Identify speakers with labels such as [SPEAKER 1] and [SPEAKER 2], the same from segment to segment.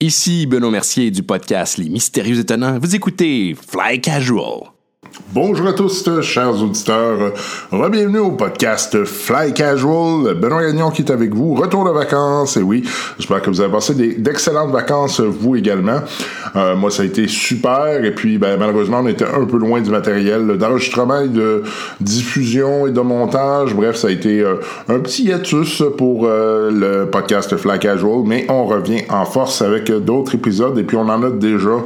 [SPEAKER 1] Ici Benoît Mercier du podcast Les Mystérieux Étonnants. Vous écoutez Fly Casual.
[SPEAKER 2] Bonjour à tous, euh, chers auditeurs. Bienvenue au podcast Fly Casual. Benoît Gagnon qui est avec vous. Retour de vacances. Et oui, j'espère que vous avez passé des- d'excellentes vacances, euh, vous également. Euh, moi, ça a été super. Et puis, ben, malheureusement, on était un peu loin du matériel là, d'enregistrement et de diffusion et de montage. Bref, ça a été euh, un petit hiatus pour euh, le podcast Fly Casual. Mais on revient en force avec euh, d'autres épisodes. Et puis, on en a déjà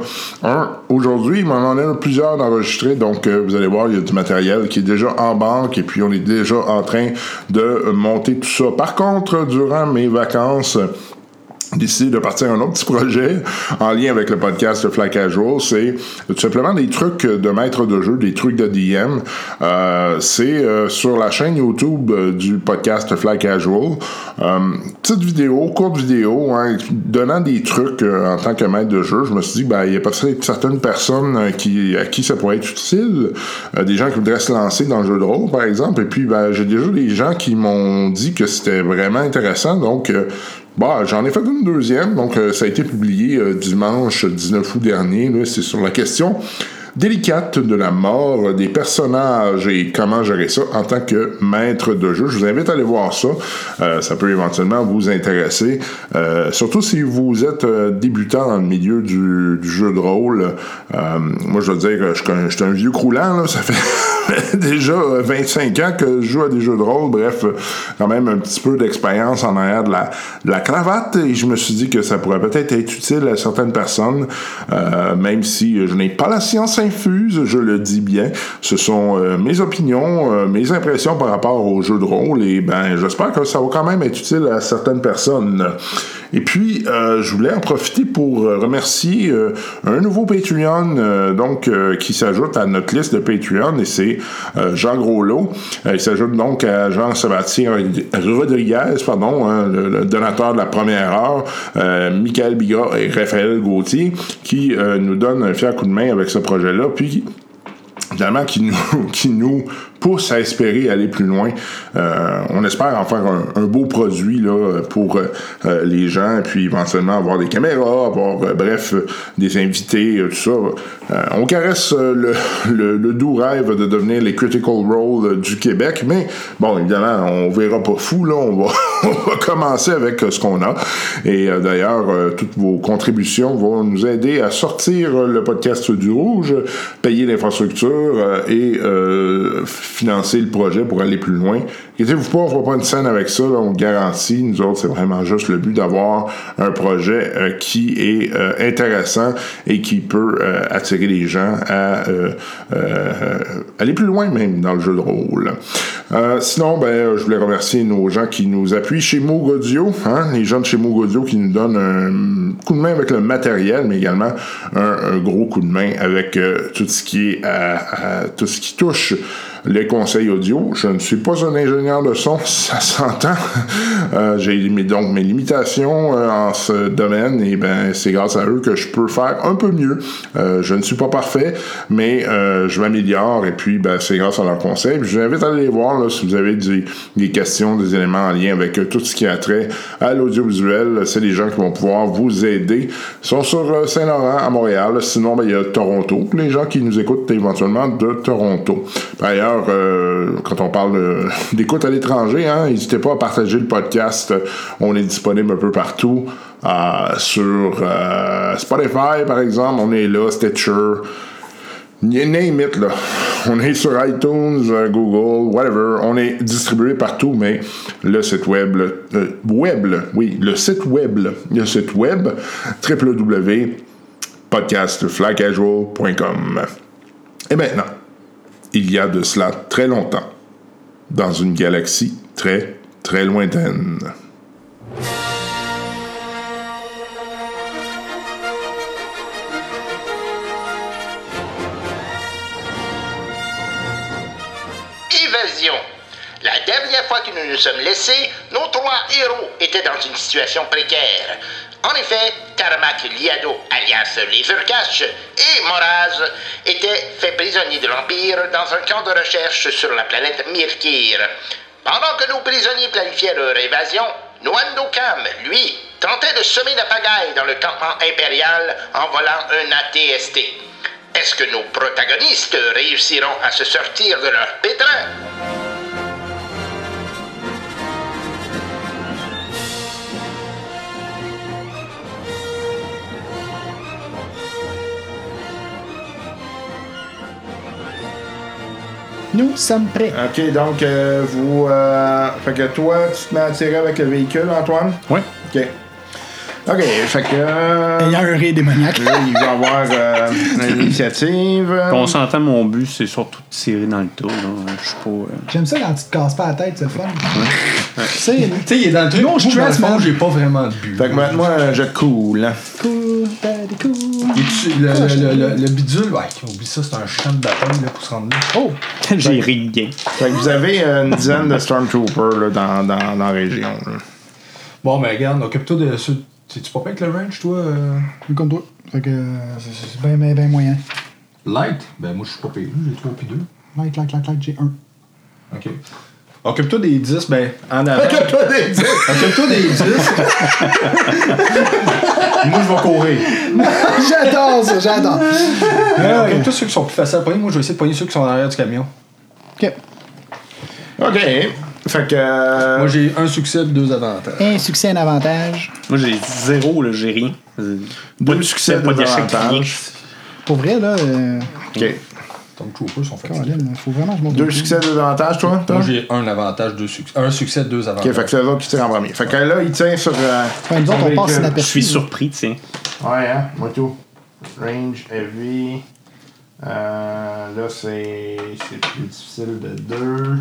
[SPEAKER 2] un aujourd'hui. Mais on en a plusieurs d'enregistrés. Donc, euh, vous allez voir, il y a du matériel qui est déjà en banque et puis on est déjà en train de monter tout ça. Par contre, durant mes vacances, décidé de partir à un autre petit projet en lien avec le podcast de Fly Casual, c'est tout simplement des trucs de maître de jeu, des trucs de DM. Euh, c'est euh, sur la chaîne YouTube euh, du podcast Fly Casual. Euh, petite vidéo, courte vidéo, hein, donnant des trucs euh, en tant que maître de jeu. Je me suis dit, ben, il y a peut-être certaines personnes euh, qui, à qui ça pourrait être utile. Euh, des gens qui voudraient se lancer dans le jeu de rôle, par exemple. Et puis, ben, j'ai déjà des gens qui m'ont dit que c'était vraiment intéressant. Donc, euh, Bon, j'en ai fait une deuxième, donc euh, ça a été publié euh, dimanche 19 août dernier. là, C'est sur la question délicate de la mort euh, des personnages et comment gérer ça en tant que maître de jeu. Je vous invite à aller voir ça. Euh, ça peut éventuellement vous intéresser, euh, surtout si vous êtes euh, débutant dans le milieu du, du jeu de rôle. Euh, moi, je veux dire, je suis un- je suis un vieux croulant, là, ça fait déjà euh, 25 ans que je joue à des jeux de rôle. Bref, euh, quand même un petit peu d'expérience en arrière de la, de la cravate. Et je me suis dit que ça pourrait peut-être être utile à certaines personnes, euh, même si je n'ai pas la science infuse, je le dis bien. Ce sont euh, mes opinions, euh, mes impressions par rapport aux jeux de rôle. Et ben, j'espère que ça va quand même être utile à certaines personnes. Et puis, euh, je voulais en profiter pour euh, remercier euh, un nouveau Patreon euh, donc, euh, qui s'ajoute à notre liste de Patreon, et c'est euh, Jean Groslot. Euh, il s'ajoute donc à Jean-Sébastien Rodriguez, pardon, hein, le, le donateur de la première heure, euh, Michael Biga et Raphaël Gauthier, qui euh, nous donnent un fier coup de main avec ce projet-là. Puis, finalement qui nous, qui nous pousse à espérer aller plus loin. Euh, on espère en faire un, un beau produit là, pour euh, euh, les gens, et puis éventuellement avoir des caméras, avoir, euh, bref, euh, des invités, euh, tout ça. Euh, on caresse euh, le, le- le doux rêve de devenir les Critical Role euh, du Québec, mais bon, évidemment, on verra pas fou, là, on va, on va commencer avec euh, ce qu'on a. Et euh, d'ailleurs, euh, toutes vos contributions vont nous aider à sortir euh, le podcast du rouge, euh, payer l'infrastructure euh, et euh, financer le projet pour aller plus loin. Inquiétez-vous pas, on fera pas une scène avec ça, là, on le garantit. Nous autres, c'est vraiment juste le but d'avoir un projet euh, qui est euh, intéressant et qui peut euh, attirer les gens à euh, euh, aller plus loin même dans le jeu de rôle. Euh, sinon, ben, euh, je voulais remercier nos gens qui nous appuient chez Moog Audio, hein, les gens de chez Moog Audio qui nous donnent un mm, coup de main avec le matériel, mais également un, un gros coup de main avec euh, tout ce qui est à- à- tout ce qui touche les conseils audio. Je ne suis pas un ingénieur de son, ça s'entend. Euh, J'ai mes- donc mes limitations euh, en ce domaine et ben c'est grâce à eux que je peux faire un peu mieux. Euh, je ne suis pas parfait, mais euh, je m'améliore et puis ben, c'est grâce à leurs conseils. Puis je vous invite à aller les voir là, si vous avez des, des questions, des éléments en lien avec euh, tout ce qui a trait à l'audiovisuel. euh, C'est les gens qui vont pouvoir vous aider. Ils sont sur euh, Saint-Laurent à Montréal. Sinon, ben, il y a Toronto. Les gens qui nous écoutent éventuellement de Toronto. Par ailleurs, euh, quand on parle euh, d'écoute à l'étranger, hein, n'hésitez pas à partager le podcast. On est disponible un peu partout. euh, sur euh, Spotify, par exemple, on est là, Stitcher, You name it, là. On est sur iTunes, euh, Google, whatever. On est distribué partout, mais le site web, le, euh, web, là, oui, le site web, là, le site web, www.podcastflycasual.com. Et maintenant, il y a de cela très longtemps, dans une galaxie très, très lointaine.
[SPEAKER 3] Évasion. La dernière fois que nous nous sommes laissés, nos trois héros étaient dans une situation précaire. En effet, Tarmac Liado, alias les Urcaches, et Moraz étaient faits prisonniers de l'Empire dans un camp de recherche sur la planète Myrkir. Pendant que nos prisonniers planifiaient leur évasion, Noando Cam, lui, tentait de semer la pagaille dans le campement impérial en volant un ATST. Est-ce que nos protagonistes réussiront à se sortir de leur pétrin?
[SPEAKER 4] Nous sommes prêts.
[SPEAKER 5] Ok, donc euh, vous. euh, fait que toi, tu te mets à tirer avec le véhicule, Antoine?
[SPEAKER 6] Ouais.
[SPEAKER 5] Ok. Ok, fait que. euh,
[SPEAKER 4] Ayant un rire démoniaque.
[SPEAKER 5] là, il va avoir euh, une initiative.
[SPEAKER 6] On s'entend, mon but, c'est surtout de tirer dans le trou. là. Je suis pas. euh,
[SPEAKER 4] J'aime ça quand tu te casses pas la tête, c'est fun. Tu sais,
[SPEAKER 7] Tu sais, il est dans le truc.
[SPEAKER 4] Non, je suis
[SPEAKER 7] stress,
[SPEAKER 4] dans le
[SPEAKER 7] moi,
[SPEAKER 4] fond.
[SPEAKER 7] j'ai pas vraiment de but.
[SPEAKER 5] Fait que maintenant, je cool.
[SPEAKER 4] cool, daddy cool.
[SPEAKER 7] Et tu- le, le, le, le- le bidule, ouais, oublie ça, c'est un champ de bâton là, pour se rendre là.
[SPEAKER 4] Oh!
[SPEAKER 6] J'ai rien.
[SPEAKER 5] Fait que vous avez euh, une dizaine de Stormtroopers là, dans, dans, dans la région. là.
[SPEAKER 7] Bon, mais regarde, occupe-toi de ceux. T'es-tu pas prêt avec le range, toi euh,
[SPEAKER 4] Plus comme toi. Fait que euh, c'est- c'est bien, bien, bien moyen.
[SPEAKER 7] Light Ben, moi, je suis pas payé. J'ai 3 puis 2.
[SPEAKER 4] Light, light, light, light, j'ai un.
[SPEAKER 7] Ok. Occupe-toi des 10, ben, en avant.
[SPEAKER 5] Toi, des dix.
[SPEAKER 7] Occupe-toi des 10. moi, je vais courir.
[SPEAKER 4] j'adore ça, j'adore.
[SPEAKER 7] Mais Ben, Occupe-toi ceux qui sont plus faciles à pogner. Moi, je vais essayer de pogner ceux qui sont en arrière du camion.
[SPEAKER 4] Ok.
[SPEAKER 5] Ok. Fait que. euh,
[SPEAKER 7] Moi, j'ai un succès et deux avantages.
[SPEAKER 4] Un succès, un avantage.
[SPEAKER 6] Moi, j'ai zéro, là, j'ai rien. Euh, Pas de succès, pas
[SPEAKER 5] des
[SPEAKER 6] d'échec, rien.
[SPEAKER 5] avantages.
[SPEAKER 4] Pour vrai, là, euh,
[SPEAKER 5] Ok.
[SPEAKER 7] Donc, Troopers sont fatigués.
[SPEAKER 4] Caroline, faut vraiment que je monte.
[SPEAKER 5] Deux
[SPEAKER 4] le coup.
[SPEAKER 5] succès, deux avantages, toi? toi?
[SPEAKER 7] Moi, j'ai un avantage, deux succès. Un succès, deux avantages.
[SPEAKER 5] Ok, fait que c'est l'autre qui tire en premier. Fait que là, il tient sur. euh,
[SPEAKER 4] Enfin, nous autres, on passe
[SPEAKER 5] véhicule.
[SPEAKER 6] Je
[SPEAKER 4] inaperçu.
[SPEAKER 6] suis surpris, tiens.
[SPEAKER 5] Ouais, hein, moi tout. Range, heavy. Euh, là, c'est c'est plus difficile de deux.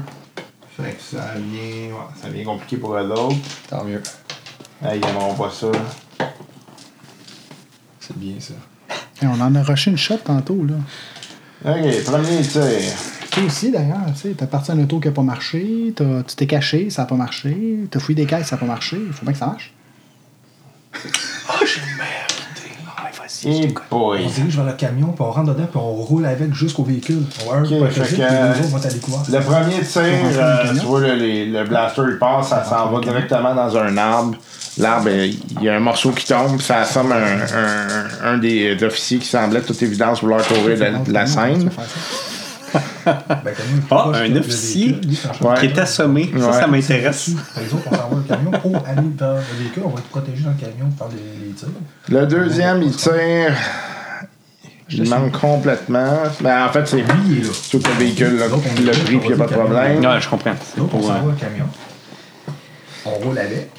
[SPEAKER 5] Fait que ça vient, ouais, ça vient compliqué pour eux autres.
[SPEAKER 7] Tant mieux.
[SPEAKER 5] Ah, ils n'aimeront pas ça.
[SPEAKER 7] C'est bien, ça.
[SPEAKER 4] Eh, on en a rushé une shot tantôt, là.
[SPEAKER 5] Ok, premier tir.
[SPEAKER 4] Toi aussi, d'ailleurs, tu sais, t'as parti à un auto qui a pas marché, t'as- tu t'es caché, ça a pas marché, t'as fouillé des caisses, ça a pas marché. Il faut bien que ça marche.
[SPEAKER 5] Et boy.
[SPEAKER 7] On se dirige vers le camion, puis on rentre dedans, puis on roule avec jusqu'au véhicule. On va un
[SPEAKER 5] Ok,
[SPEAKER 7] okay,
[SPEAKER 5] fait que-
[SPEAKER 7] prototype, puis les autres vont à découvert.
[SPEAKER 5] Le premier tir, euh, tu vois, le, les- le blaster, il passe, ça s'en va directement dans un arbre. L'arbre, euh, il y a un morceau qui tombe, ça assomme un, un, un des officiers qui semblait, de toute évidence, vouloir courir de, de la scène.
[SPEAKER 7] Ben, comme nous, le plus
[SPEAKER 6] Ah,
[SPEAKER 7] proche,
[SPEAKER 6] un
[SPEAKER 7] le
[SPEAKER 6] officier.
[SPEAKER 7] véhicule, lui, c'est un char.
[SPEAKER 5] Ouais.
[SPEAKER 6] Qui est assommé. Ça,
[SPEAKER 5] Ouais.
[SPEAKER 6] ça m'intéresse.
[SPEAKER 7] Par exemple, on s'envoie le camion pour aller dans le véhicule, on va être protégé dans le camion par les, les tirs.
[SPEAKER 5] Le deuxième, il tire. Il manque complètement. Ben, en fait, c'est lui,
[SPEAKER 7] Lui, il est là.
[SPEAKER 5] tout le véhicule, là, le prix, puis il n'y a pas de problème.
[SPEAKER 6] Ouais, je comprends. C'est
[SPEAKER 7] L'autre, on
[SPEAKER 6] pour, euh,
[SPEAKER 7] s'envoie le camion. On roule avec.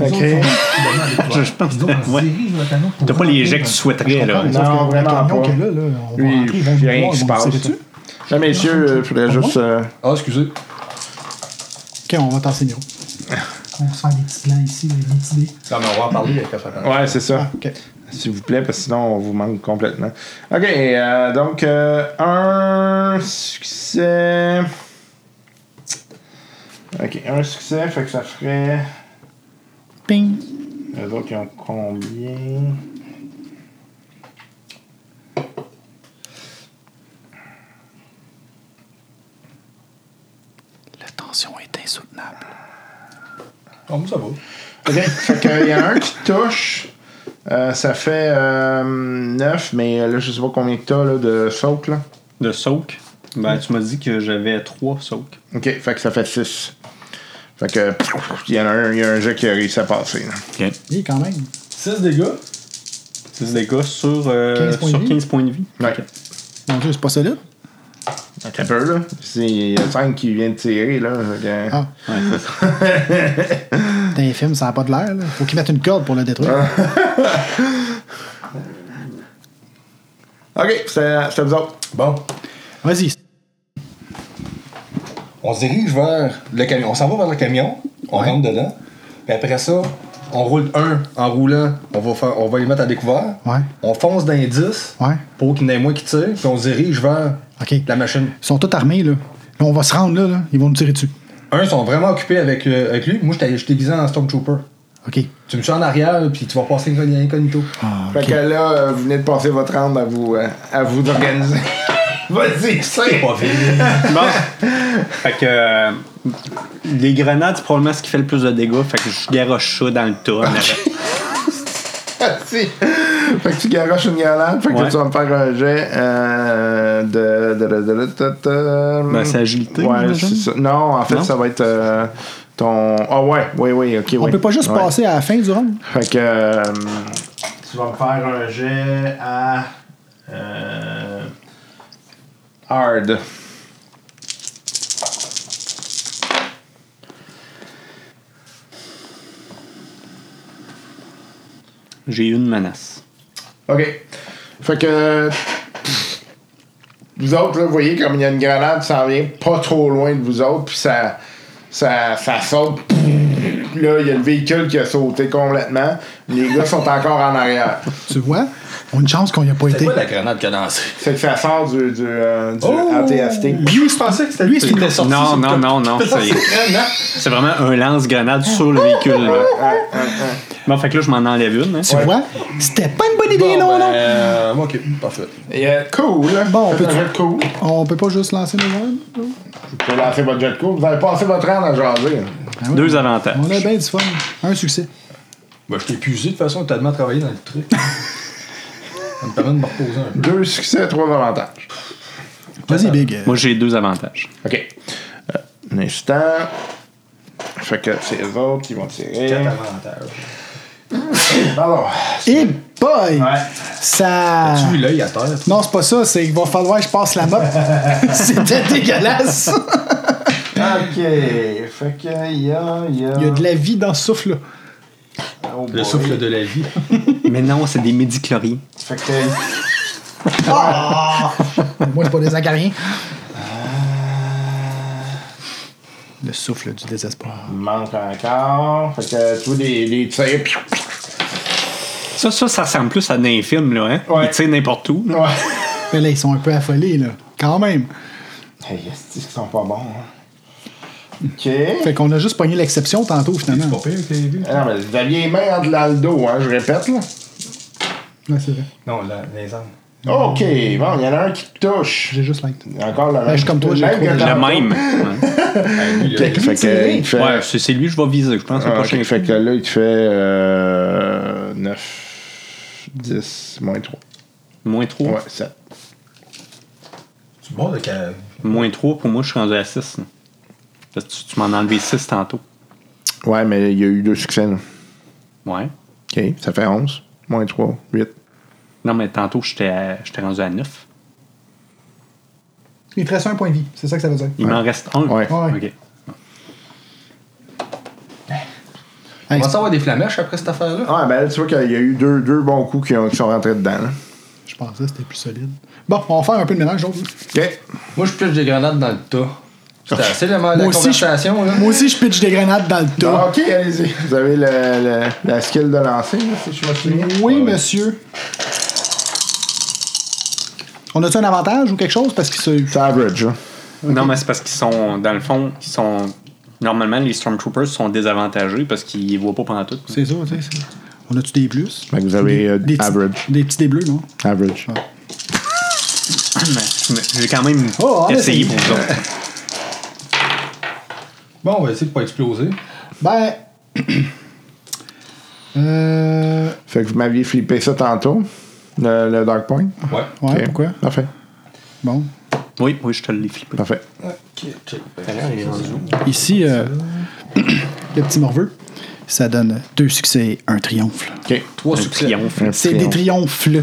[SPEAKER 5] Ok.
[SPEAKER 6] Je- je pense que- ouais. T'as
[SPEAKER 7] T'as
[SPEAKER 6] pas les jets que tu souhaiterais, là.
[SPEAKER 4] Sauf
[SPEAKER 5] Eh Non,
[SPEAKER 4] que le
[SPEAKER 5] vraiment
[SPEAKER 4] camion
[SPEAKER 5] pas.
[SPEAKER 4] qu'elle a, là, on va
[SPEAKER 5] Lui,
[SPEAKER 4] rentrer, ils vont
[SPEAKER 5] il y
[SPEAKER 4] nous
[SPEAKER 5] a rien
[SPEAKER 4] voir,
[SPEAKER 5] qui se
[SPEAKER 4] ils vont nous
[SPEAKER 5] passe.
[SPEAKER 4] tirer dessus.
[SPEAKER 5] Là, messieurs, euh, je voudrais juste. euh,
[SPEAKER 7] Ah, excusez.
[SPEAKER 4] Ok, on va tasser les roues. On sent des petits plans ici, des petites idées.
[SPEAKER 7] Non, mais on va en parler avec la femme.
[SPEAKER 5] Ouais, c'est ça.
[SPEAKER 4] Ok.
[SPEAKER 5] S'il vous plaît, parce que sinon, on vous manque complètement. Ok, euh, donc, euh, un succès. Ok, un succès, fait que ça ferait.
[SPEAKER 4] Ping.
[SPEAKER 5] Eux autres, ils ont combien
[SPEAKER 4] La tension est insoutenable.
[SPEAKER 7] Ah, moi, ça va.
[SPEAKER 5] Ok, fait qu'il y en a un qui touche. Euh, ça fait 9, mais euh, là, je sais pas combien que t'as là, de sautes. Là.
[SPEAKER 6] De soak. Ben, tu m'as dit que j'avais trois soak.
[SPEAKER 5] Ok, fait que ça fait 6. Fait que, pff, il y en a un, il y a un jet qui a réussi à passer. là.
[SPEAKER 6] OK.
[SPEAKER 4] Oui, quand même.
[SPEAKER 7] 6 dégâts.
[SPEAKER 6] 10 dégâts sur, euh,
[SPEAKER 4] 15 points de
[SPEAKER 6] sur
[SPEAKER 4] vie.
[SPEAKER 6] 15 points de vie.
[SPEAKER 5] Ouais.
[SPEAKER 4] Mon dieu, c'est pas solide.
[SPEAKER 5] Attends un peu, là. C'est- Il y a 5 qui vient de tirer, là. fait que-
[SPEAKER 4] Ah. Dans les films, ça n'a pas de l'air. là. Faut qu'ils mettent une corde pour le détruire.
[SPEAKER 5] Ah. Ok, c'est c'est vous autres.
[SPEAKER 7] Bon,
[SPEAKER 4] Vas-y.
[SPEAKER 7] on se dirige vers le camion. On s'en va vers le camion, on rentre dedans. Puis après ça, on roule un en roulant. On va, faire, on va les mettre à découvert.
[SPEAKER 4] Ouais.
[SPEAKER 7] On fonce dans les 10
[SPEAKER 4] Ouais.
[SPEAKER 7] pour qu'il n'y en ait moins qui tirent. Puis on se dirige vers
[SPEAKER 4] Ok. Ils
[SPEAKER 7] la machine.
[SPEAKER 4] sont tous armés, là. Là, on va se rendre, là. là. Ils vont nous tirer dessus.
[SPEAKER 7] Un, ils sont vraiment occupés avec, euh, avec lui. Moi, je t'ai- je t'ai déguisé en Stormtrooper.
[SPEAKER 4] Ok.
[SPEAKER 7] Tu me suis en arrière, puis tu vas passer incogn- incognito.
[SPEAKER 4] Ah,
[SPEAKER 5] Fait
[SPEAKER 4] ok.
[SPEAKER 5] que là, euh, vous venez de passer votre rende à vous, euh, à vous organiser. Vas-y, c'est
[SPEAKER 7] Pas vite.
[SPEAKER 6] Bon. fait que. euh, les grenades, c'est probablement ce qui fait le plus de dégâts. Fait que je garoche ça dans le tas.
[SPEAKER 5] Si. fait que tu garoches une grenade, fait que
[SPEAKER 6] Ouais.
[SPEAKER 5] tu vas me faire un jet euh, de, de, de, de, de, de- de-
[SPEAKER 6] Ben, c'est agilité,
[SPEAKER 5] Ouais,
[SPEAKER 6] j'imagine.
[SPEAKER 5] c'est ça. Non, en fait,
[SPEAKER 6] Non?
[SPEAKER 5] ça va être euh, ton. Ah ouais, oui, oui, ok,
[SPEAKER 4] On
[SPEAKER 5] oui.
[SPEAKER 4] peut pas juste
[SPEAKER 5] Ouais.
[SPEAKER 4] passer à la fin du round.
[SPEAKER 5] Fait que. euh, tu vas me faire un jet à. euh, hard.
[SPEAKER 6] J'ai une menace.
[SPEAKER 5] OK. Fait que. Vous autres, là, vous voyez comme il y a une grenade, ça en vient pas trop loin de vous autres, puis ça, ça, ça saute. Là, il y a le véhicule qui a sauté complètement. Les gars sont encore en arrière.
[SPEAKER 4] Tu vois? On a une chance qu'on n'y a pas
[SPEAKER 7] C'est
[SPEAKER 4] été.
[SPEAKER 7] quoi la grenade qui a dansé?
[SPEAKER 5] C'est que ça sort du, du, euh, du
[SPEAKER 7] Oh!
[SPEAKER 5] ATST.
[SPEAKER 7] Lui, je pensais que c'était
[SPEAKER 4] Lui, c'est-
[SPEAKER 6] Non, non, non, non. C'est
[SPEAKER 5] hein?
[SPEAKER 6] c'est vraiment un lance-grenade sur le véhicule. là. Bon, fait que là, je m'en enlève une. hein.
[SPEAKER 4] Tu vois? C'était pas une bonne idée, non,
[SPEAKER 5] ben.
[SPEAKER 4] non.
[SPEAKER 7] Euh, ok, parfait.
[SPEAKER 5] Et, euh, cool.
[SPEAKER 4] Bon,
[SPEAKER 5] Faites un
[SPEAKER 4] peut-tu-
[SPEAKER 5] jet de cool.
[SPEAKER 4] On peut pas juste lancer nos rounds? non?
[SPEAKER 5] Vous pouvez lancer votre jet de cool. Vous avez passé votre rang à jaser. hein.
[SPEAKER 6] Deux avantages.
[SPEAKER 4] On a bien du fun. Un succès.
[SPEAKER 7] Bah, je t'ai épuisé de toute façon, t'as tellement travaillé dans le truc. ça me permet de me reposer un peu.
[SPEAKER 5] Deux succès, trois avantages.
[SPEAKER 4] Vas-y, Big.
[SPEAKER 6] Moi, j'ai deux avantages.
[SPEAKER 5] OK. Euh, un instant. Fait que c'est eux autres qui vont tirer.
[SPEAKER 7] Quatre avantages.
[SPEAKER 5] Pardon.
[SPEAKER 4] Et boy! Ça.
[SPEAKER 7] Tu l'œil à terre.
[SPEAKER 4] Non, c'est pas ça, c'est qu'il va falloir que je passe la mop. C'était dégueulasse.
[SPEAKER 5] OK. Fait que, il y a, il y a...
[SPEAKER 4] Il y a de la vie dans ce souffle-là.
[SPEAKER 5] oh
[SPEAKER 7] Le
[SPEAKER 5] boy.
[SPEAKER 7] souffle de la vie.
[SPEAKER 6] Mais non, c'est des médicloriens.
[SPEAKER 5] Fait que,
[SPEAKER 4] Moi, c'est pas des acariens.
[SPEAKER 5] Euh.
[SPEAKER 4] Le souffle du désespoir.
[SPEAKER 5] il manque encore. Fait que, tous les, les tirs... piou, piou.
[SPEAKER 6] Ça, ça, ça ressemble plus à des films, là, hein?
[SPEAKER 5] Ouais.
[SPEAKER 6] Ils tirent n'importe où. là.
[SPEAKER 5] Ouais.
[SPEAKER 4] Mais là, ils sont un peu affolés, là. Quand même.
[SPEAKER 5] Hey, est-ce qu'ils sont pas bons, hein? OK.
[SPEAKER 4] Fait qu'on a juste pogné l'exception tantôt,
[SPEAKER 7] C'est
[SPEAKER 4] finalement.
[SPEAKER 7] pas pire que t'as vu.
[SPEAKER 5] Ah, mais vous aviez les mains entre dans le dos, hein, je répète, là.
[SPEAKER 4] Ouais, c'est vrai.
[SPEAKER 7] Non, la- les armes.
[SPEAKER 5] OK, bon, il y en a un qui touche.
[SPEAKER 4] J'ai juste liked.
[SPEAKER 5] Encore le même.
[SPEAKER 4] Ben, je suis comme toi, j'ai
[SPEAKER 5] Même
[SPEAKER 4] trop
[SPEAKER 5] que
[SPEAKER 4] de-
[SPEAKER 5] dans-
[SPEAKER 6] Le même. Ouais,
[SPEAKER 7] Hey, lui, là,
[SPEAKER 5] Fait que- fait que, il fait-
[SPEAKER 6] Ouais, c'est c'est lui que je vais viser, je pense, au
[SPEAKER 5] Ah, ok,
[SPEAKER 6] prochain film.
[SPEAKER 5] fait que là, il te fait euh, 9, 10, moins 3.
[SPEAKER 6] Moins 3.
[SPEAKER 5] Ouais, 7.
[SPEAKER 7] tu bois de cave.
[SPEAKER 6] Moins 3, pour moi, je suis rendu à 6. Parce que tu, tu m'en as enlevé 6 tantôt.
[SPEAKER 5] Ouais, mais il y a eu deux succès, là.
[SPEAKER 6] Ouais.
[SPEAKER 5] OK, ça fait 11. Moins 3, 8.
[SPEAKER 6] Non, mais tantôt, j'étais à- j'étais rendu à 9.
[SPEAKER 4] Il te reste un point de vie, c'est ça que ça veut dire.
[SPEAKER 6] Il m'en reste 1.
[SPEAKER 5] Ouais.
[SPEAKER 4] Ouais.
[SPEAKER 6] OK.
[SPEAKER 7] On
[SPEAKER 4] Hey,
[SPEAKER 7] va savoir des flamèches après cette affaire-là.
[SPEAKER 5] Ouais, ben là, tu vois qu'il y a eu deux, deux bons coups qui, ont- qui sont rentrés dedans, là.
[SPEAKER 4] je pensais que c'était plus solide. Bon, on va faire un peu de mélange, donc.
[SPEAKER 5] OK.
[SPEAKER 7] Moi, je pioche des grenades dans le tas. C'était assez la, la
[SPEAKER 4] Moi aussi,
[SPEAKER 7] conversation, là.
[SPEAKER 4] Moi aussi, je pitch des grenades dans le
[SPEAKER 5] Ah,
[SPEAKER 4] tas.
[SPEAKER 5] OK, allez-y. Vous avez le, le- la skill de lancer, là, si je me souviens.
[SPEAKER 4] Oui, monsieur. On a-tu un avantage ou quelque chose? Parce que c'est.
[SPEAKER 5] C'est average, là.
[SPEAKER 6] Non, mais c'est parce qu'ils sont, dans le fond, ils sont. Normalement, les Stormtroopers sont désavantagés parce qu'ils voient pas pendant tout.
[SPEAKER 4] C'est ça, tu sais. c'est- On a-tu des plus?
[SPEAKER 5] Fait que vous avez euh,
[SPEAKER 4] Des petits- Ah.
[SPEAKER 5] average.
[SPEAKER 4] Des petits dés bleus, non?
[SPEAKER 5] Average.
[SPEAKER 6] Mais j'ai quand même
[SPEAKER 4] Oh, ah,
[SPEAKER 6] essayé
[SPEAKER 4] mais
[SPEAKER 6] pour
[SPEAKER 4] c'est-
[SPEAKER 6] vous autres.
[SPEAKER 7] Bon, on va essayer de pas exploser.
[SPEAKER 4] Ben. euh.
[SPEAKER 5] Fait que vous m'aviez flippé ça tantôt, le, le Dark Point.
[SPEAKER 7] Ouais.
[SPEAKER 4] Ouais,
[SPEAKER 5] OK.
[SPEAKER 4] pourquoi?
[SPEAKER 5] Parfait,
[SPEAKER 4] Bon.
[SPEAKER 6] Oui, oui, je te l'ai flippé.
[SPEAKER 5] parfait.
[SPEAKER 7] Ok, check.
[SPEAKER 4] Ici, euh, le petit morveux, ça donne deux succès et un triomphe.
[SPEAKER 5] OK.
[SPEAKER 7] Trois
[SPEAKER 6] Un
[SPEAKER 7] succès.
[SPEAKER 6] triomphe.
[SPEAKER 5] Un
[SPEAKER 4] C'est
[SPEAKER 5] triomphe.
[SPEAKER 4] des triomphes, là.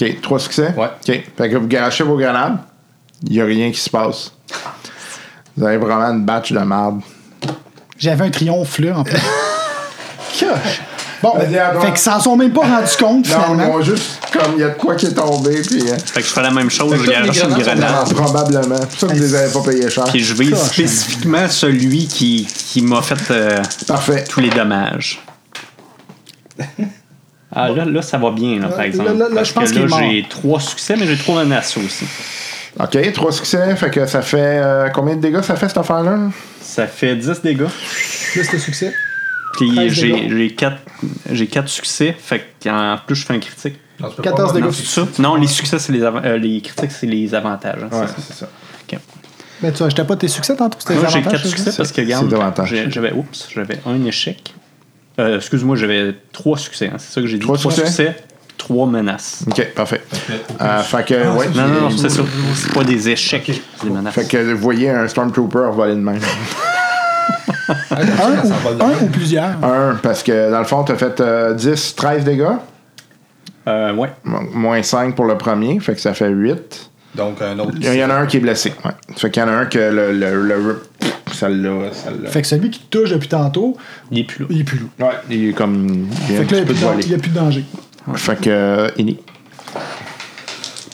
[SPEAKER 5] OK, trois succès?
[SPEAKER 7] Ouais.
[SPEAKER 5] OK. Fait que vous garochez vos grenades, il n'y a rien qui se passe. Vous avez vraiment une batch de merde.
[SPEAKER 4] J'avais un triomphe, là, en plus. Coche. Bon,
[SPEAKER 5] Vas-y, à droite.
[SPEAKER 4] fait qu'ils s'en sont même pas rendus compte,
[SPEAKER 5] Non, ils
[SPEAKER 4] finalement.
[SPEAKER 5] ont juste, comme, il y a de quoi qui est tombé, puis euh,
[SPEAKER 6] Fait que je fais la même chose,
[SPEAKER 7] Fait que
[SPEAKER 6] je
[SPEAKER 7] toutes les
[SPEAKER 6] garoche une
[SPEAKER 7] grenades sont
[SPEAKER 6] grenade.
[SPEAKER 7] Ah.
[SPEAKER 5] probablement. C'est pour ça que vous les avez pas payé cher.
[SPEAKER 6] Puis je vise
[SPEAKER 4] Coche.
[SPEAKER 6] spécifiquement celui qui, qui m'a fait euh,
[SPEAKER 5] Parfait.
[SPEAKER 6] tous les dommages. Ah, là, là, ça va bien, là, par
[SPEAKER 4] Là, là,
[SPEAKER 6] exemple.
[SPEAKER 4] là,
[SPEAKER 6] Parce
[SPEAKER 4] je pense
[SPEAKER 6] que
[SPEAKER 4] qu'il est
[SPEAKER 6] là,
[SPEAKER 4] mort.
[SPEAKER 6] j'ai trois succès, mais j'ai trois menaces aussi.
[SPEAKER 5] OK, trois succès, fait que ça fait... euh, combien de dégâts ça fait, cette affaire-là?
[SPEAKER 6] Ça fait 10 dégâts.
[SPEAKER 4] Plus le succès.
[SPEAKER 6] Puis
[SPEAKER 4] 13
[SPEAKER 6] j'ai
[SPEAKER 4] dégâts.
[SPEAKER 6] j'ai quatre, j'ai quatre succès, fait qu'en plus, je fais un critique.
[SPEAKER 7] Non, tu peux
[SPEAKER 4] 14
[SPEAKER 7] pas
[SPEAKER 4] dégâts.
[SPEAKER 6] Non, c'est ça? Non, les succès, c'est les, avan- euh, les critiques, c'est les avantages. hein, c'est ça.
[SPEAKER 5] c'est ça.
[SPEAKER 6] Ok.
[SPEAKER 4] Mais tu achetais pas tes succès tantôt, c'était
[SPEAKER 6] Moi,
[SPEAKER 4] des
[SPEAKER 6] j'ai
[SPEAKER 4] avantages.
[SPEAKER 6] 4 succès parce que, regarde,
[SPEAKER 5] c'est davantage.
[SPEAKER 6] j'ai- j'avais, oups, j'avais un échec. Euh, excuse-moi, j'avais 3 succès, hein, c'est ça que j'ai dit.
[SPEAKER 5] Trois
[SPEAKER 6] 3
[SPEAKER 5] succès?
[SPEAKER 6] succès, 3 menaces.
[SPEAKER 5] Ok, parfait. Euh, fait que, ouais,
[SPEAKER 6] Non, non, non, c'est ça. C'est pas des échecs, c'est des menaces.
[SPEAKER 5] Fait que vous voyez un Stormtrooper voler de même.
[SPEAKER 4] Un, ou, un ou plusieurs.
[SPEAKER 5] un, parce que dans le fond, t'as fait euh, 10, 13 dégâts.
[SPEAKER 6] Euh, ouais.
[SPEAKER 5] Mo- Moins 5 pour le premier, fait que ça fait 8.
[SPEAKER 7] Donc, un autre.
[SPEAKER 5] Il y en a un qui est blessé. Ouais. Fait qu'il y en a un que le. le, le- celle-là, celle-là.
[SPEAKER 4] Fait que celui qui te touche depuis tantôt,
[SPEAKER 6] Il est plus là.
[SPEAKER 4] il est plus lourd.
[SPEAKER 5] Ouais, il est comme. Il a un
[SPEAKER 4] Fait que là,
[SPEAKER 5] petit
[SPEAKER 4] il
[SPEAKER 5] peu de
[SPEAKER 4] n'y
[SPEAKER 5] volée.
[SPEAKER 4] a plus de danger.
[SPEAKER 5] Fait que. euh, il est-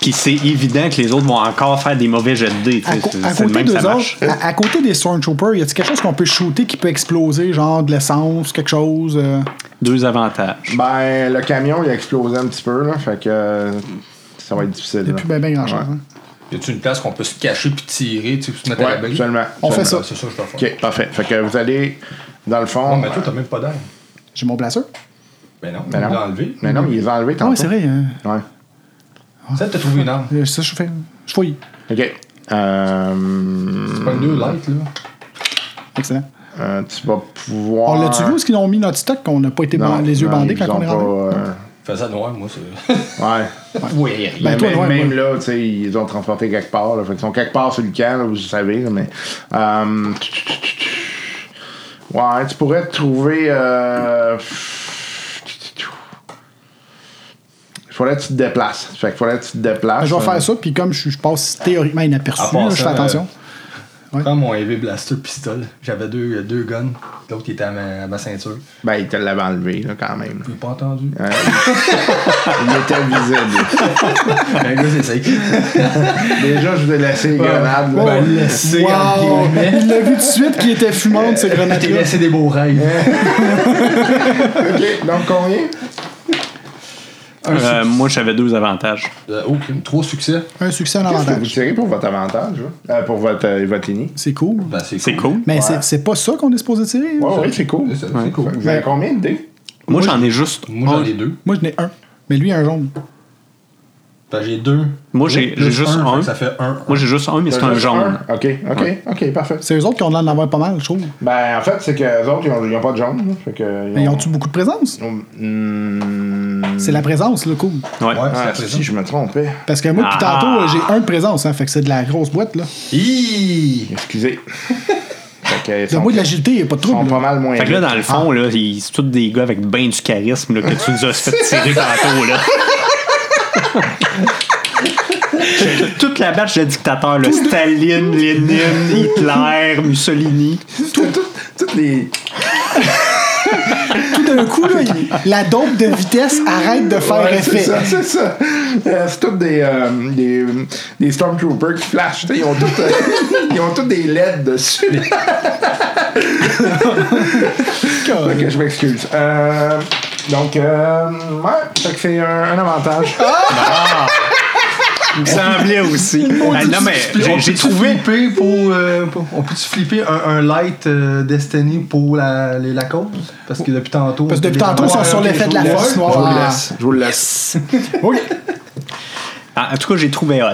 [SPEAKER 6] Puis c'est évident que les autres vont encore faire des mauvais jets de dés. tu
[SPEAKER 4] À,
[SPEAKER 6] sais,
[SPEAKER 4] co-
[SPEAKER 6] c'est-
[SPEAKER 4] à
[SPEAKER 6] c'est le
[SPEAKER 4] côté
[SPEAKER 6] même que
[SPEAKER 4] d'eux
[SPEAKER 6] ça marche.
[SPEAKER 4] autres, à, à côté des Stormtroopers, y a-t-il quelque chose qu'on peut shooter qui peut exploser, genre de l'essence, quelque chose euh?
[SPEAKER 6] Deux avantages.
[SPEAKER 5] Ben, le camion, il a explosé un petit peu, là. Fait que. euh, Ça va être difficile.
[SPEAKER 4] Il n'y a
[SPEAKER 5] là.
[SPEAKER 4] plus bien grand-chose. hein.
[SPEAKER 7] Y a-tu une place qu'on peut se cacher puis tirer, tu sais, se mettre à
[SPEAKER 5] Ouais,
[SPEAKER 7] l'abri?
[SPEAKER 5] seulement.
[SPEAKER 4] On fait
[SPEAKER 5] seulement.
[SPEAKER 4] ça.
[SPEAKER 7] Ah, C'est ça, que je dois faire.
[SPEAKER 5] Ok, parfait. Fait que vous allez. Dans le fond. euh,
[SPEAKER 7] Non, mais toi, t'as même pas d'air.
[SPEAKER 4] J'ai mon blaster.
[SPEAKER 7] Ben non,
[SPEAKER 5] Ben
[SPEAKER 7] on
[SPEAKER 5] non.
[SPEAKER 7] l'a enlevé.
[SPEAKER 5] Mais non, mais il les a enlevés
[SPEAKER 4] Ah
[SPEAKER 5] tantôt.
[SPEAKER 4] oui, c'est vrai. hein.
[SPEAKER 5] Ouais.
[SPEAKER 7] Ça, t'as trouvé une arme.
[SPEAKER 4] Euh, Ça, je fais. Je fouille. Hmm.
[SPEAKER 5] Ok. Euh,
[SPEAKER 7] C'est pas une deux light, là.
[SPEAKER 4] Excellent.
[SPEAKER 5] euh, tu vas pouvoir.
[SPEAKER 4] On l'a-tu vu où est-ce qu'ils ont mis notre stock qu'on n'a pas été ban-
[SPEAKER 5] Non,
[SPEAKER 4] les yeux
[SPEAKER 5] non,
[SPEAKER 4] bandés
[SPEAKER 5] ils
[SPEAKER 4] quand on est
[SPEAKER 5] ont
[SPEAKER 4] rentré?
[SPEAKER 5] pas, euh,
[SPEAKER 7] Fais ça noir, moi, c'est.
[SPEAKER 5] Ouais.
[SPEAKER 7] oui,
[SPEAKER 4] Ben,
[SPEAKER 5] Mais
[SPEAKER 4] toi,
[SPEAKER 5] même,
[SPEAKER 4] ouais,
[SPEAKER 5] même
[SPEAKER 4] ouais.
[SPEAKER 5] là, tu sais, ils ont transporté quelque part. Là, fait qu'ils sont quelque part sur le camp, là, vous savez. là, mais, euh, ouais, tu pourrais trouver. Euh, faudrait que tu te déplaces. Fait que faudrait que tu te déplaces.
[SPEAKER 4] Ah, Je vais
[SPEAKER 5] euh,
[SPEAKER 4] faire ça, puis comme je, je passe théoriquement inaperçu,
[SPEAKER 7] À part
[SPEAKER 4] là, je
[SPEAKER 7] ça,
[SPEAKER 4] fais attention.
[SPEAKER 7] Prends mon heavy blaster pistol. J'avais deux, deux guns. L'autre qui était à ma, à ma ceinture.
[SPEAKER 5] Ben, ils te l'avaient enlevé, là, quand même.
[SPEAKER 7] Je l'ai pas entendu.
[SPEAKER 5] Euh, il était visible.
[SPEAKER 7] Un gars, Ben, c'est
[SPEAKER 5] Déjà, je vous ai laissé les grenades.
[SPEAKER 4] Oh,
[SPEAKER 5] là.
[SPEAKER 7] Ben, laissé, entre
[SPEAKER 5] euh,
[SPEAKER 4] Wow!
[SPEAKER 7] guillemets.
[SPEAKER 4] Il l'a vu tout de suite qu'il était fumante, ces
[SPEAKER 7] Je t'ai
[SPEAKER 4] grenades-là.
[SPEAKER 7] laissé des beaux rêves.
[SPEAKER 5] OK, donc combien?
[SPEAKER 6] Euh, moi, j'avais deux avantages.
[SPEAKER 7] Euh, oh, crime, trois succès.
[SPEAKER 4] Un succès en
[SPEAKER 5] Qu'est-ce que vous
[SPEAKER 4] avantage.
[SPEAKER 5] tirez pour votre avantage? là? Euh, pour votre, euh, votre ini?
[SPEAKER 4] C'est cool.
[SPEAKER 7] Ben, c'est
[SPEAKER 6] C'est cool.
[SPEAKER 4] Mais c'est- c'est pas ça qu'on est supposé tirer. hein.
[SPEAKER 5] Ouais, ouais, c'est cool. Ben,
[SPEAKER 7] C'est c'est cool.
[SPEAKER 5] Vous avez combien de dés?
[SPEAKER 6] Moi, j'en ai juste
[SPEAKER 7] Moi, j'en
[SPEAKER 6] un.
[SPEAKER 7] ai deux.
[SPEAKER 4] Moi, je n'ai un. Mais lui, un jaune.
[SPEAKER 7] Ben, j'ai deux.
[SPEAKER 6] Moi, j'ai j'ai
[SPEAKER 7] Plus
[SPEAKER 6] juste
[SPEAKER 7] fait que
[SPEAKER 6] un.
[SPEAKER 7] Ça fait un.
[SPEAKER 6] Moi, j'ai juste un, mais c'est un
[SPEAKER 5] Juste
[SPEAKER 6] jaune.
[SPEAKER 5] un? OK, OK, OK, parfait.
[SPEAKER 4] C'est eux autres qui ont l'air d'en avoir pas mal, je trouve.
[SPEAKER 5] Ben, en fait, c'est que les autres, ils ont- ils n'ont pas de jaune. là, Fait que,
[SPEAKER 4] Mais ils ont-tu beaucoup de présence?
[SPEAKER 5] ils ont- Hmm.
[SPEAKER 4] C'est la présence, le cool.
[SPEAKER 6] Ouais.
[SPEAKER 7] Ouais, c'est
[SPEAKER 5] Ah,
[SPEAKER 7] la
[SPEAKER 5] si,
[SPEAKER 7] présence.
[SPEAKER 5] je me trompais.
[SPEAKER 4] Parce que moi, depuis
[SPEAKER 6] Ah.
[SPEAKER 4] tantôt, j'ai un de présence, hein, fait que c'est de la grosse boîte, là.
[SPEAKER 7] Hi!
[SPEAKER 5] Excusez. fait que, ils
[SPEAKER 4] Le
[SPEAKER 5] sont-
[SPEAKER 4] bout de l'agilité, il n'y a pas de
[SPEAKER 5] ils sont
[SPEAKER 4] trouble.
[SPEAKER 5] pas
[SPEAKER 4] là.
[SPEAKER 5] mal moins.
[SPEAKER 6] Fait que là, dans le fond, là, ils- c'est tous des gars avec ben du charisme là, que tu nous as fait tirer tantôt. Là. Toute la batch de dictateurs, là, Staline, Lénine, Hitler, Mussolini.
[SPEAKER 5] Tout- tout- Toutes les.
[SPEAKER 4] Tout d'un coup, là, il- la dope de vitesse arrête de faire
[SPEAKER 5] Ouais, c'est
[SPEAKER 4] effet.
[SPEAKER 5] ça, c'est ça. Euh, c'est toutes des, euh, des, des Stormtroopers qui flashent. tu sais, Ils ont toutes, euh, ils ont toutes des LED dessus. ok, je m'excuse. Euh, donc, euh, ouais, fait que c'est un, un avantage.
[SPEAKER 7] Ah,
[SPEAKER 6] Il me semblait aussi. Ah, non, mais j'ai- j'ai trouvé.
[SPEAKER 7] Flipper pour, euh, pour- on peut-tu flipper un, un light euh, Destiny pour la, les, la cause? Parce que depuis tantôt.
[SPEAKER 4] Parce que depuis tantôt, ils sont sur l'effet de la force
[SPEAKER 7] force.
[SPEAKER 4] noire.
[SPEAKER 5] Je vous le laisse.
[SPEAKER 6] Ah, en tout cas, j'ai trouvé hot.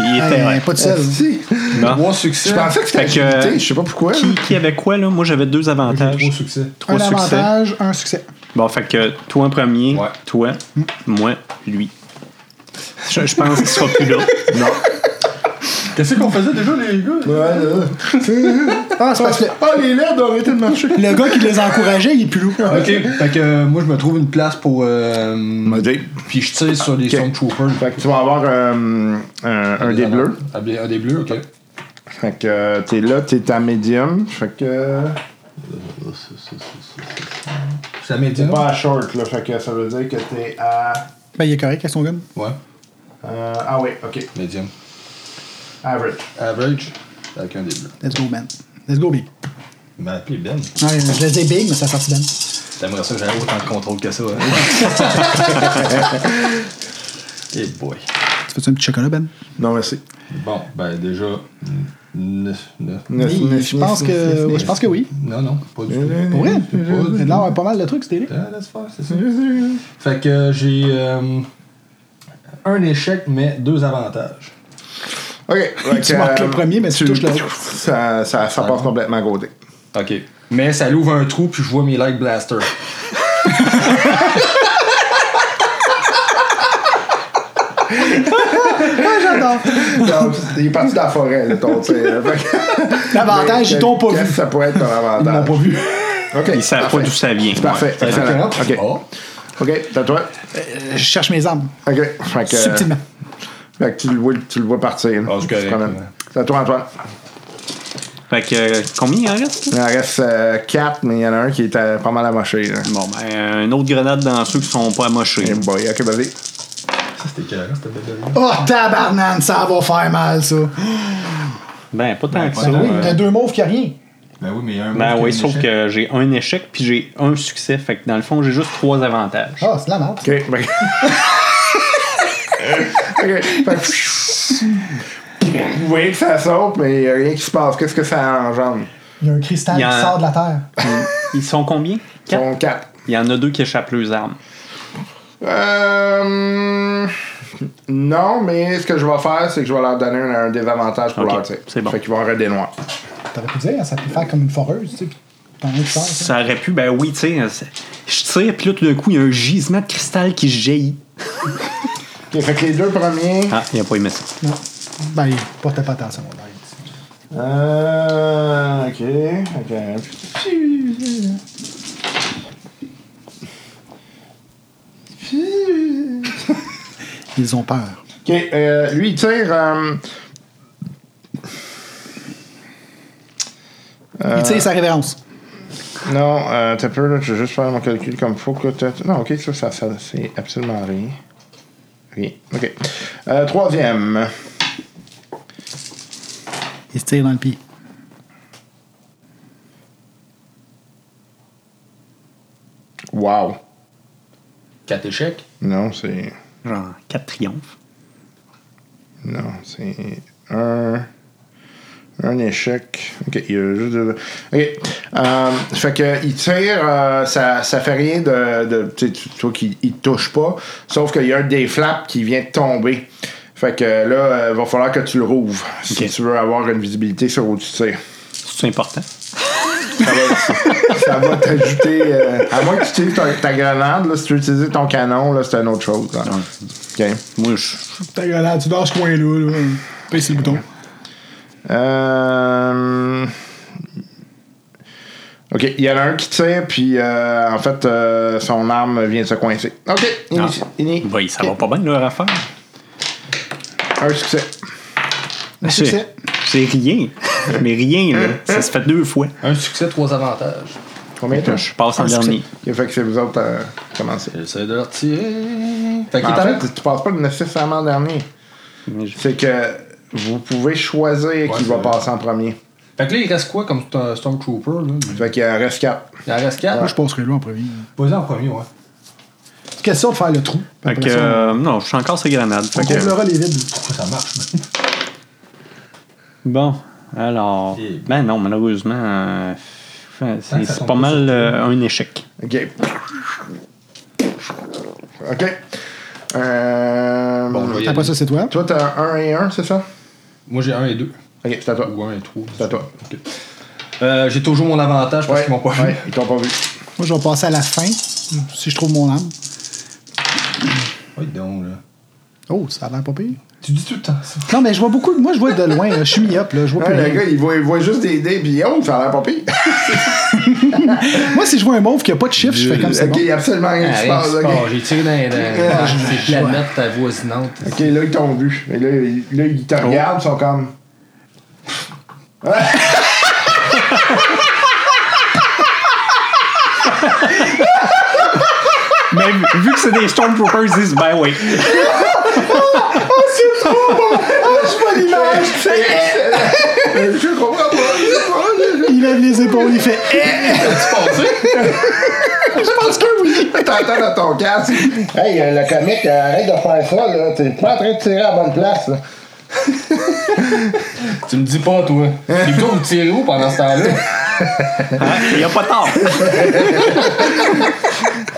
[SPEAKER 6] Il était
[SPEAKER 4] Euh,
[SPEAKER 6] hot.
[SPEAKER 4] pas de sel.
[SPEAKER 5] Si,
[SPEAKER 6] Bon.
[SPEAKER 7] Trois succès.
[SPEAKER 5] je pensais que c'était
[SPEAKER 6] Fait que-
[SPEAKER 5] agilité, je sais pas pourquoi.
[SPEAKER 6] Qui, qui avait quoi, là? Moi, j'avais deux avantages.
[SPEAKER 7] Trois succès.
[SPEAKER 6] Trois
[SPEAKER 4] Un
[SPEAKER 6] succès.
[SPEAKER 4] avantage, un succès.
[SPEAKER 6] Bon, fait que toi en premier,
[SPEAKER 7] Ouais.
[SPEAKER 6] toi, moi, lui. Je, je pense qu'il sera plus là.
[SPEAKER 7] Qu'est-ce qu'on faisait déjà, les gars?
[SPEAKER 4] Ah, c'est parce que
[SPEAKER 5] Ah, les LED ont arrêté de marcher.
[SPEAKER 4] le gars qui les encourageait, il est plus lourd.
[SPEAKER 7] Ok, fait que euh, moi je me trouve une place pour. Euh, puis je tire sur les Stormtroopers.
[SPEAKER 5] Fait que tu vas avoir euh, un, un des bleus.
[SPEAKER 7] Ah, bien, Un des bleus, ok.
[SPEAKER 5] Fait que euh, t'es là, t'es à médium. Fait que. euh,
[SPEAKER 7] Ça médium?
[SPEAKER 5] Pas à short, là. Fait que ça veut dire que t'es à.
[SPEAKER 4] Ben, il est correct avec son gun.
[SPEAKER 7] Ouais,
[SPEAKER 5] euh, ah oui, ok.
[SPEAKER 7] médium.
[SPEAKER 5] Average.
[SPEAKER 7] Average, avec un des bleus.
[SPEAKER 4] Let's go,
[SPEAKER 8] Ben.
[SPEAKER 4] man. Let's go, big.
[SPEAKER 7] Il m'a appelé Ben.
[SPEAKER 4] Ouais, je les ai big, mais ça sortit
[SPEAKER 8] Ben.
[SPEAKER 4] bien.
[SPEAKER 7] T'aimerais ça que j'avais autant de contrôle que ça. Hein? Et boy.
[SPEAKER 4] Tu fais-tu un petit chocolat, Ben?
[SPEAKER 5] Non, merci.
[SPEAKER 7] Bon, ben déjà. neuf, neuf.
[SPEAKER 4] Oui, Je pense que ouais, je pense que oui.
[SPEAKER 7] Non, non, pas du tout.
[SPEAKER 4] Pour vrai.
[SPEAKER 7] je-
[SPEAKER 4] Là, on a pas mal de trucs, c'était
[SPEAKER 7] Ah, laisse faire, c'est ça. Fait que j'ai euh, un échec, mais deux avantages.
[SPEAKER 5] OK. donc,
[SPEAKER 8] Tu manques le premier, mais tu touches le-
[SPEAKER 5] Ça, ça, ça passe complètement à côté.
[SPEAKER 7] OK. Mais ça l'ouvre un trou, puis je vois mes Light Blaster.
[SPEAKER 8] J'adore.
[SPEAKER 5] Donc, il est parti dans la forêt, là, ton tir.
[SPEAKER 8] L'avantage, ils t'ont pas
[SPEAKER 5] Qu'est-ce que
[SPEAKER 8] vu.
[SPEAKER 5] Ça pourrait être ton
[SPEAKER 8] Ils m'ont
[SPEAKER 5] avantage.
[SPEAKER 8] pas vu.
[SPEAKER 5] OK.
[SPEAKER 6] Ils savent pas
[SPEAKER 5] parfait.
[SPEAKER 6] d'où ça vient.
[SPEAKER 5] C'est Parfait.
[SPEAKER 7] Fait que,
[SPEAKER 5] Excellent.
[SPEAKER 7] hop,
[SPEAKER 5] OK.
[SPEAKER 7] oh.
[SPEAKER 5] OK. T'as toi.
[SPEAKER 8] Je cherche mes armes,
[SPEAKER 5] OK. Fait que,
[SPEAKER 8] subtilement.
[SPEAKER 5] Fait que tu le vois, tu le vois partir. là.
[SPEAKER 7] Ah,
[SPEAKER 5] Tu
[SPEAKER 7] c'est
[SPEAKER 5] te
[SPEAKER 7] correct,
[SPEAKER 5] promènes.
[SPEAKER 7] ouais.
[SPEAKER 5] C'est à toi, Antoine.
[SPEAKER 6] Fait que euh, combien il en reste?
[SPEAKER 5] Il en reste 4, mais il y en a un qui est euh, pas mal amoché. Là.
[SPEAKER 6] Bon, ben, une autre grenade dans ceux qui sont pas amochés.
[SPEAKER 5] Eh boy, OK, vas-y.
[SPEAKER 7] Ça, c'était quelle heure, cette belle
[SPEAKER 8] Oh, tabarnane, ça va faire mal, ça.
[SPEAKER 6] Ben, pas tant que ça.
[SPEAKER 8] Ben oui,
[SPEAKER 6] euh,
[SPEAKER 8] il y en a deux mauves qui a rien.
[SPEAKER 7] Ben oui, mais il y a un.
[SPEAKER 6] ben
[SPEAKER 7] mot
[SPEAKER 6] oui,
[SPEAKER 7] qui est
[SPEAKER 6] sauf
[SPEAKER 7] méchant.
[SPEAKER 6] que j'ai un échec puis j'ai un succès. Fait que dans le fond, j'ai juste trois avantages.
[SPEAKER 8] Ah, c'est de la merde.
[SPEAKER 5] OK. ben- OK. Fait que- Vous voyez que ça saute, mais il n'y a rien qui se passe. Qu'est-ce que ça engendre?
[SPEAKER 8] Il y a un cristal
[SPEAKER 6] Il y a
[SPEAKER 8] qui
[SPEAKER 6] un-
[SPEAKER 8] sort de la terre.
[SPEAKER 6] Ils sont combien?
[SPEAKER 5] Ils
[SPEAKER 6] Quatre?
[SPEAKER 5] sont 4.
[SPEAKER 6] Il y en a deux qui échappent leurs armes.
[SPEAKER 5] Euh, non, mais ce que je vais faire, c'est que je vais leur donner un, un désavantage pour
[SPEAKER 6] Ok,
[SPEAKER 5] leur tir.
[SPEAKER 6] c'est bon.
[SPEAKER 5] Fait qu'ils vont avoir des noirs.
[SPEAKER 8] T'aurais pu dire, ça peut faire comme une foreuse, tu sais. puis T'en as qui sort, ça.
[SPEAKER 6] Ça aurait pu, ben oui, tu sais. c'est- Je tire, puis là, tout d'un coup, il y a un gisement de cristal qui jaillit.
[SPEAKER 5] Ok, fait que les deux premiers.
[SPEAKER 6] Ah, il a pas aimé ça.
[SPEAKER 8] Non. Ben, il portait pas attention.
[SPEAKER 5] Euh, ok, ok.
[SPEAKER 8] Ils ont peur.
[SPEAKER 5] Ok, euh, lui, il tire. euh,
[SPEAKER 8] Il tire sa révérence.
[SPEAKER 5] non, euh, t'as peur, là, je vais juste faire mon calcul comme faut. Que t'as- non, ok, ça, ça, ça c'est absolument rien. Rien, ok. Euh, troisième.
[SPEAKER 8] Il se tire dans le pied.
[SPEAKER 5] Wow.
[SPEAKER 7] Quatre échecs.
[SPEAKER 5] Non, c'est.
[SPEAKER 6] Genre, quatre triomphes.
[SPEAKER 5] Non, c'est un. Un échec. Ok, il y a juste deux. Ok. euh, fait que il tire, euh, ça, ça fait rien de. de tu sais, tu- tu vois qu'il il te touche pas. Sauf qu'il y a un des flaps qui vient de tomber. Fait que là, euh, va falloir que tu le rouvres si
[SPEAKER 6] Ok.
[SPEAKER 5] tu veux avoir une visibilité sur où tu tires.
[SPEAKER 6] C'est important.
[SPEAKER 5] Ça va, ça va t'ajouter. euh, à moins que tu utilises ta, ta grenade, là, si tu veux utiliser ton canon, là, c'est une autre chose. là. Ok.
[SPEAKER 6] Moi, je.
[SPEAKER 8] Ta gueule, tu dors ce coin-là, là. Pèse le bouton.
[SPEAKER 5] Euh... Ok, il y en a un qui tire, puis euh, en fait, euh, son arme vient de se coincer. Ok,
[SPEAKER 6] Ah.
[SPEAKER 5] ini- ini-
[SPEAKER 6] Oui, ça va
[SPEAKER 5] ok,
[SPEAKER 6] pas bien leur affaire.
[SPEAKER 5] Un succès.
[SPEAKER 6] C'est c'est rien. Mais rien, là. Ça se fait deux fois.
[SPEAKER 7] Un succès, trois avantages.
[SPEAKER 5] Combien de touches
[SPEAKER 6] Je passe en dernier.
[SPEAKER 5] Ok, Fait que c'est vous autres à commencer.
[SPEAKER 7] J'essaie de leur tirer.
[SPEAKER 6] Euh,
[SPEAKER 7] Fait qu'il
[SPEAKER 5] En
[SPEAKER 7] est en
[SPEAKER 5] fait, tu passes pas nécessairement en dernier.
[SPEAKER 6] Mais je-
[SPEAKER 5] C'est que vous pouvez choisir qui
[SPEAKER 7] c'est
[SPEAKER 5] va
[SPEAKER 7] vrai.
[SPEAKER 5] passer en premier.
[SPEAKER 7] Fait que là, il reste quoi comme st- euh, Stormtrooper, là?
[SPEAKER 5] Fait qu'il en reste quatre.
[SPEAKER 7] Il en reste quatre?
[SPEAKER 8] Moi, je passerai là en premier.
[SPEAKER 7] Vas-y en premier, ouais.
[SPEAKER 8] Question de faire le trou.
[SPEAKER 6] Fait que,
[SPEAKER 8] Après ça,
[SPEAKER 6] euh, non, je suis encore sur grenade.
[SPEAKER 8] On
[SPEAKER 6] Fait que-
[SPEAKER 8] comblera les vides.
[SPEAKER 7] Pourquoi ça marche, man?
[SPEAKER 6] Bon, alors.
[SPEAKER 7] Et-
[SPEAKER 6] Ben non, malheureusement. euh, c'est-
[SPEAKER 7] Ah, ça
[SPEAKER 6] c'est
[SPEAKER 7] tombe
[SPEAKER 6] pas
[SPEAKER 7] pas
[SPEAKER 6] mal euh, un échec.
[SPEAKER 5] Ok. Ok. Euh,
[SPEAKER 7] Bon, je vais y
[SPEAKER 8] Après
[SPEAKER 7] aller.
[SPEAKER 8] Ben, ça, c'est toi.
[SPEAKER 5] Toi, t'as un et un, c'est ça?
[SPEAKER 7] Moi, j'ai un et deux.
[SPEAKER 5] Ok, c'est à toi.
[SPEAKER 7] Ou un et trois.
[SPEAKER 5] C'est à toi.
[SPEAKER 7] Ok. Euh, j'ai toujours mon avantage parce qu'ils m'ont pas vu.
[SPEAKER 5] ouais, ils t'ont pas vu.
[SPEAKER 8] Moi, je vais passer à la fin, si je trouve mon arme.
[SPEAKER 7] Oui, donc, là.
[SPEAKER 8] Oh, ça a l'air pas pire.
[SPEAKER 7] Tu dis tout le temps ça.
[SPEAKER 8] Non, mais je vois beaucoup. Moi, je vois de loin. là. Je suis mis up, là. Je vois plus
[SPEAKER 5] Ouais, le
[SPEAKER 8] rien.
[SPEAKER 5] gars, il voit, il voit juste des dés, puis oh, ça a l'air pas pire.
[SPEAKER 8] Moi, si je vois un mauve qui a pas de chiffre, je fais comme ça.
[SPEAKER 5] ok, il y a absolument rien
[SPEAKER 7] Ah,
[SPEAKER 5] qui se passe. ok.
[SPEAKER 7] J'ai tiré dans les- Ah, dans les planètes ta voisinante.
[SPEAKER 5] Ok, là, ils t'ont vu. Mais là, ils- là, ils te
[SPEAKER 7] Oh.
[SPEAKER 5] regardent, ils sont comme.
[SPEAKER 6] Mais Ben, vu- vu que c'est des Stormtroopers, ils disent ben oui.
[SPEAKER 7] Ah, eh!
[SPEAKER 5] Je comprends pas. je comprends pas.
[SPEAKER 8] Il lève les épaules, il fait. Eh!
[SPEAKER 5] T'entends dans ton casque. Hey, euh, le comique, euh, arrête de faire ça, là. T'es pas en train de tirer à la bonne place, là.
[SPEAKER 7] Tu me dis pas, toi. Plutôt, vous tirez où pendant ce temps-là?
[SPEAKER 6] Hein? Il n'y a pas tort.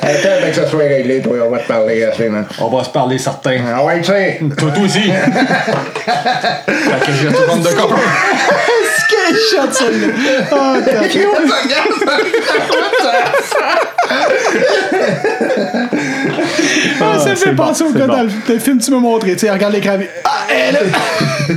[SPEAKER 5] Attends avant que ça soit réglé, toi, on va te parler assez, man.
[SPEAKER 7] On va se parler certains.
[SPEAKER 5] Ah ouais, tu sais.
[SPEAKER 7] Toi, toi aussi. fait que je vais te prendre de corps.
[SPEAKER 8] Quel shot, celle-là! Ah, t'as- Ah, ça me fait penser au gars dans le, le film que tu m'as montré. Tu sais, regarde l'écran. il- Ah, elle!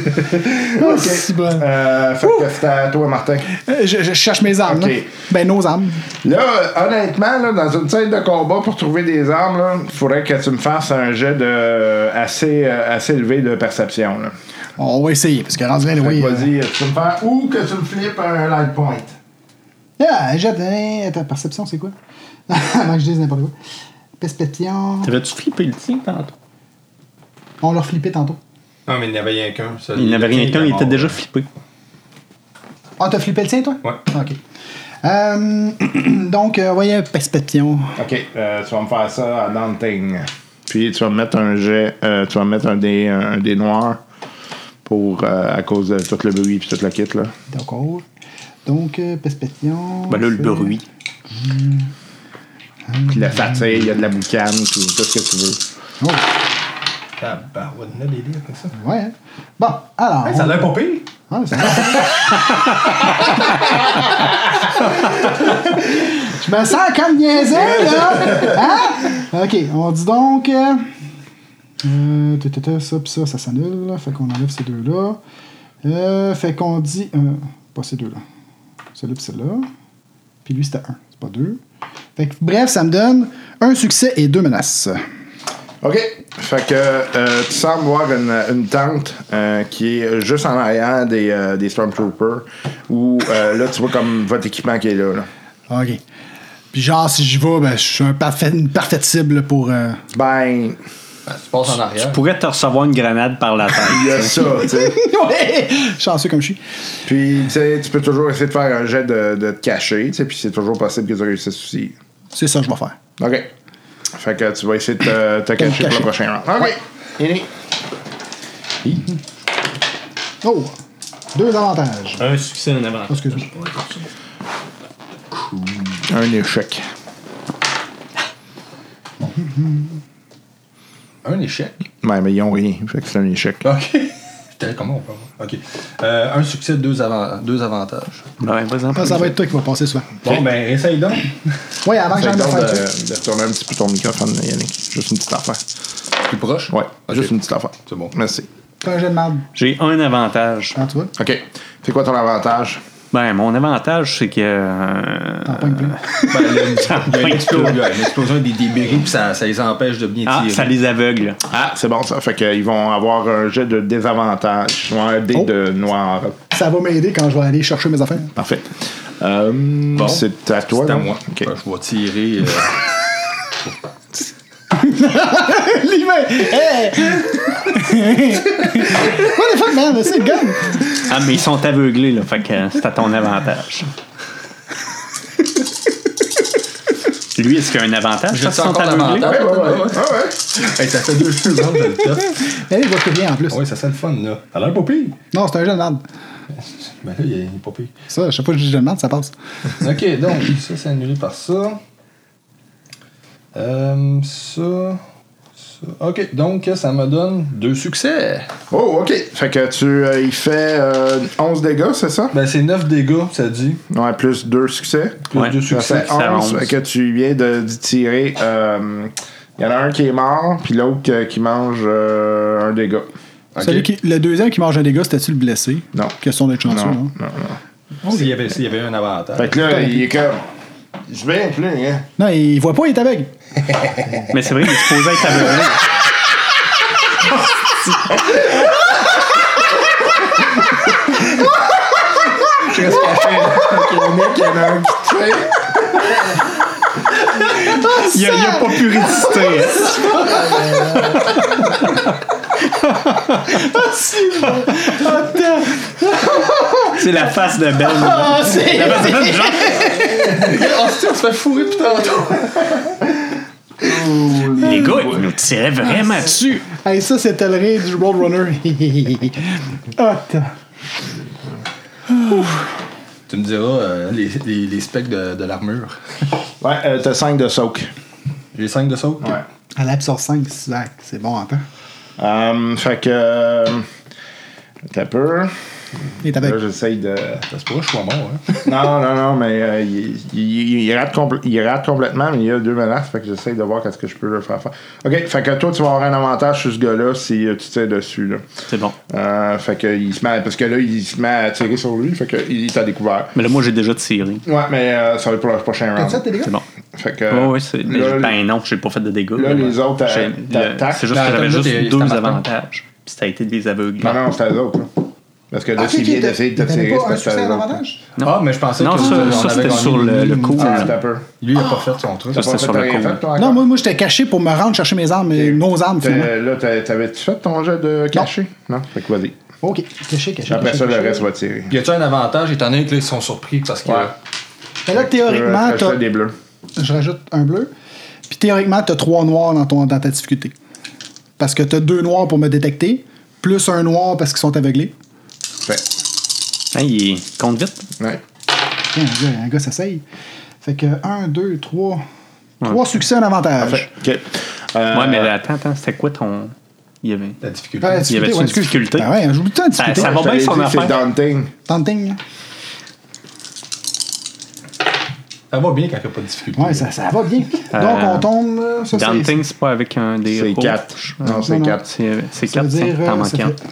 [SPEAKER 8] Ah, c'est bon.
[SPEAKER 5] Euh, fait que c'est à toi, Martin.
[SPEAKER 8] Euh, Je, je cherche mes armes.
[SPEAKER 5] Ok.
[SPEAKER 8] là. Ben, nos armes.
[SPEAKER 5] Là, euh, honnêtement, là, dans une scène de combat pour trouver des armes, il faudrait que tu me fasses un jet de, euh, assez, euh, assez élevé de perception. Là.
[SPEAKER 8] On va essayer, parce que rendu là,
[SPEAKER 5] Fait
[SPEAKER 8] oui.
[SPEAKER 5] que
[SPEAKER 8] euh,
[SPEAKER 5] Vas-y, tu peux me faire ou que tu me flippes un light point.
[SPEAKER 8] Ah, j'ai donné. Ta perception, c'est quoi? Avant que je dise n'importe quoi. Perception.
[SPEAKER 6] T'avais-tu flippé le tien tantôt?
[SPEAKER 8] On leur flippait tantôt.
[SPEAKER 7] Non, mais il n'y avait rien qu'un. ça.
[SPEAKER 6] Il n'y avait rien qu'un, il était déjà flippé.
[SPEAKER 8] Ah, t'as flippé le tien, toi?
[SPEAKER 7] Ouais.
[SPEAKER 8] OK. Euh, donc, euh, voyez, perception.
[SPEAKER 5] Ok, euh, tu vas me faire ça à Danting. Puis tu vas me mettre un jet, euh, tu vas me mettre un dé, un dé noir pour, euh, à cause de tout le bruit puis tout le kit. Là.
[SPEAKER 8] D'accord. Donc, euh, perception.
[SPEAKER 6] Ben là, le
[SPEAKER 8] c'est-
[SPEAKER 6] bruit.
[SPEAKER 5] Puis la fatigue, il y a de la boucane, puis tout ce que tu veux.
[SPEAKER 7] Ah, bah, on a des livres comme ça.
[SPEAKER 8] Ouais. hein. Bon, alors.
[SPEAKER 7] Hey, ça a l'air pas pire.
[SPEAKER 8] on- Ouais, ça a- Je me sens comme niaisé, là! Hein? OK, on dit donc. Euh, euh, ta, ta, ta, ça pis ça, ça s'annule. là. Fait qu'on enlève ces deux-là. Euh, fait qu'on dit. euh, pas ces deux-là. Celui-là pis celui-là. Puis lui, c'était un. C'est pas deux. Fait que, bref, ça me donne un succès et deux menaces.
[SPEAKER 5] OK. Fait que euh, tu sembles voir une, une tente euh, qui est juste en arrière des, euh, des Stormtroopers où euh, là, tu vois comme votre équipement qui est là. là.
[SPEAKER 8] OK. Puis genre, si j'y vais, ben, je suis un parfait, une parfaite cible pour... euh,
[SPEAKER 5] Ben,
[SPEAKER 7] tu passes en
[SPEAKER 6] Tu
[SPEAKER 7] arrière.
[SPEAKER 6] pourrais te recevoir une grenade par la
[SPEAKER 5] il y
[SPEAKER 6] tête.
[SPEAKER 5] a ça, tu sais.
[SPEAKER 8] ouais! Chanceux comme je suis.
[SPEAKER 5] Puis, tu sais, tu peux toujours essayer de faire un jet de, de te cacher, tu sais, puis c'est toujours possible que tu réussisses aussi.
[SPEAKER 8] C'est ça que je vais faire.
[SPEAKER 5] OK. Fait que tu vas essayer de te, te cacher pour le prochain round. Ah OK. Yeni.
[SPEAKER 8] Oh! Deux avantages.
[SPEAKER 6] Un succès, un avantage.
[SPEAKER 8] Excuse-moi.
[SPEAKER 5] Un échec.
[SPEAKER 7] Un échec.
[SPEAKER 5] Ouais, mais ils ont rien. Fait que c'est un échec.
[SPEAKER 7] OK. Putain, Comment on peut avoir? OK. Euh, un succès, deux, avant- deux avantages.
[SPEAKER 6] Ouais, vas-y,
[SPEAKER 8] Ça, ça va être toi qui vas passer souvent.
[SPEAKER 7] Bon, ben, essaye donc.
[SPEAKER 8] Ouais, avant que
[SPEAKER 5] Fait que
[SPEAKER 8] j'aille me
[SPEAKER 5] donc,
[SPEAKER 8] faire tuer.
[SPEAKER 5] de, de retourner un petit peu ton microphone, Yannick. Juste une petite affaire.
[SPEAKER 7] Plus proche?
[SPEAKER 5] Ouais, juste une petite affaire.
[SPEAKER 7] C'est bon.
[SPEAKER 5] Merci.
[SPEAKER 8] Fais un jeu de merde.
[SPEAKER 6] J'ai un avantage.
[SPEAKER 8] Quand tu vois.
[SPEAKER 5] OK. C'est quoi ton avantage?
[SPEAKER 6] Ben, mon avantage, c'est que. euh,
[SPEAKER 8] T'en pognes plus.
[SPEAKER 7] Ben, le- il y a une,
[SPEAKER 6] ben,
[SPEAKER 7] explo- il y a une explosion des débris, puis ça, ça les empêche de bien
[SPEAKER 6] Ah,
[SPEAKER 7] tirer.
[SPEAKER 6] ça les aveugle.
[SPEAKER 5] Ah, c'est bon ça. Fait qu'ils vont avoir un jet de désavantage. Ou un dé
[SPEAKER 8] Oh.
[SPEAKER 5] de noir.
[SPEAKER 8] Ça va m'aider quand je vais aller chercher mes affaires.
[SPEAKER 5] Parfait. Euh, c'est à toi.
[SPEAKER 7] C'est à
[SPEAKER 5] là?
[SPEAKER 7] moi.
[SPEAKER 5] OK.
[SPEAKER 7] Ben, je vais tirer. euh,
[SPEAKER 8] L'humain! Hey! What the fuck, man? C'est le gun!
[SPEAKER 6] Ah, mais ils sont aveuglés, là. Fait que euh, c'est à ton avantage. Lui, est-ce qu'il a un avantage
[SPEAKER 7] Je
[SPEAKER 6] parce
[SPEAKER 7] suis
[SPEAKER 6] qu'ils sont
[SPEAKER 7] encore
[SPEAKER 6] aveuglés?
[SPEAKER 7] l'avantage.
[SPEAKER 5] Ouais, ouais, ouais. Ouais, ouais.
[SPEAKER 7] hey, ça fait deux jeux de le top.
[SPEAKER 8] Elle, il va plus rien en plus.
[SPEAKER 7] Ouais, ça sent le fun, là. Ça a l'air pas pire.
[SPEAKER 8] Non, c'est un jeu de merde.
[SPEAKER 7] Ben là, il est il est pas pire.
[SPEAKER 8] Ça, je sais pas, je jeu de merde, ça passe.
[SPEAKER 7] OK, donc, ça, c'est annulé par ça. Euh, ça. ça. OK, donc, ça me donne deux succès.
[SPEAKER 5] Oh, OK. Fait que tu. euh, il fait euh, 11 dégâts, c'est ça?
[SPEAKER 7] Ben, c'est 9 dégâts, ça dit.
[SPEAKER 5] Ouais, plus 2 succès.
[SPEAKER 7] Plus
[SPEAKER 6] Ouais.
[SPEAKER 7] deux
[SPEAKER 5] Ça
[SPEAKER 7] succès.
[SPEAKER 5] fait
[SPEAKER 6] Ça fait
[SPEAKER 5] 11.
[SPEAKER 6] 11.
[SPEAKER 5] Fait que tu viens de, d'y tirer. euh, Il y en a un qui est mort, puis l'autre euh, qui mange euh, un dégât.
[SPEAKER 7] OK.
[SPEAKER 8] Celui qui, le deuxième qui mange un dégât, c'était-tu le blessé?
[SPEAKER 5] Non.
[SPEAKER 8] Question d'être chanceux,
[SPEAKER 5] Non,
[SPEAKER 8] non?
[SPEAKER 5] non, non.
[SPEAKER 7] S'il y, avait, s'il y avait un
[SPEAKER 5] Fait
[SPEAKER 7] avantage.
[SPEAKER 5] que là, il est comme. Je vais plus, hein.
[SPEAKER 8] Non, il voit pas, il est aveugle.
[SPEAKER 6] Mais c'est vrai, il est supposé être aveuglé.
[SPEAKER 5] Je reste caché. Fait que le mec, il y en a un qui tire.
[SPEAKER 6] Il a, il a pas pu résister. hein. C'est la face de Ben. là. La face de Ben, genre,
[SPEAKER 7] Oh, c'est on se fait fourrer depuis tantôt.
[SPEAKER 6] les gars, ils nous tiraient vraiment dessus.
[SPEAKER 8] Hey, ça, c'était le rire du Ah, Roadrunner. Hot.
[SPEAKER 7] Tu me diras euh, les, les, les specs de, de l'armure.
[SPEAKER 5] Ouais, euh, t'as 5 de soak.
[SPEAKER 7] J'ai 5 de saut.
[SPEAKER 5] Ouais.
[SPEAKER 8] À l'absorbe 5, slack, c'est bon en temps.
[SPEAKER 5] Euh, fait que. euh, T'as peur.
[SPEAKER 8] Et t'as
[SPEAKER 5] Là,
[SPEAKER 8] avec.
[SPEAKER 5] j'essaye de.
[SPEAKER 7] Ça se pourrait que je sois mort, hein.
[SPEAKER 5] Non, non, non, mais euh, il, il- il- il rate compl- il rate complètement, mais il y a deux menaces, fait que j'essaye de voir qu'est-ce que je peux le faire faire. Ok, fait que toi, tu vas avoir un avantage sur ce gars-là si euh, tu tires dessus, là.
[SPEAKER 6] C'est bon.
[SPEAKER 5] Euh, fait que il se met, à- parce que là, il se met à tirer sur lui, fait que il t'a découvert.
[SPEAKER 6] Mais là, moi, j'ai déjà tiré.
[SPEAKER 5] Ouais, mais euh, ça va être pour le prochain
[SPEAKER 8] T'as ça,
[SPEAKER 5] round.
[SPEAKER 8] tes dégâts?
[SPEAKER 6] C'est bon.
[SPEAKER 5] Fait que.
[SPEAKER 6] Ouais, ouais, c'est. mais
[SPEAKER 5] là,
[SPEAKER 6] ben non, j'ai pas fait de dégâts.
[SPEAKER 5] là, les autres,
[SPEAKER 6] J'ai-
[SPEAKER 5] euh, t'attaques.
[SPEAKER 6] le- C'est juste
[SPEAKER 7] Ben,
[SPEAKER 6] que j'avais
[SPEAKER 7] attends, là, t'es-
[SPEAKER 6] juste deux
[SPEAKER 7] t'es marquant.
[SPEAKER 6] avantages. Puis ça a été de les aveugler.
[SPEAKER 5] Non, non, c'est à eux autres, là. Parce que là,
[SPEAKER 8] Ah,
[SPEAKER 5] s'il vient
[SPEAKER 8] t'as-
[SPEAKER 5] d'essayer de te
[SPEAKER 8] t'avais
[SPEAKER 5] tirer,
[SPEAKER 8] pas un
[SPEAKER 5] c'est parce que
[SPEAKER 8] succès
[SPEAKER 5] c'est
[SPEAKER 8] à
[SPEAKER 5] à eux autres, là.
[SPEAKER 8] l'avantage?
[SPEAKER 7] Ah, mais je pensais
[SPEAKER 6] Non,
[SPEAKER 7] que
[SPEAKER 6] ça-
[SPEAKER 7] on
[SPEAKER 6] ça,
[SPEAKER 7] avait
[SPEAKER 6] c'était
[SPEAKER 7] gagné
[SPEAKER 6] sur le-
[SPEAKER 7] une-
[SPEAKER 6] le
[SPEAKER 7] une-
[SPEAKER 6] coup,
[SPEAKER 7] Ah,
[SPEAKER 5] Ah,
[SPEAKER 6] là.
[SPEAKER 5] t'as peur.
[SPEAKER 7] Lui, il a pas fait son truc.
[SPEAKER 6] Ça,
[SPEAKER 5] T'as pas
[SPEAKER 6] c'était
[SPEAKER 5] fait
[SPEAKER 6] sur le
[SPEAKER 5] rien
[SPEAKER 6] coup.
[SPEAKER 5] fait, toi,
[SPEAKER 8] Non,
[SPEAKER 5] encore?
[SPEAKER 8] moi, moi j'étais caché pour me rendre chercher mes armes, mais nos armes, finalement.
[SPEAKER 5] T'as- Là, t'as- t'avais-tu fait ton jeu de caché? Non. Fait que vas-y.
[SPEAKER 8] Ok, caché, caché.
[SPEAKER 5] Après
[SPEAKER 8] caché,
[SPEAKER 5] ça, le
[SPEAKER 8] caché.
[SPEAKER 5] reste va tirer.
[SPEAKER 7] Y a-tu un avantage étant donné qu'ils sont surpris parce que.
[SPEAKER 5] Ouais.
[SPEAKER 8] Mais là, théoriquement,
[SPEAKER 5] Euh,
[SPEAKER 8] t'as-
[SPEAKER 5] t'as des bleus.
[SPEAKER 8] je rajoute un bleu. Puis théoriquement, t'as trois noirs dans, ton, dans ta difficulté. Parce que t'as deux noirs pour me détecter, plus un noir parce qu'ils sont aveuglés.
[SPEAKER 5] Fait.
[SPEAKER 6] Hein, il est- compte vite.
[SPEAKER 5] Ouais.
[SPEAKER 8] Tiens, un gars, un gars s'essaye. Fait que un, deux, trois. Trois succès, un avantage.
[SPEAKER 5] Fait. OK. Euh,
[SPEAKER 6] Ouais, mais là, attends, attends, c'était quoi ton. Il y avait.
[SPEAKER 7] La difficulté.
[SPEAKER 8] Ouais,
[SPEAKER 6] Il y avait-tu
[SPEAKER 8] Euh, difficulté,
[SPEAKER 6] une
[SPEAKER 8] excuse.
[SPEAKER 6] difficulté? Ah,
[SPEAKER 8] Ben ouais, j'oublie tout le temps de
[SPEAKER 6] Ça-
[SPEAKER 8] difficulté.
[SPEAKER 6] ça va
[SPEAKER 5] je
[SPEAKER 6] bien
[SPEAKER 5] t'avais
[SPEAKER 6] son
[SPEAKER 5] dit, C'est
[SPEAKER 6] affaire.
[SPEAKER 5] daunting.
[SPEAKER 8] Tenting.
[SPEAKER 7] Ça va bien quand il n'y a pas de difficulté.
[SPEAKER 8] Ouais, ça, ça va bien. Donc,
[SPEAKER 6] Euh,
[SPEAKER 8] on tombe. euh, Ça, c'est-
[SPEAKER 6] Daunting, c'est pas avec un des.
[SPEAKER 5] C'est
[SPEAKER 6] rouges.
[SPEAKER 5] 4. Non,
[SPEAKER 8] Non,
[SPEAKER 5] c'est
[SPEAKER 8] non.
[SPEAKER 5] 4.
[SPEAKER 6] C'est c'est
[SPEAKER 8] Ça veut
[SPEAKER 6] quatre, tiens,
[SPEAKER 8] dire. euh,
[SPEAKER 6] t'en
[SPEAKER 8] ça
[SPEAKER 6] manques un.
[SPEAKER 8] fait-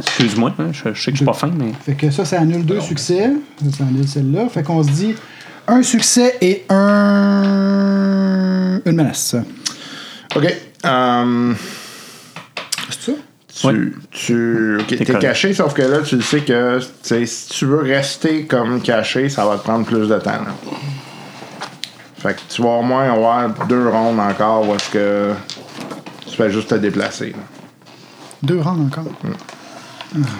[SPEAKER 6] Excuse-moi, hein, je, je sais que je suis pas fin, mais.
[SPEAKER 8] Fait que ça, ça annule deux succès. Ça, ça annule celle-là. Fait qu'on se dit un succès et un. Une menace.
[SPEAKER 5] OK. euh,
[SPEAKER 8] C'est ça?
[SPEAKER 5] tu,
[SPEAKER 6] Ouais.
[SPEAKER 5] tu ok, t'es
[SPEAKER 6] correct.
[SPEAKER 5] caché, sauf que là, tu le sais que tu sais, si tu veux rester comme caché, ça va te prendre plus de temps. là. Fait que tu vas au moins avoir deux rondes encore où est-ce que tu fais juste te déplacer. là.
[SPEAKER 8] Deux rangs encore.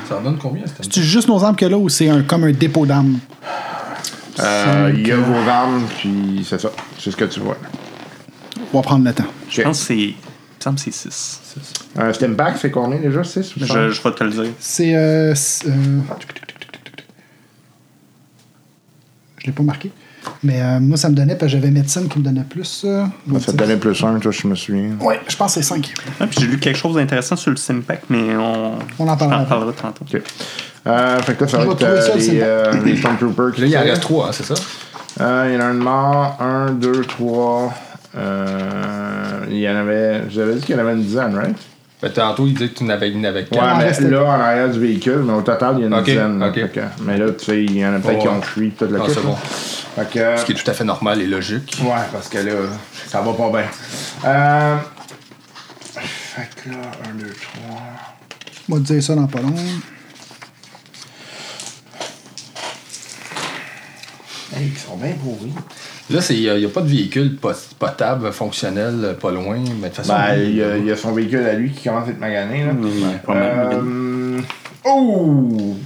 [SPEAKER 7] Ça en donne combien cette
[SPEAKER 8] C'est juste nos armes que là ou c'est un, comme un dépôt d'armes?
[SPEAKER 5] Euh, Il y a vos armes, puis c'est ça. C'est ce que tu vois.
[SPEAKER 8] On va prendre le temps.
[SPEAKER 6] Je pense que c'est. Il me semble que c'est 6.
[SPEAKER 5] Un stem pack, c'est combien déjà 6 ou
[SPEAKER 6] Je, je vais te le dire.
[SPEAKER 8] C'est. Euh, c'est, euh, Je l'ai pas marqué. Mais euh, moi, ça me donnait, parce que j'avais médecine qui me donnait plus. euh,
[SPEAKER 5] Ça te donnait plus 1, toi, je me souviens.
[SPEAKER 8] Ouais, je pense que c'est 5.
[SPEAKER 6] Ah, puis j'ai lu quelque chose d'intéressant sur le Simpac, mais on.
[SPEAKER 8] On en parlera
[SPEAKER 6] on parlera tantôt.
[SPEAKER 5] OK. Euh, fait que là, ça
[SPEAKER 8] Je
[SPEAKER 5] va
[SPEAKER 8] vais
[SPEAKER 5] être
[SPEAKER 8] trouver
[SPEAKER 5] euh,
[SPEAKER 8] ça, le
[SPEAKER 5] les,
[SPEAKER 8] stem
[SPEAKER 5] euh, les Stormtroopers qui
[SPEAKER 7] Là, il en
[SPEAKER 5] tirent.
[SPEAKER 7] reste 3, c'est ça?
[SPEAKER 5] Euh, il y en a un de mort, un, deux, trois. Euh, il y en avait. J'avais dit qu'il y en avait une dizaine, right?
[SPEAKER 7] Ben, tantôt, il disait que tu n'avais qu'une avec
[SPEAKER 5] Ouais,
[SPEAKER 7] quatre.
[SPEAKER 5] mais
[SPEAKER 8] restait-
[SPEAKER 5] là, en arrière du véhicule, mais au total, il y en a une
[SPEAKER 7] Ok,
[SPEAKER 5] dizaine. là.
[SPEAKER 7] ok.
[SPEAKER 5] Fait que- mais là, tu sais, il y en a peut-être
[SPEAKER 7] Ouais.
[SPEAKER 5] qui ont fui, toute la
[SPEAKER 7] Ah,
[SPEAKER 5] kit,
[SPEAKER 7] c'est
[SPEAKER 5] là.
[SPEAKER 7] bon.
[SPEAKER 5] Fait que.
[SPEAKER 7] Ce qui est tout à fait normal et logique.
[SPEAKER 5] Ouais, parce que là, ça va pas bien. Euh, fait que là, un, deux, trois.
[SPEAKER 8] On va te dire ça dans pas long.
[SPEAKER 5] Hey, ils sont bien pourris.
[SPEAKER 7] Là, c'est- il n'y a, il y a pas de véhicule pot- potable, fonctionnel, euh, pas loin, mais de toute façon.
[SPEAKER 5] Ben, il y, a- il y a son véhicule à lui qui commence à être magané, là.
[SPEAKER 6] pas mal.
[SPEAKER 5] Euh, Oh!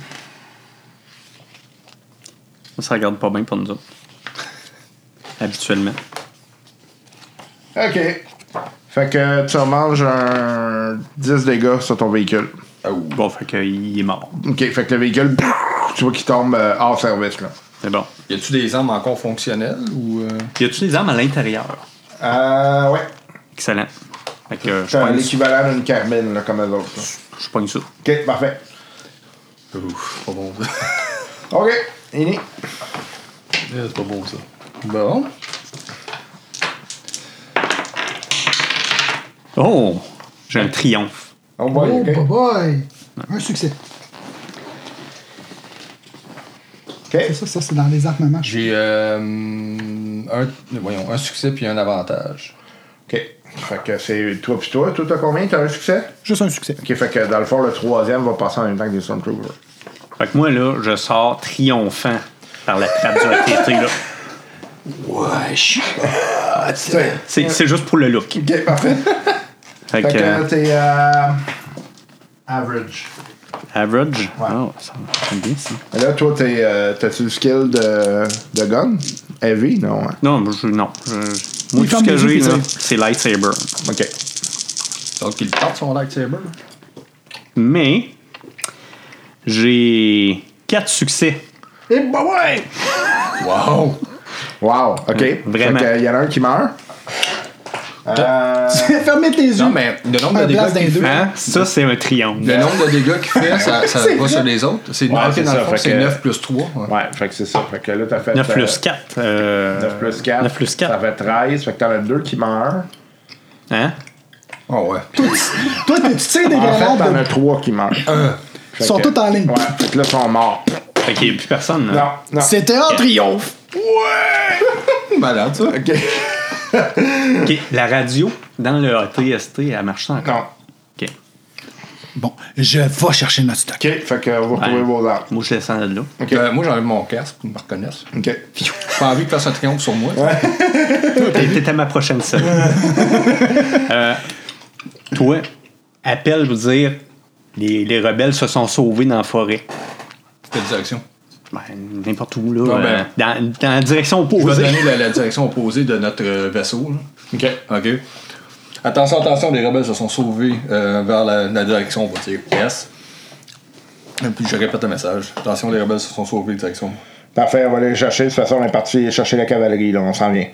[SPEAKER 6] Ça regarde pas bien pour nous autres. Habituellement.
[SPEAKER 5] OK. Fait que tu remanges un 10 dégâts sur ton véhicule.
[SPEAKER 6] Bon, fait qu'il est mort.
[SPEAKER 5] OK, fait que le véhicule, tu vois qu'il tombe euh, hors service, là.
[SPEAKER 6] C'est bon.
[SPEAKER 7] Y a-tu des armes encore fonctionnelles ou. euh,
[SPEAKER 6] Y a-tu des armes à l'intérieur?
[SPEAKER 5] Euh, ouais.
[SPEAKER 6] Excellent. Fait que euh, je
[SPEAKER 5] T'as
[SPEAKER 6] pogne ça.
[SPEAKER 5] l'équivalent d'une carbine, là, comme les autres, là.
[SPEAKER 6] Je pogne ça.
[SPEAKER 5] OK, parfait.
[SPEAKER 7] Ouf, pas bon ça.
[SPEAKER 5] OK, Ini.
[SPEAKER 7] Euh, C'est pas bon ça. Bon.
[SPEAKER 6] Oh! J'ai un triomphe.
[SPEAKER 5] On voit,
[SPEAKER 8] oh,
[SPEAKER 5] OK?
[SPEAKER 8] bye bye! Un succès.
[SPEAKER 5] OK.
[SPEAKER 8] C'est ça, ça, c'est dans les armements.
[SPEAKER 7] J'ai euh, un, voyons, un succès puis un avantage.
[SPEAKER 5] OK. Fait que c'est toi pis toi. Toi, t'as combien? T'as un succès?
[SPEAKER 8] Juste un succès.
[SPEAKER 5] OK, fait que dans le fond, le troisième va passer en même temps que les Stormtroopers.
[SPEAKER 6] Fait que moi, là, je sors triomphant par la trappe du ATT, là.
[SPEAKER 7] Ah,
[SPEAKER 5] C'est-
[SPEAKER 6] C'est c'est juste pour le look.
[SPEAKER 5] OK, parfait. Fait
[SPEAKER 6] Fait que,
[SPEAKER 5] que
[SPEAKER 6] euh,
[SPEAKER 5] t'es... euh, Average.
[SPEAKER 6] average. Oh, ça c'est bien, ça.
[SPEAKER 5] Mais Là, toi, t'es, euh, t'as-tu le skill de, de gun? Heavy? Non, hein?
[SPEAKER 6] Non, moi, je, non. je- moi,
[SPEAKER 8] Il
[SPEAKER 6] tout ce
[SPEAKER 8] ferme
[SPEAKER 6] que
[SPEAKER 8] les
[SPEAKER 6] j'ai,
[SPEAKER 8] yeux, puis
[SPEAKER 6] là,
[SPEAKER 8] tire.
[SPEAKER 6] c'est lightsaber.
[SPEAKER 5] OK.
[SPEAKER 7] Donc il porte son lightsaber.
[SPEAKER 6] Mais, j'ai quatre succès
[SPEAKER 5] Eh,
[SPEAKER 8] Et bah ouais!
[SPEAKER 5] Wow! Wow, OK.
[SPEAKER 6] Vraiment.
[SPEAKER 5] Fait que, euh, y en a un qui meurt.
[SPEAKER 8] Fermez tes yeux.
[SPEAKER 7] Non, mais le nombre
[SPEAKER 8] Un
[SPEAKER 7] de
[SPEAKER 8] blast
[SPEAKER 7] dégâts qu'il
[SPEAKER 8] d'un deux.
[SPEAKER 7] fait,
[SPEAKER 6] Hein? Ça, c'est un triomphe.
[SPEAKER 7] le nombre de dégâts qu'il fait, ça, ça va sur les autres. C'est
[SPEAKER 5] Ouais,
[SPEAKER 7] ok,
[SPEAKER 5] c'est
[SPEAKER 7] dans
[SPEAKER 5] ça,
[SPEAKER 7] le fond,
[SPEAKER 5] fait
[SPEAKER 7] c'est
[SPEAKER 5] que-
[SPEAKER 7] 9 plus 3. ouais.
[SPEAKER 5] Ouais, fait que c'est ça. Fait que là, t'as fait.
[SPEAKER 6] 9
[SPEAKER 5] euh,
[SPEAKER 6] plus 4.
[SPEAKER 5] 9 plus 4.
[SPEAKER 6] 9 plus 4.
[SPEAKER 5] Ça fait 13. Fait que t'en as deux qui meurent.
[SPEAKER 6] Hein?
[SPEAKER 7] Ah ouais.
[SPEAKER 8] Toi, tu tires des
[SPEAKER 5] En fait,
[SPEAKER 8] grenades.
[SPEAKER 5] t'en
[SPEAKER 8] de-
[SPEAKER 5] as trois qui meurent. Ils
[SPEAKER 8] sont tous en ligne.
[SPEAKER 5] Ouais, fait que là, ils sont morts.
[SPEAKER 6] Fait qu'il n'y a plus personne.
[SPEAKER 5] Non,
[SPEAKER 6] Là.
[SPEAKER 5] non.
[SPEAKER 8] C'était un triomphe.
[SPEAKER 7] Malade, ça.
[SPEAKER 5] OK.
[SPEAKER 6] OK. La radio dans le ATST, elle marche ça encore?
[SPEAKER 5] Non.
[SPEAKER 6] OK.
[SPEAKER 8] Bon, je vais chercher notre stock.
[SPEAKER 5] OK, fait que vous retrouvez
[SPEAKER 6] Ouais.
[SPEAKER 5] vos armes.
[SPEAKER 6] Moi, je descends de là.
[SPEAKER 7] Euh, moi, j'enlève mon casque pour qu'ils me reconnaissent.
[SPEAKER 5] OK.
[SPEAKER 7] Pas envie qu'ils fassent un triomphe sur moi.
[SPEAKER 6] T'es t'es à ma prochaine semaine. Euh, toi, appelle vous dire les, les rebelles se sont sauvés dans la forêt.
[SPEAKER 7] Quelle direction?
[SPEAKER 6] Ben, N'importe où, là.
[SPEAKER 7] Ouais, ben.
[SPEAKER 6] euh, dans, dans la direction
[SPEAKER 7] Je vais
[SPEAKER 6] opposée.
[SPEAKER 7] donner la, la direction opposée de notre euh, vaisseau. là.
[SPEAKER 5] OK.
[SPEAKER 7] OK. Attention, attention, les rebelles se sont sauvés euh, vers la, la direction, on va dire. Yes. Et puis je répète le message. Attention, les rebelles se sont sauvés, direction.
[SPEAKER 5] Parfait, on va aller chercher. De toute façon, on est parti chercher la cavalerie, là. On s'en vient.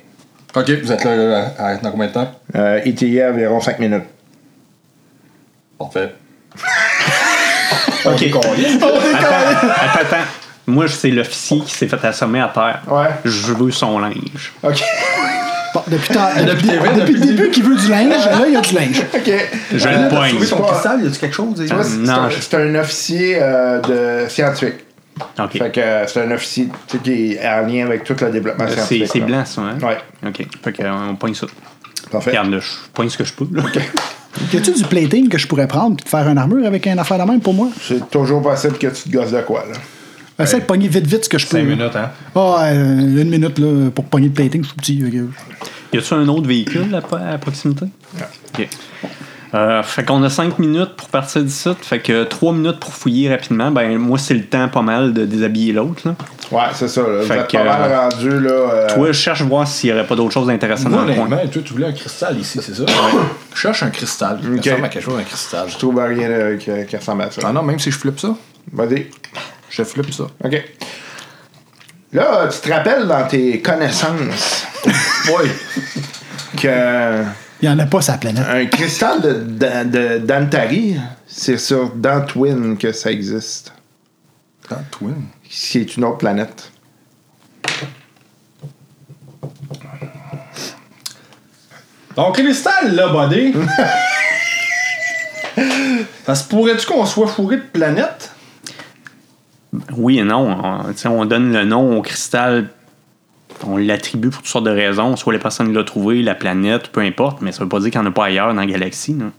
[SPEAKER 7] OK, vous êtes là, euh, à- dans combien de temps?
[SPEAKER 5] Euh, ETA environ 5 minutes.
[SPEAKER 7] Parfait.
[SPEAKER 6] OK. Attends, attends, attends. Moi, c'est l'officier qui s'est fait assommer à terre.
[SPEAKER 5] Ouais.
[SPEAKER 6] Je veux son linge.
[SPEAKER 5] OK.
[SPEAKER 8] Bon, depuis, tant- depuis,
[SPEAKER 7] t'es venu, depuis
[SPEAKER 8] depuis le début qu'il veut du linge, là, il y a du linge.
[SPEAKER 5] OK.
[SPEAKER 6] Je le poigne.
[SPEAKER 7] Trouver son
[SPEAKER 5] pas-
[SPEAKER 7] cristal, y a-tu quelque chose?
[SPEAKER 5] Moi,
[SPEAKER 7] Élie?
[SPEAKER 5] c'est
[SPEAKER 6] Euh, Non,
[SPEAKER 5] un,
[SPEAKER 6] je-
[SPEAKER 5] c'est un officier euh, de scientifique.
[SPEAKER 6] OK.
[SPEAKER 5] Fait que euh, c'est un officier tu sais, qui est en lien avec tout le développement
[SPEAKER 6] Euh, C'est
[SPEAKER 5] scientifique.
[SPEAKER 6] c'est
[SPEAKER 5] là.
[SPEAKER 6] blanc, ça, hein?
[SPEAKER 5] Ouais.
[SPEAKER 6] OK. Fait que, euh, on pogne ça.
[SPEAKER 5] Parfait.
[SPEAKER 6] Regarde, là, je pogne ce que je peux. là.
[SPEAKER 8] Y a-tu du plating que je pourrais prendre et faire une armure avec une affaire de même pour moi?
[SPEAKER 5] C'est toujours possible que tu te gosses de quoi, là.
[SPEAKER 8] Essaye de pogner vite, vite ce que je peux.
[SPEAKER 7] Cinq minutes, hein?
[SPEAKER 8] Ah, euh, une minute là, pour pogner le plating, je suis petit. fait que-
[SPEAKER 6] Y a-tu un autre véhicule à, à proximité? OK. Euh, fait qu'on a 5 minutes pour partir d'ici. Fait que 3 minutes pour fouiller rapidement. Ben, moi, c'est le temps pas mal de déshabiller l'autre. là.
[SPEAKER 5] Ouais, c'est ça. Là. Vous
[SPEAKER 6] Fait
[SPEAKER 5] êtes
[SPEAKER 6] que,
[SPEAKER 5] pas mal
[SPEAKER 6] euh,
[SPEAKER 5] rendu, là. euh,
[SPEAKER 6] Toi, je cherche voir s'il n'y aurait pas d'autre chose d'intéressant
[SPEAKER 7] Moi,
[SPEAKER 6] dans le coin.
[SPEAKER 7] honnêtement, toi, tu voulais un cristal ici, c'est ça? Je cherche un cristal.
[SPEAKER 5] Ok.
[SPEAKER 7] Ça ressemble à quelque chose, un cristal.
[SPEAKER 5] Je trouve rien euh, qui, qui ressemble à ça.
[SPEAKER 7] Ah non, même si je flippe ça,
[SPEAKER 5] Vas-y.
[SPEAKER 7] je flippe ça.
[SPEAKER 5] OK. Là, tu te rappelles dans tes connaissances
[SPEAKER 7] Oui.
[SPEAKER 5] que
[SPEAKER 8] Il y en a pas sur la planète.
[SPEAKER 5] un cristal de, de, de- Dantari, c'est sur Dantwin que ça existe,
[SPEAKER 7] Dans Ah, Twin.
[SPEAKER 5] qui est une autre planète.
[SPEAKER 7] Ton cristal, là, buddy! ça se pourrait-tu qu'on soit fourré de planète?
[SPEAKER 6] Oui et non. On, tu sais, on donne le nom au cristal. On l'attribue pour toutes sortes de raisons. Soit les personnes qui l'ont trouvé, la planète, peu importe. Mais ça veut pas dire qu'il n'y en a pas ailleurs dans la galaxie. non.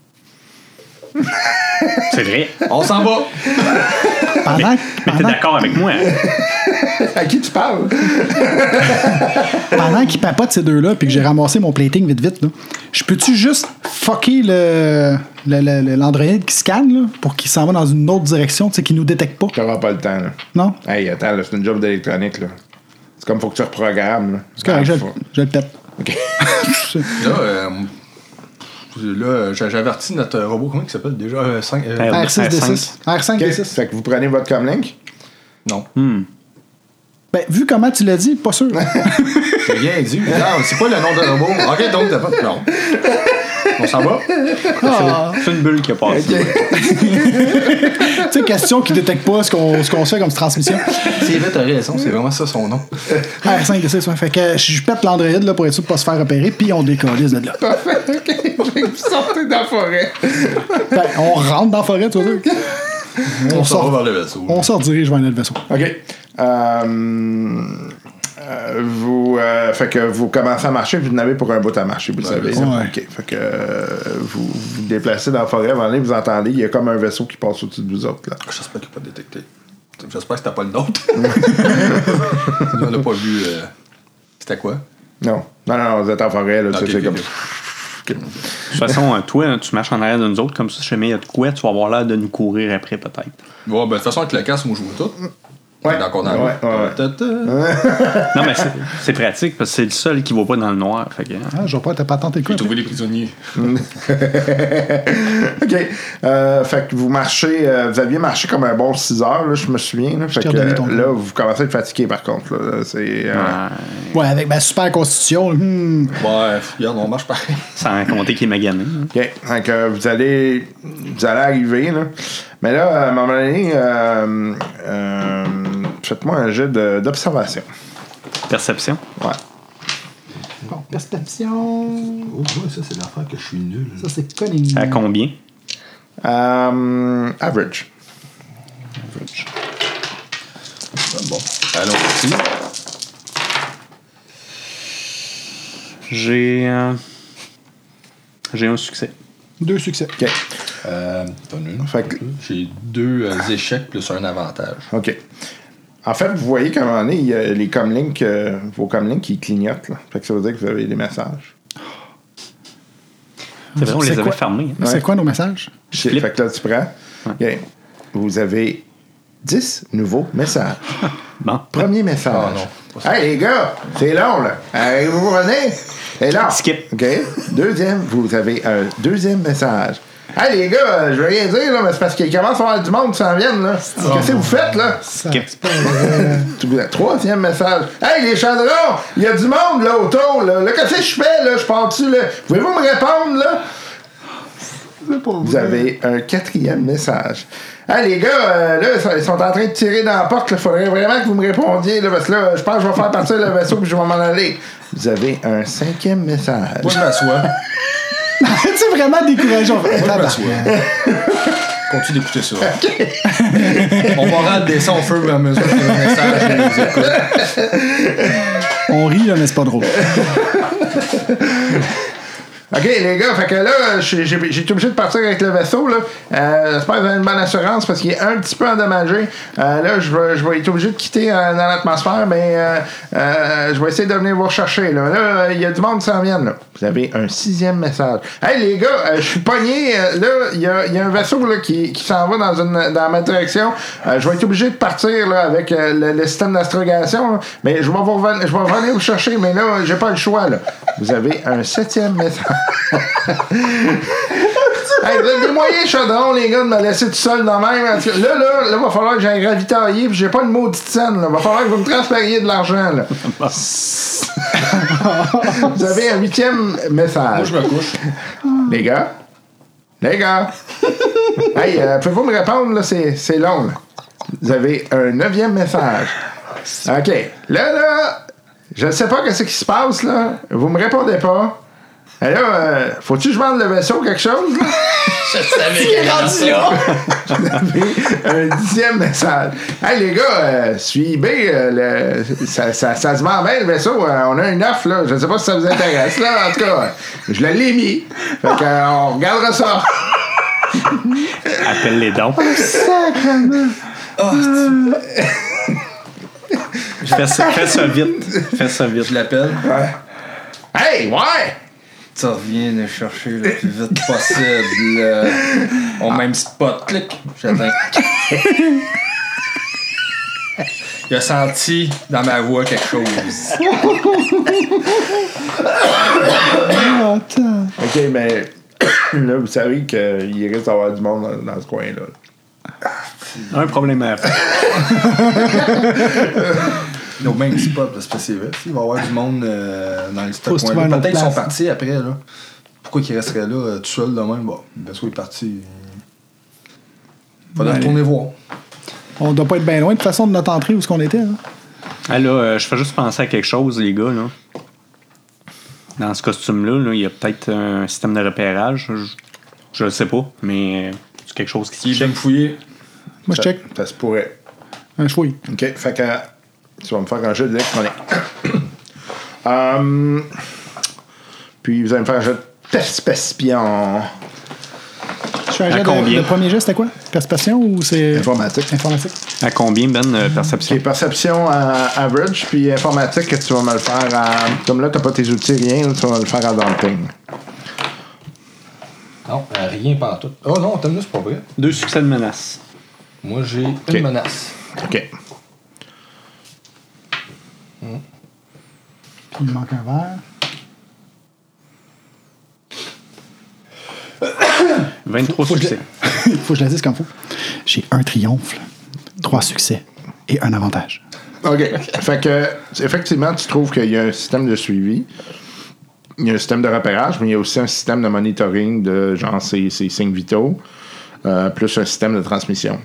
[SPEAKER 6] c'est vrai.
[SPEAKER 7] On s'en va!
[SPEAKER 8] Pendant,
[SPEAKER 6] Mais t'es
[SPEAKER 8] pendant,
[SPEAKER 6] d'accord avec moi? hein?
[SPEAKER 5] À qui tu parles?
[SPEAKER 8] pendant qu'ils papotent ces deux-là puis que j'ai ramassé mon plating vite, vite, là, je peux-tu juste fucker le, le, le- le- l'androïde qui scanne là, pour qu'il s'en va dans une autre direction, tu sais, qu'il nous détecte pas?
[SPEAKER 5] T'auras pas le temps, là.
[SPEAKER 8] Non?
[SPEAKER 5] Hey, attends, là, c'est une job d'électronique, là. C'est comme faut que tu reprogrammes, là. Ah,
[SPEAKER 8] C'est correct, je,
[SPEAKER 5] Faut-
[SPEAKER 8] je le pète.
[SPEAKER 5] OK.
[SPEAKER 7] Là, euh, là euh, j'a- j'avertis notre robot, comment il s'appelle déjà? Euh, cinq, euh,
[SPEAKER 6] Euh,
[SPEAKER 8] R6D6.
[SPEAKER 5] OK,
[SPEAKER 8] R5D6.
[SPEAKER 5] Fait que vous prenez votre comlink.
[SPEAKER 7] Non.
[SPEAKER 8] Ben, vu comment tu l'as dit, pas sûr.
[SPEAKER 7] J'ai rien dit. Non, c'est pas le nom de robot. Ok, donc t'as pas. Non. On s'en va?
[SPEAKER 8] Ah.
[SPEAKER 6] C'est une bulle qui a passé.
[SPEAKER 8] tu sais, question qui détecte pas ce qu'on, ce qu'on se fait comme transmission.
[SPEAKER 7] C'est vrai, t'as raison, c'est vraiment ça son nom.
[SPEAKER 8] R5D6, ouais. Fait que je je pète l'androïde là, pour être sûr de pas se faire repérer, puis on décollise de là.
[SPEAKER 5] vous sortez de la forêt.
[SPEAKER 8] Ben, on rentre dans la forêt, tu vois. ça. On
[SPEAKER 7] s'en
[SPEAKER 8] sort,
[SPEAKER 7] va vers le vaisseau.
[SPEAKER 8] on sort dirige vers notre vaisseau.
[SPEAKER 5] OK. Euh, euh, vous, euh, fait que vous commencez à marcher, vous en avez pour un bout à marcher, vous le savez. ça.
[SPEAKER 8] ouais.
[SPEAKER 5] OK. Fait que euh, vous vous déplacez dans la forêt, vous allez, vous entendez, il y a comme un vaisseau qui passe au-dessus de vous autres. Là.
[SPEAKER 7] J'espère qu'il n'est pas détecté. J'espère que t'as pas le nôtre. on n'a pas vu. euh, C'était quoi?
[SPEAKER 5] Non. non, non, non, vous êtes en forêt, là, tu
[SPEAKER 7] Ok,
[SPEAKER 5] sais, c'est comme...
[SPEAKER 7] ok, ok.
[SPEAKER 6] De toute façon, euh, toi, tu marches en arrière de nous autres, comme ça, si jamais il y a de quoi, tu vas avoir l'air de nous courir après, peut-être.
[SPEAKER 7] Ouais, ben, de toute façon, avec le casque, moi, je vois tout.
[SPEAKER 5] Ouais.
[SPEAKER 7] Donc on en
[SPEAKER 5] Ouais, ouais.
[SPEAKER 7] Ta-ta.
[SPEAKER 6] Non, mais c'est- c'est pratique parce que c'est le seul qui ne va pas dans le noir. Fait que, hein.
[SPEAKER 8] Ah, je vais pas te patenter le
[SPEAKER 7] J'ai
[SPEAKER 8] coup.
[SPEAKER 7] trouvé les prisonniers.
[SPEAKER 5] OK. Euh, fait que vous marchez, euh, vous aviez marché comme un bon 6 heures, là, je me souviens. Là, fait
[SPEAKER 8] t'ai
[SPEAKER 5] que,
[SPEAKER 8] redonné ton
[SPEAKER 5] euh,
[SPEAKER 8] coup.
[SPEAKER 5] là, vous commencez à être fatigué, par contre. là. C'est, euh,
[SPEAKER 8] Ouais, avec ma super constitution. hmm.
[SPEAKER 7] Ouais, regarde, on marche pareil.
[SPEAKER 6] Sans compter qu'il est magané. hein.
[SPEAKER 5] OK. Fait que vous allez, vous allez arriver, là. Mais là, à un moment donné, euh, euh, faites-moi un jet de- d'observation.
[SPEAKER 6] Perception.
[SPEAKER 5] Ouais.
[SPEAKER 8] Bon, perception.
[SPEAKER 9] Oh, ouais, ça, c'est l'affaire que je suis nul.
[SPEAKER 8] Ça, c'est cunning.
[SPEAKER 6] À combien
[SPEAKER 5] Euh, average.
[SPEAKER 7] Bon, allons ici.
[SPEAKER 6] J'ai. euh, J'ai un succès.
[SPEAKER 8] Deux succès.
[SPEAKER 5] OK.
[SPEAKER 7] Euh, t'en as une.
[SPEAKER 5] Fait que-
[SPEAKER 7] J'ai deux euh, échecs plus un avantage.
[SPEAKER 5] OK. En fait, vous voyez qu'à un moment donné, il y a les comlinks, euh, vos comlinks, ils clignotent. Là. Fait que ça veut dire que vous avez des messages.
[SPEAKER 6] C'est vrai, on
[SPEAKER 8] C'est
[SPEAKER 6] les avait
[SPEAKER 8] quoi?
[SPEAKER 6] fermés. hein.
[SPEAKER 8] C'est quoi nos messages?
[SPEAKER 5] Shit,
[SPEAKER 6] Flip.
[SPEAKER 5] Fait que là, tu prends. OK. Vous avez 10 nouveaux messages.
[SPEAKER 6] Bon.
[SPEAKER 5] Premier message.
[SPEAKER 7] Ah non,
[SPEAKER 5] hey, les gars, c'est long, là. Allez, vous prenez. C'est long.
[SPEAKER 6] Skip.
[SPEAKER 5] OK. Deuxième, vous avez un deuxième message. Hey, les gars, euh, je veux rien dire, là, mais c'est parce qu'il commence à y avoir du monde qui s'en viennent, là.
[SPEAKER 7] Ah,
[SPEAKER 5] Qu'est-ce que vous faites, là?
[SPEAKER 8] Ça,
[SPEAKER 6] Skip.
[SPEAKER 8] c'est pas vrai.
[SPEAKER 5] Trou- Troisième message. Hey, les chandrons, il y a du monde là autour. Là, Là, qu'est-ce que je fais? Là? Je pars-tu? là? Pouvez-vous me répondre? là?
[SPEAKER 8] C'est pas
[SPEAKER 5] Vous
[SPEAKER 8] vrai.
[SPEAKER 5] avez un quatrième message. Hey, les gars, euh, là, ça- ils sont en train de tirer dans la porte. Il faudrait vraiment que vous me répondiez. Là, parce que là, je pense que je vais faire partir le vaisseau et je vais m'en aller. Vous avez un cinquième message.
[SPEAKER 7] Moi, je m'assois.
[SPEAKER 8] C'est vraiment décourageant.
[SPEAKER 7] Moi, je
[SPEAKER 8] Tabarnak.
[SPEAKER 7] m'assois. Continue d'écouter ça. Mon moral descend au fur et à mesure que le message nous écoute.
[SPEAKER 8] On rit, là, mais c'est pas drôle.
[SPEAKER 5] OK, les gars, fait que là, j'ai j'ai- j'ai été obligé de partir avec le vaisseau. là. Euh, J'espère que vous avez une bonne assurance parce qu'il est un petit peu endommagé. Euh, là, je vais, je vais être obligé de quitter euh, dans l'atmosphère, mais euh, euh, je vais essayer de venir vous rechercher. Là, Là, il y a du monde qui s'en vient. Là. Vous avez un sixième message. Hey, les gars, euh, je suis pogné. euh, là, il y a, il y a un vaisseau là, qui, qui s'en va dans, une, dans ma direction. Euh, je vais être obligé de partir là, avec euh, le, le système d'astrogation. là. Mais je vais, vous reven- je vais revenir vous chercher, mais là, j'ai pas le choix. Là. Vous avez un septième message. Hey, vous avez des moyens, Chaudron, les gars, de me laisser tout seul dans même. Parce que Là, là, là, va falloir que j'aille ravitailler, puis j'ai pas de maudite scène, là. Va falloir que vous me transfériez de l'argent, là. vous avez un huitième
[SPEAKER 7] Moi,
[SPEAKER 5] message.
[SPEAKER 7] je me couche.
[SPEAKER 5] Les gars? Les gars? hey, euh, pouvez-vous me répondre, là? C'est, c'est long, là. Vous avez un neuvième message. OK. Là, là, je ne sais pas ce qui se passe, là. Vous me répondez pas. Et là, euh, faut-tu que je vende le vaisseau ou quelque chose, là? un dixième message. Hey les gars, euh, suivez, euh, le- ça, ça- ça se vend bien le vaisseau. Euh, on a une offre, là. Je ne sais pas si ça vous intéresse. Là, en tout cas, euh, je l'ai mis. Fait que, euh, on regardera ça.
[SPEAKER 6] Appelle les dons.
[SPEAKER 8] Oh, Sacrement. Oh,
[SPEAKER 6] Fais ça, fais ça vite. Fais ça vite.
[SPEAKER 7] Je l'appelle.
[SPEAKER 5] Hey, ouais!
[SPEAKER 7] Tu reviens le chercher le plus vite possible. euh, au même spot. Clic. J'attends. Il a senti dans ma voix quelque chose.
[SPEAKER 8] Ah, attends.
[SPEAKER 5] OK, mais là, vous savez qu'il risque d'avoir du monde dans, dans ce coin-là.
[SPEAKER 6] Un problème à faire.
[SPEAKER 7] Au même spot, parce que c'est vrai. Il va y avoir du monde euh, dans le
[SPEAKER 8] Faut
[SPEAKER 7] stock.
[SPEAKER 8] se trouver une
[SPEAKER 7] Peut-être
[SPEAKER 8] autre
[SPEAKER 7] qu'ils sont
[SPEAKER 8] place.
[SPEAKER 7] partis après. là. Pourquoi qu'ils resteraient là euh, tout seul demain? Bon, le vaisseau est parti. Faudrait retourner voir.
[SPEAKER 8] On doit pas être bien loin de toute façon de notre entrée où ce qu'on était. hein.
[SPEAKER 6] Ah là, euh, je fais juste penser à quelque chose, les gars. Là. Dans ce costume-là, là, il y a peut-être un système de repérage. Je- Je ne sais pas, mais euh, c'est quelque chose qui se
[SPEAKER 7] Si je vais
[SPEAKER 6] check.
[SPEAKER 7] me fouiller.
[SPEAKER 8] Moi, je check.
[SPEAKER 5] Ça se pourrait.
[SPEAKER 8] Un chouï.
[SPEAKER 5] OK, fait que euh, tu vas me faire un jeu d'électronique. Hum, puis vous allez me faire un jeu de perspion.
[SPEAKER 8] Je fais un
[SPEAKER 6] À
[SPEAKER 8] jet de-
[SPEAKER 6] combien?
[SPEAKER 8] Le premier geste, c'était quoi Perception ou c'est.
[SPEAKER 5] Informatique.
[SPEAKER 8] Informatique.
[SPEAKER 6] À combien, Ben, euh, perception
[SPEAKER 5] C'est perception à average, puis informatique que tu vas me le faire à. Comme là, t'as pas tes outils, rien, là, tu vas me le faire à Daunting.
[SPEAKER 7] Non, euh, rien pas tout. Oh non, t'as c'est pas vrai.
[SPEAKER 6] Deux succès de menace.
[SPEAKER 7] Moi, j'ai
[SPEAKER 5] Ok.
[SPEAKER 7] une menace.
[SPEAKER 5] OK.
[SPEAKER 8] Il me manque un verre.
[SPEAKER 6] 23
[SPEAKER 8] Faut que je
[SPEAKER 6] succès.
[SPEAKER 8] la- faut que je la dise comme faut. J'ai un triomphe, trois succès et un avantage.
[SPEAKER 5] OK. fait que, effectivement, tu trouves qu'il y a un système de suivi. Il y a un système de repérage, mais il y a aussi un système de monitoring de genre ces, ces signes vitaux, euh, plus un système de transmission.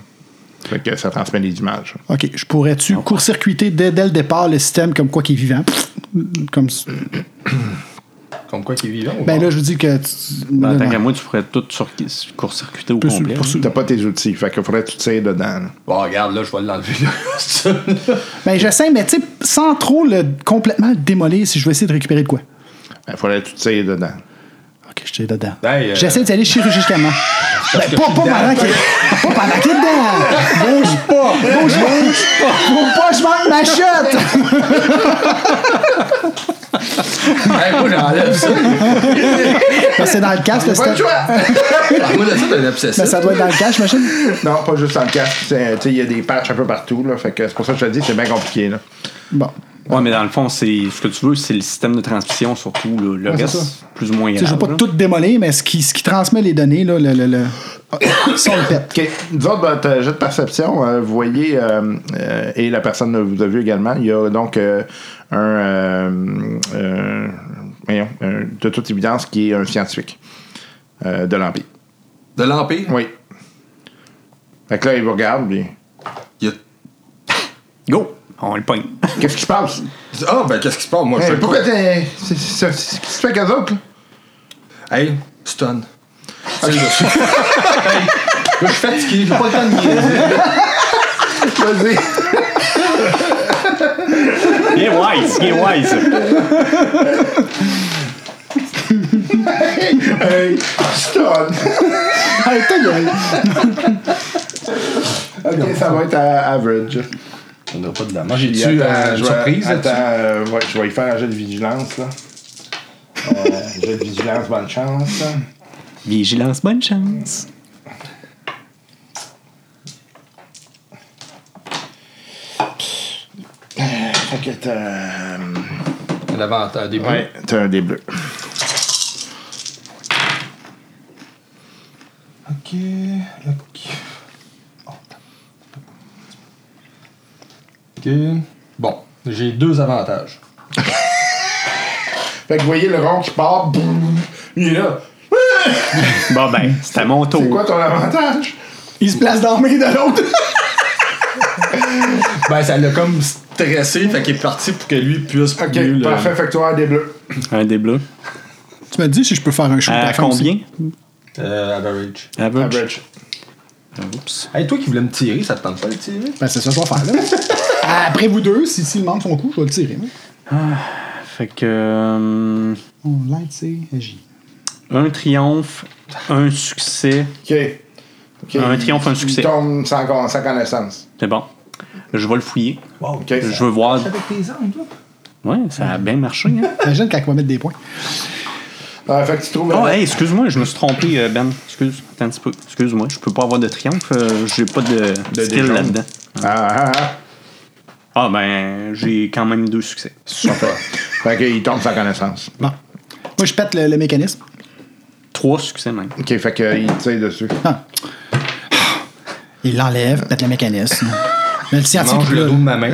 [SPEAKER 5] Fait que ça transmet des images.
[SPEAKER 8] OK, je pourrais-tu court-circuiter dès, dès le départ le système comme quoi qui est vivant? Comme, s-
[SPEAKER 7] Comme quoi qui est vivant. ou
[SPEAKER 8] ben
[SPEAKER 7] pas?
[SPEAKER 8] là, je dis que... tu-
[SPEAKER 6] Ben,
[SPEAKER 8] là,
[SPEAKER 6] tant
[SPEAKER 8] non.
[SPEAKER 6] qu'à moi, tu pourrais tout sur- court-circuiter au
[SPEAKER 8] Plus-
[SPEAKER 6] complet.
[SPEAKER 8] pour-
[SPEAKER 5] T'as pas tes outils, fait que faudrait que tu tires dedans. là.
[SPEAKER 7] Bon, regarde, là, je vais l'enlever. là. Ça, là.
[SPEAKER 8] Ben, j'essaie, mais tu sais, sans trop le complètement le démolir si je veux essayer de récupérer de quoi.
[SPEAKER 5] Ben, faudrait que tu tires dedans.
[SPEAKER 8] OK, je suis dedans.
[SPEAKER 7] Ben, euh,
[SPEAKER 8] J'essaie d'y aller chirurgicalement. Ben, pas, pas, pendant qu'il pas pendant qu'il est dedans. Bouge pas. Bouge pas. Bouge pas, je manque ma chute.
[SPEAKER 7] Hey, moi, j'enlève ça.
[SPEAKER 8] Ben, c'est dans le casque, le
[SPEAKER 5] Pas de
[SPEAKER 8] step.
[SPEAKER 5] choix!
[SPEAKER 7] Moi, là, ça, t'es un obsessif.
[SPEAKER 8] Ben, ça doit être dans le casque, machine.
[SPEAKER 5] non, pas juste dans le casque. C'est- tu sais, Il y a des patchs un peu partout, là. Fait que c'est pour ça que je te dis, c'est bien compliqué, là.
[SPEAKER 8] Bon.
[SPEAKER 6] Ouais, mais dans le fond, c'est ce que tu veux, c'est le système de transmission surtout. là. Le
[SPEAKER 8] Ouais, c'est
[SPEAKER 6] reste, plus ou moins
[SPEAKER 8] Tu sais,
[SPEAKER 6] grave.
[SPEAKER 8] je veux pas
[SPEAKER 6] là.
[SPEAKER 8] tout démolir, mais ce qui, ce qui transmet les données, là, le, le, le... ça, on le pète.
[SPEAKER 5] OK. Nous autres, votre jet de perception, euh, vous voyez, euh, euh, et la personne que vous avez vue également, il y a donc euh, un, euh, euh, voyons, un- de toute évidence, qui est un scientifique euh, de l'Empire.
[SPEAKER 7] De l'Empire.
[SPEAKER 5] Oui. Fait que là, il vous regarde, puis...
[SPEAKER 7] Il y a-
[SPEAKER 6] Go! On le pogne.
[SPEAKER 5] Qu'est-ce qui se passe?
[SPEAKER 7] Ah, ben, qu'est-ce qui se passe? Moi, je
[SPEAKER 5] Hey,
[SPEAKER 7] sais
[SPEAKER 5] Eh, pourquoi
[SPEAKER 7] pas.
[SPEAKER 5] t'es... c'est- c'est- c'est- Qu'est-ce que tu fais qu'eux autres, là?
[SPEAKER 7] Hey, stun. Tu sais, je suis- Hey, là, je suis fatigué, j'ai pas le temps de niaiser.
[SPEAKER 5] Vas-y.
[SPEAKER 6] Il est wise! Il est wise!
[SPEAKER 5] Hey, stun!
[SPEAKER 8] Hey, ta gueule.
[SPEAKER 5] OK, ça va être à average.
[SPEAKER 9] On n'a pas de damage.
[SPEAKER 7] J'ai
[SPEAKER 5] Puis
[SPEAKER 7] tu
[SPEAKER 5] attends,
[SPEAKER 7] euh,
[SPEAKER 5] je
[SPEAKER 7] une
[SPEAKER 5] vais-
[SPEAKER 7] surprise.
[SPEAKER 5] Attends,
[SPEAKER 7] là-dessus?
[SPEAKER 5] euh, ouais, je vais y faire un jeu de vigilance, là. Euh, jeu de vigilance, bonne chance.
[SPEAKER 6] Vigilance, bonne chance!
[SPEAKER 5] Fait que t'as... euh,
[SPEAKER 7] L'avantage des
[SPEAKER 5] Ouais, t'as un des bleus.
[SPEAKER 9] Ok. ok.
[SPEAKER 7] Ok. Bon, j'ai deux avantages.
[SPEAKER 5] Fait que vous voyez le rond qui part, boum, il est là.
[SPEAKER 6] Bon, ben, c'est à mon
[SPEAKER 5] C'est
[SPEAKER 6] tour.
[SPEAKER 5] quoi ton avantage?
[SPEAKER 8] Il se place dans la main de l'autre.
[SPEAKER 7] Ben, ça l'a comme stressé, fait qu'il est parti pour que lui puisse
[SPEAKER 5] Ok,
[SPEAKER 7] mieux le-
[SPEAKER 5] parfait, fait que tu as un des bleus.
[SPEAKER 6] Un débloc.
[SPEAKER 8] Tu m'as dit si je peux faire un show.
[SPEAKER 6] À combien?
[SPEAKER 7] Euh, average.
[SPEAKER 6] Average.
[SPEAKER 5] Average.
[SPEAKER 6] Oups.
[SPEAKER 7] Hey, toi qui voulais me tirer, ça te tente pas de tirer?
[SPEAKER 8] Ben, c'est ça que je vais faire, là. Après vous deux, si, si le manque son coup, je vais le tirer. hein.
[SPEAKER 6] Fait que. euh,
[SPEAKER 8] On l'aide, c'est agit.
[SPEAKER 6] un triomphe, un succès.
[SPEAKER 5] Ok. Ok,
[SPEAKER 6] Un
[SPEAKER 5] il-
[SPEAKER 6] triomphe, un succès.
[SPEAKER 5] Il tombe sans, con- sans connaissance.
[SPEAKER 6] C'est bon. Je vais le fouiller.
[SPEAKER 9] Wow.
[SPEAKER 5] Ok. Euh,
[SPEAKER 6] Je veux voir.
[SPEAKER 9] Avec tes armes, toi.
[SPEAKER 6] Ouais, ça a bien marché. Hein?
[SPEAKER 8] Imagine quand il va mettre des points.
[SPEAKER 5] Ah, fait que tu trouves.
[SPEAKER 6] Oh, hey, excuse-moi, je me suis trompé, euh, Ben. Excuse, attends un petit peu. Excuse-moi, je peux pas avoir de triomphe. euh, j'ai pas de, skill
[SPEAKER 5] déjeuner.
[SPEAKER 6] là-dedans.
[SPEAKER 5] Ah, ah, ah.
[SPEAKER 6] Ah, ben, j'ai quand même deux succès.
[SPEAKER 5] Super. fait qu'il tombe sans connaissance.
[SPEAKER 8] Bon. Moi, je pète le, le mécanisme.
[SPEAKER 6] Trois succès, même.
[SPEAKER 5] Ok, fait qu'il tire dessus.
[SPEAKER 8] Il l'enlève, pète le mécanisme. Mais le scientifique,
[SPEAKER 7] Mange le
[SPEAKER 8] là,
[SPEAKER 7] dos de ma main.